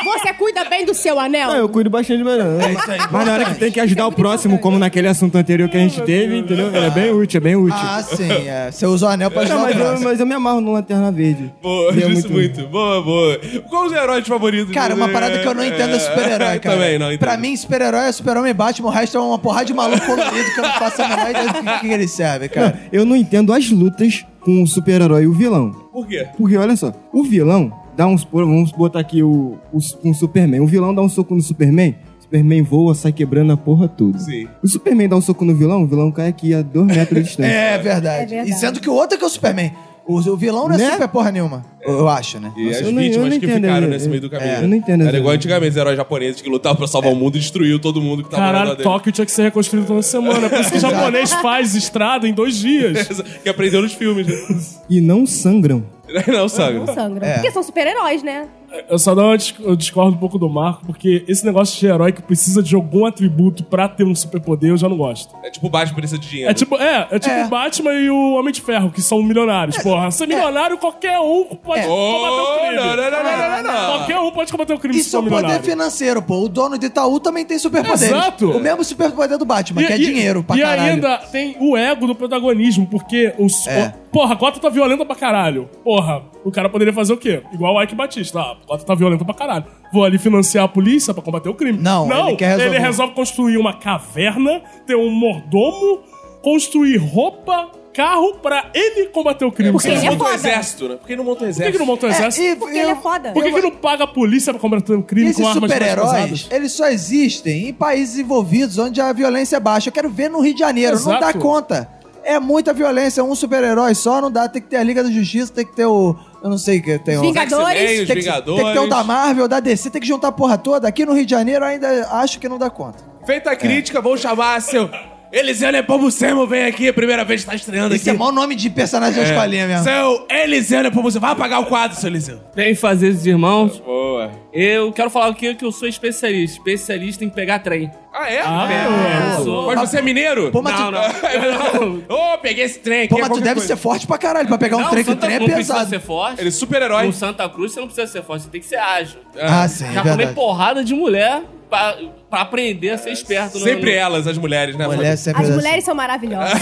Speaker 3: Você cuida bem do seu anel?
Speaker 5: Ah, eu cuido bastante do anel.
Speaker 1: É
Speaker 5: Mas na hora que tem que ajudar o próximo, como naquele assunto anterior que a gente teve, entendeu? É bem útil, é bem útil.
Speaker 2: Ah, sim. é. Você usa o anel pra
Speaker 5: Não,
Speaker 2: ajudar o
Speaker 5: mas, eu,
Speaker 2: próximo.
Speaker 5: mas eu me amarro no Lanterna Verde.
Speaker 1: Boa,
Speaker 5: E é
Speaker 1: disse muito. Boa, boa. Qual os heróis favoritos?
Speaker 2: Cara, uma parada que eu não entendo é super-herói, cara.
Speaker 1: Também não entendo.
Speaker 2: Pra mim, super-herói é super-homem e Batman. O resto é uma porrada de maluco colorido que eu não faço a menor ideia do que, que ele serve, cara.
Speaker 5: Eu não entendo as lutas com o super-herói e o vilão.
Speaker 1: Por quê?
Speaker 5: Porque, olha só, o vilão dá uns... Vamos botar aqui o, o, um Superman. O vilão dá um soco no Superman, o Superman voa, sai quebrando a porra toda.
Speaker 1: Sim.
Speaker 5: O Superman dá um soco no vilão, o vilão cai aqui a dois metros de distância.
Speaker 2: É verdade.
Speaker 3: É verdade.
Speaker 2: E sendo que o outro é que é o Superman. O, o vilão não é
Speaker 5: Né?
Speaker 2: super porra nenhuma. Eu acho, né?
Speaker 1: E
Speaker 5: Nossa,
Speaker 1: as
Speaker 5: eu não- eu
Speaker 1: vítimas
Speaker 5: não
Speaker 1: que
Speaker 5: entendo,
Speaker 1: ficaram
Speaker 5: eu-
Speaker 1: nesse meio do caminho.
Speaker 5: eu não entendo, É.
Speaker 1: Era igual
Speaker 5: eu-
Speaker 1: antigamente os heróis japoneses que lutavam pra salvar o mundo e destruiu todo mundo que tava ao
Speaker 4: Caralho,
Speaker 1: redor
Speaker 4: Tóquio tinha que ser reconstruído toda semana. É por isso que o japonês faz estrada em dois dias.
Speaker 1: deles. Que aprendeu nos filmes. né?
Speaker 5: E não sangram.
Speaker 1: não, sabe?
Speaker 3: Não sangra.
Speaker 4: É.
Speaker 3: Porque são super-heróis, né?
Speaker 4: Eu só não, eu dis- eu discordo um pouco do Marco, porque esse negócio de herói que precisa de algum atributo pra ter um superpoder, eu já não gosto.
Speaker 1: É tipo baixo precisa de dinheiro.
Speaker 4: É tipo, é, é tipo
Speaker 2: É.
Speaker 4: o Batman e o Homem de Ferro, que são milionários. Porra, ser milionário, qualquer um pode combater
Speaker 1: É.
Speaker 4: o
Speaker 1: Oh,
Speaker 4: crime.
Speaker 1: não, não, não, não, não, não.
Speaker 4: Qualquer um pode combater o crime se
Speaker 2: Isso é
Speaker 4: for
Speaker 2: um poder
Speaker 4: milionário.
Speaker 2: financeiro, pô. O dono de Itaú também tem superpoderes.
Speaker 4: Exato.
Speaker 2: O mesmo superpoder do Batman,
Speaker 4: E-
Speaker 2: que é
Speaker 4: e-
Speaker 2: dinheiro pra
Speaker 4: E
Speaker 2: caralho.
Speaker 4: ainda tem o ego do protagonismo, porque os.
Speaker 2: É.
Speaker 4: o- porra, Cota tá violenta pra caralho. Porra, o cara poderia fazer o quê? Igual o Ike Batista. Ah, Cota tá violenta pra caralho. Vou ali financiar a polícia pra combater o crime.
Speaker 2: Não, ele quer resolver.
Speaker 4: resolve construir uma caverna, ter um mordomo, construir roupa, carro pra ele combater o crime.
Speaker 3: Porque
Speaker 1: Porque
Speaker 3: ele é
Speaker 1: não monta um
Speaker 3: foda.
Speaker 1: exército, né? Por que não monta um
Speaker 4: Por que, que
Speaker 1: exército?
Speaker 4: não monta um
Speaker 2: É,
Speaker 4: exército?
Speaker 2: e-
Speaker 3: Porque
Speaker 2: eu-
Speaker 3: ele é foda.
Speaker 4: Por que, que não paga a polícia pra combater o crime com
Speaker 2: Esses
Speaker 4: armas mais
Speaker 2: super-heróis,
Speaker 4: pesadas?
Speaker 2: eles só existem em países envolvidos onde a violência é baixa. Eu quero ver no Rio de Janeiro, não dá
Speaker 4: Exato.
Speaker 2: conta. É muita violência, um super-herói só não dá. Tem que ter a Liga da Justiça, tem que ter o. Eu não sei o que tem. o-
Speaker 3: Vingadores.
Speaker 1: X-Men, os
Speaker 2: Tem que,
Speaker 1: Vingadores.
Speaker 2: tem que ter o da Marvel, o da DC, tem que juntar a porra toda. Aqui no Rio de Janeiro ainda acho que não dá conta.
Speaker 1: Feita a crítica, vou chamar seu... Eliseu Nepomucemo vem aqui, primeira vez que tá estreando
Speaker 2: Esse é
Speaker 1: aqui.
Speaker 2: mau nome de personagem da escolinha mesmo.
Speaker 1: Seu Eliseu Nepomucemo. Vai apagar o quadro, seu Eliseu.
Speaker 8: Bem fazer os irmãos.
Speaker 1: Boa.
Speaker 8: Eu quero falar aqui que eu sou especialista. Especialista em pegar trem.
Speaker 1: Ah, é?
Speaker 4: Ah,
Speaker 8: Eu sou.
Speaker 1: Mas você é mineiro?
Speaker 2: Pô, mas tu,
Speaker 1: Ô, peguei esse trem aqui. é
Speaker 2: pô, mas tu deve ser forte pra caralho pra pegar um trem que o
Speaker 8: Santa
Speaker 2: trem é
Speaker 8: Cruz não precisa
Speaker 2: pesado.
Speaker 8: ser forte.
Speaker 1: Ele é super-herói.
Speaker 8: No Santa Cruz você não precisa ser forte, você tem que ser ágil.
Speaker 2: Ah, sim, é
Speaker 8: Já tomei
Speaker 2: verdade.
Speaker 8: porrada de mulher pra, pra aprender a ser esperto. no-
Speaker 1: Sempre
Speaker 8: no-
Speaker 4: é.
Speaker 1: elas, as mulheres, né?
Speaker 2: Mulher sempre
Speaker 3: As
Speaker 2: dá-
Speaker 3: mulheres são maravilhosas.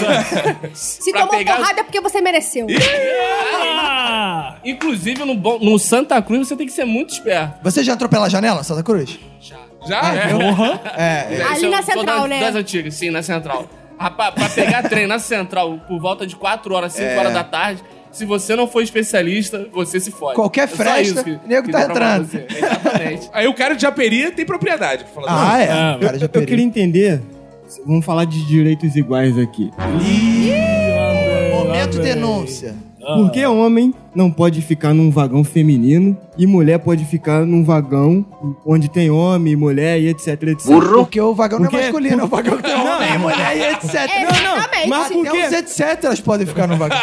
Speaker 3: Se
Speaker 8: Pra
Speaker 3: tomou
Speaker 8: pegar-
Speaker 3: porrada é porque você mereceu.
Speaker 4: Ah,
Speaker 8: é- Inclusive, no, bom- no Santa Cruz você tem que ser muito esperto.
Speaker 2: Você já entrou pela janela, Santa Cruz?
Speaker 8: Já.
Speaker 1: Já? É.
Speaker 2: É,
Speaker 8: Isso
Speaker 3: Ali na
Speaker 8: eu sou
Speaker 3: Central,
Speaker 8: das,
Speaker 3: né?
Speaker 8: Das antigas, sim, na Central. Rapaz, pra pegar trem na Central por volta de 4 horas,
Speaker 1: É.
Speaker 8: 5 horas da tarde, se você não for especialista, você se fode.
Speaker 2: Qualquer
Speaker 8: só
Speaker 2: fresta,
Speaker 8: isso
Speaker 2: nego tá
Speaker 8: dá pra falar
Speaker 2: entrando.
Speaker 8: pra você. Exatamente.
Speaker 1: Aí o cara de Japeri tem propriedade pra falar. assim.
Speaker 2: Ah, é.
Speaker 4: Ah,
Speaker 2: cara, já
Speaker 5: Eu queria entender. Vamos falar de direitos iguais aqui.
Speaker 2: Momento denúncia.
Speaker 5: Por que homem não pode ficar num vagão feminino e mulher pode ficar num vagão onde tem homem, mulher e etc, etc?
Speaker 2: Porque o vagão não é
Speaker 5: Porque-
Speaker 2: masculino, o vagão tem homem, mulher e etc.
Speaker 3: Exatamente.
Speaker 2: Mas por quê? Até os etc. elas podem ficar no vagão.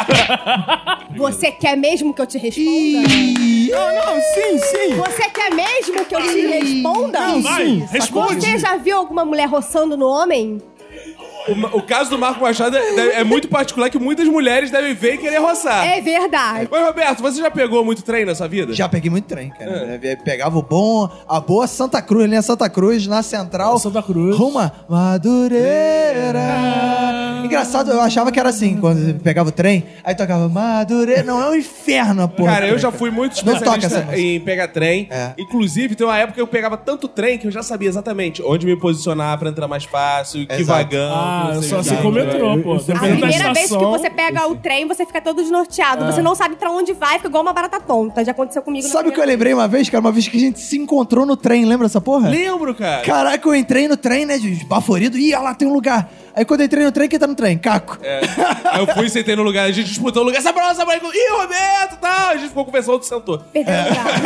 Speaker 3: Você quer mesmo que eu te responda?
Speaker 2: Ih,
Speaker 5: Não, não, sim, sim.
Speaker 3: Você quer mesmo que eu te responda?
Speaker 4: Vai, responde.
Speaker 3: Você já viu alguma mulher roçando no homem?
Speaker 1: O, ma- o caso do Marco Machado é, deve- é muito particular que muitas mulheres devem ver e querer
Speaker 8: Ah.
Speaker 1: roçar.
Speaker 3: É verdade.
Speaker 1: Mas, Roberto, você já pegou muito trem na sua vida?
Speaker 2: Já peguei muito trem, cara. Eu Pegava o bom, a boa Santa Cruz, linha Santa Cruz, na Central.
Speaker 4: Santa Cruz.
Speaker 2: Ruma Madureira. Engraçado, eu achava que era assim, quando eu pegava o trem, aí tocava Madureira. Não, é um inferno, porra.
Speaker 1: Cara, eu
Speaker 2: do
Speaker 1: já
Speaker 2: trem,
Speaker 1: fui muito
Speaker 2: Não toca essa
Speaker 1: especialista
Speaker 2: música.
Speaker 1: em pegar trem.
Speaker 2: É.
Speaker 1: Inclusive, tem uma época que eu pegava tanto trem que eu já sabia exatamente onde me posicionar pra entrar mais fácil, que
Speaker 2: Exato.
Speaker 1: vagão.
Speaker 4: Ah,
Speaker 1: não
Speaker 4: eu
Speaker 1: sei
Speaker 4: só
Speaker 1: o quê.
Speaker 4: assim como entrou, pô.
Speaker 3: A
Speaker 4: Dependendo da
Speaker 3: primeira vez que
Speaker 4: estação.
Speaker 3: você pega o trem, você fica todo desnorteado. Você não sabe pra onde vai, fica igual uma barata tonta. Já aconteceu comigo. na
Speaker 2: Ah. Sabe o que eu
Speaker 3: primeira-
Speaker 2: lembrei uma vez, cara? Uma vez que a gente se encontrou no trem, lembra essa porra?
Speaker 1: Lembro, cara.
Speaker 2: Caraca, eu entrei no trem, né? De baforido. Ih, olha lá tem um lugar. Aí quando eu entrei no trem, quem tá no trem? Caco.
Speaker 3: É.
Speaker 1: Aí eu fui, sentei no lugar, a gente disputou o lugar, essa bola, essa bola, ih, Roberto, tal. A gente ficou conversando, outro sentou.
Speaker 3: Perdeu o lugar.
Speaker 2: Exato.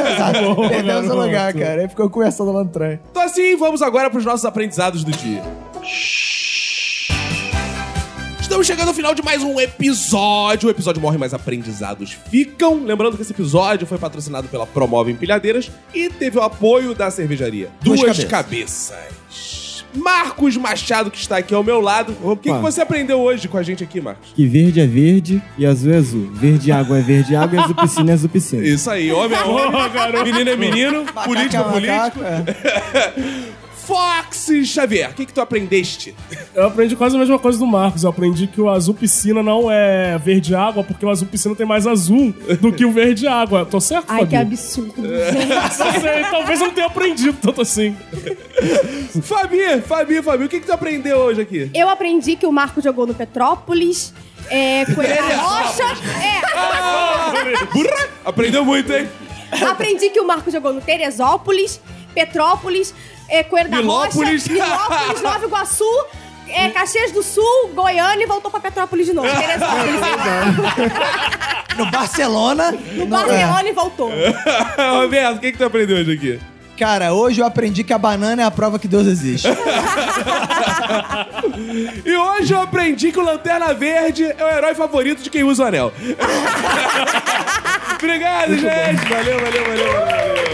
Speaker 2: Perdeu esse
Speaker 4: garoto.
Speaker 2: lugar, cara. Aí ficou conversando lá no trem.
Speaker 1: Então assim, vamos agora pros nossos aprendizados do dia. Estamos chegando ao final de mais um episódio. O episódio morre, mas aprendizados ficam. Lembrando que esse episódio foi patrocinado pela Promove Empilhadeiras e teve o apoio da cervejaria Duas,
Speaker 2: Duas
Speaker 1: Cabeças. Marcos Machado, que está aqui ao meu lado. O que, que você aprendeu hoje com a gente aqui, Marcos?
Speaker 5: Que verde é verde e azul é azul. Verde água é verde água e azul piscina é azul piscina.
Speaker 1: Isso aí, homem é homem, menino é menino, político é político.
Speaker 2: Macaco, é.
Speaker 1: Fox Xavier, o que, que tu aprendeste?
Speaker 4: Eu aprendi quase a mesma coisa do Marcos. Eu aprendi que o azul piscina não é verde água, porque o azul piscina tem mais azul do que o verde água. Tô certo,
Speaker 3: Ai, que
Speaker 4: Fabi?
Speaker 3: absurdo. gente.
Speaker 4: Não sei, talvez eu não tenha aprendido tanto assim.
Speaker 1: Fabi, Fabi, Fabi, o que, que tu aprendeu hoje aqui?
Speaker 3: Eu aprendi que o Marco jogou no Petrópolis. É, Coelho da Rocha.
Speaker 1: Ah! Burra! Aprendeu muito, hein?
Speaker 3: É, aprendi que o Marco jogou no Teresópolis, Petrópolis, é, Coelho da
Speaker 1: Milópolis.
Speaker 3: Rocha, Milópolis, Nova Iguaçu, é, Caxias do Sul, Goiânia e voltou pra Petrópolis de novo. Teresópolis.
Speaker 2: No Barcelona.
Speaker 3: no
Speaker 2: no- é.
Speaker 3: Barcelona e voltou.
Speaker 1: Roberto, o que, que tu aprendeu hoje aqui?
Speaker 2: é. Cara, hoje eu aprendi que a banana é a prova que Deus existe.
Speaker 1: E hoje eu aprendi que o Lanterna Verde é o herói favorito de quem usa o anel. obrigado, gente! Valeu, valeu, valeu, valeu, valeu.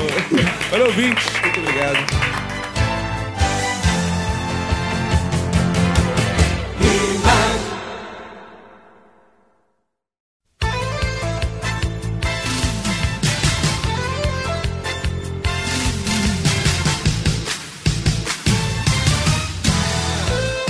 Speaker 1: Valeu, ouvintes. Muito obrigado.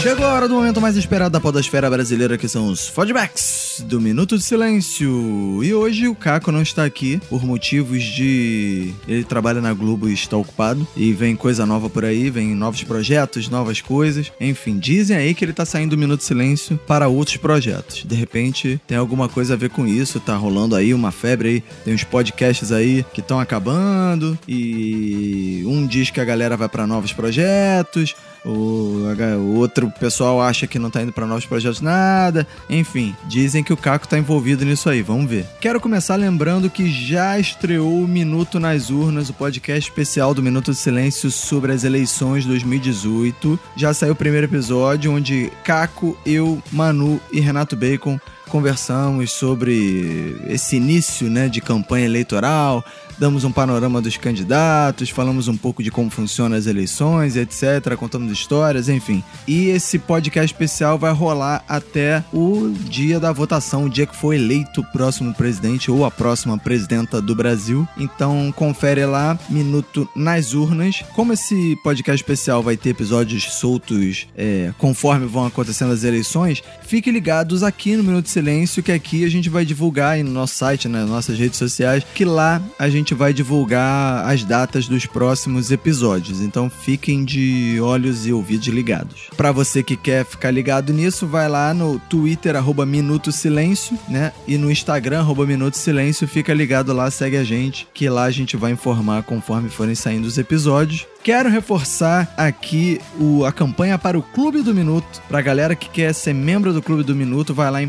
Speaker 2: Chegou a hora do momento mais esperado da podosfera brasileira, que são os fodbacks do Minuto de Silêncio. E hoje o Caco não está aqui por motivos de... Ele trabalha na Globo e está ocupado. E vem coisa nova por aí, vem novos projetos, novas coisas. Enfim, dizem aí que ele está saindo do Minuto de Silêncio para outros projetos. De repente tem alguma coisa a ver com isso, tá rolando aí uma febre aí. Tem uns podcasts aí que estão acabando. E um diz que a galera vai para novos projetos. O, a ga- o outro pessoal acha que não tá indo pra novos projetos nada. Enfim, dizem que o Caco tá envolvido nisso aí, vamos ver. Quero começar lembrando que já estreou o Minuto nas Urnas, o podcast especial do Minuto de Silêncio sobre as eleições 2018. Já saiu o primeiro episódio onde Caco, eu, Manu e Renato Bacon conversamos sobre esse início, né, de campanha eleitoral, damos um panorama dos candidatos, falamos um pouco de como funcionam as eleições, etc, contamos histórias, enfim. E esse podcast especial vai rolar até o dia da votação, o dia que for eleito o próximo presidente ou a próxima presidenta do Brasil. Então confere lá, Minuto nas Urnas. Como esse podcast especial vai ter episódios soltos é, conforme vão acontecendo as eleições, fiquem ligados aqui no Minuto de Silêncio, que aqui a gente vai divulgar aí no nosso site, nas nossas redes sociais, que lá a gente gente vai divulgar as datas dos próximos episódios, então fiquem de olhos e ouvidos ligados. Pra você que quer ficar ligado nisso, vai lá no Twitter, arroba Minuto Silêncio, né? E no Instagram, arroba Minuto Silêncio, fica ligado lá, segue a gente, que lá a gente vai informar conforme forem saindo os episódios. Quero reforçar aqui o- a campanha para o Clube do Minuto. Pra galera que quer ser membro do Clube do Minuto, vai lá em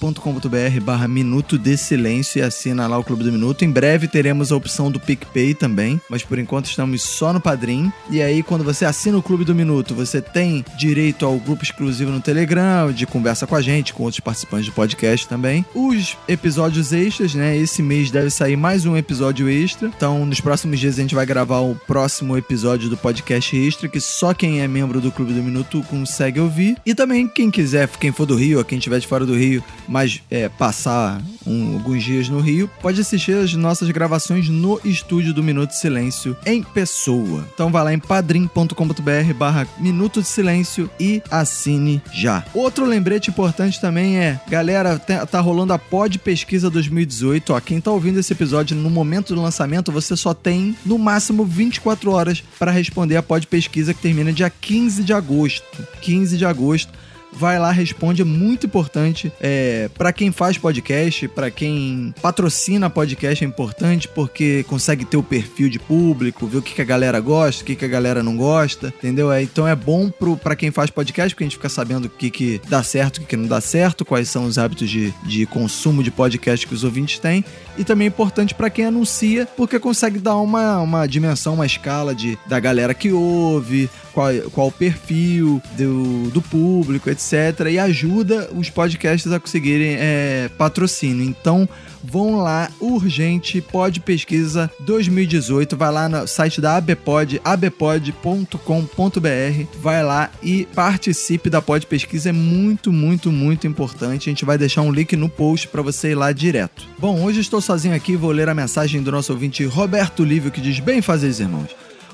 Speaker 2: padrim.com.br barra Minuto de Silêncio e assina lá o Clube do Minuto. Em breve teremos a opção do PicPay também, mas por enquanto estamos só no Padrim. E aí, quando você assina o Clube do Minuto, você tem direito ao grupo exclusivo no Telegram, de conversa com a gente, com outros participantes do podcast também. Os episódios extras, né? Esse mês deve sair mais um episódio extra. Então, nos próximos dias a gente vai gravar o próximo episódio do podcast extra, que só quem é membro do Clube do Minuto consegue ouvir. E também quem quiser, quem for do Rio, ou quem estiver de fora do Rio, mas é, passar um- alguns dias no Rio, pode assistir as nossas gravações no estúdio do Minuto de Silêncio em pessoa. Então vai lá em padrim.com.br barra Minuto de Silêncio e assine já. Outro lembrete importante também é, galera, tá tá rolando a Pod Pesquisa 2018. Ó, quem tá ouvindo esse episódio no momento do lançamento, você só tem no máximo 24 horas para responder a Pod Pesquisa que termina dia 15 de agosto. 15 de agosto vai lá, responde, é muito importante. É, para quem faz podcast, para quem patrocina podcast é importante porque consegue ter o perfil de público, ver o que, que a galera gosta, o que, que a galera não gosta, entendeu? É, então é bom pro, pra quem faz podcast, porque a gente fica sabendo o que, que dá certo, o que, que não dá certo, quais são os hábitos de, de consumo de podcast que os ouvintes têm. E também é importante pra quem anuncia, porque consegue dar uma, uma dimensão, uma escala de, da galera que ouve, qual, qual o perfil do, do público, etc. E ajuda os podcasts a conseguirem é, patrocínio. Então, vão lá, urgente, Pod Pesquisa 2018. Vai lá no site da ABPod, abpod.com.br. Vai lá e participe da Pod Pesquisa. É muito, muito, muito importante. A gente vai deixar um link no post para você ir lá direto. Bom, hoje estou sozinho aqui. Vou ler a mensagem do nosso ouvinte Roberto Lívio, que diz: Bem fazer, irmãos.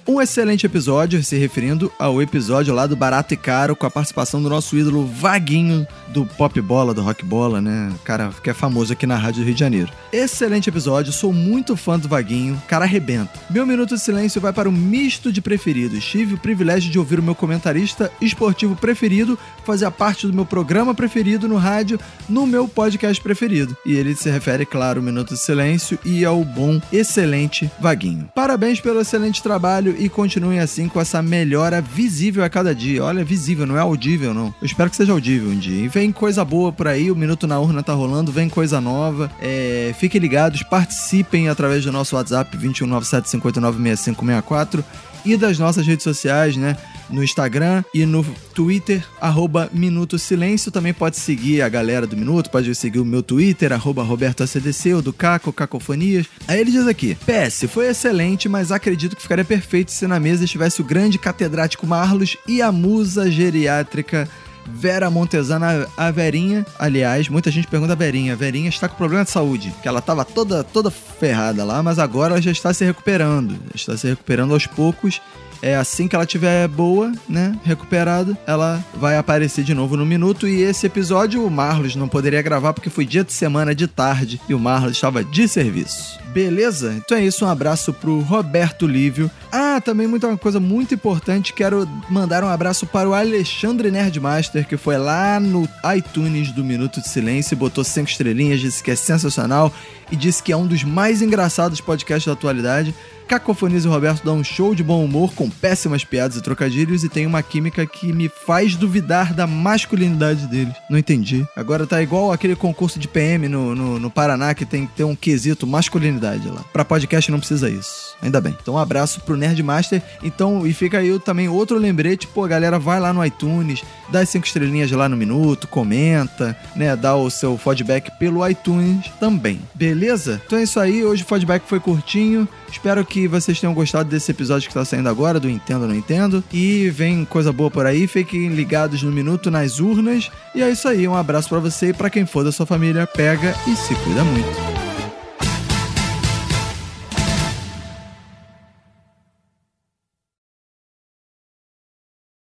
Speaker 2: Um excelente episódio, se referindo ao episódio lá do Barato e Caro, com a participação do nosso ídolo Vaguinho, do Pop Bola, do Rock Bola, né? Cara que é famoso aqui na Rádio do Rio de Janeiro. Excelente episódio, sou muito fã do Vaguinho, cara arrebenta. Meu minuto de silêncio vai para o misto de preferidos. Tive o privilégio de ouvir o meu comentarista esportivo preferido fazer parte do meu programa preferido no rádio, no meu podcast preferido. E ele se refere, claro, ao Minuto de Silêncio e ao bom, excelente Vaguinho. Parabéns pelo excelente trabalho e continuem assim com essa melhora visível a cada dia. Olha, visível, não é audível, não. Eu espero que seja audível um dia. E vem coisa boa por aí, o Minuto na Urna tá rolando, vem coisa nova. É, fiquem ligados, participem através do nosso WhatsApp 21975896564 e das nossas redes sociais, né? No Instagram e no Twitter, arroba Minuto Silêncio. Também pode seguir a galera do Minuto, pode seguir o meu Twitter, arroba Roberto ACDC, o do Caco, Cacofonias. Aí ele diz aqui, PS, foi excelente, mas acredito que ficaria perfeito se na mesa estivesse o grande catedrático Marlos e a musa geriátrica Vera Montesana, a Verinha, aliás, muita gente pergunta a Verinha. A Verinha está com problema de saúde, que ela estava toda, toda ferrada lá, mas agora ela já está se recuperando. Está se recuperando aos poucos. É assim que ela tiver boa, né, recuperada, ela vai aparecer de novo no minuto. E esse episódio o Marlos não poderia gravar porque foi dia de semana de tarde e o Marlos estava de serviço. Beleza? Então é isso, um abraço pro Roberto Lívio. Ah, também muita uma coisa muito importante, quero mandar um abraço para o Alexandre Nerdmaster, que foi lá no iTunes do Minuto de Silêncio, e botou cinco estrelinhas, disse que é sensacional e disse que é um dos mais engraçados podcasts da atualidade. Cacofonias e Roberto dão um show de bom humor com péssimas piadas e trocadilhos e tem uma química que me faz duvidar da masculinidade deles. Não entendi. Agora tá igual aquele concurso de PM no, no, no Paraná que tem que ter um quesito masculinidade lá. Pra podcast não precisa isso. Ainda bem. Então um abraço pro Nerdmaster. Então, e fica aí também outro lembrete. Pô, galera, vai lá no iTunes, dá as cinco estrelinhas lá no minuto, comenta, né? Dá o seu feedback pelo iTunes também. Beleza? Então é isso aí. Hoje o feedback foi curtinho. Espero que vocês tenham gostado desse episódio que tá saindo agora, do Entendo Não Entendo. E vem coisa boa por aí. Fiquem ligados no minuto, nas urnas. E é isso aí. Um abraço pra você e pra quem for da sua família. Pega e se cuida muito.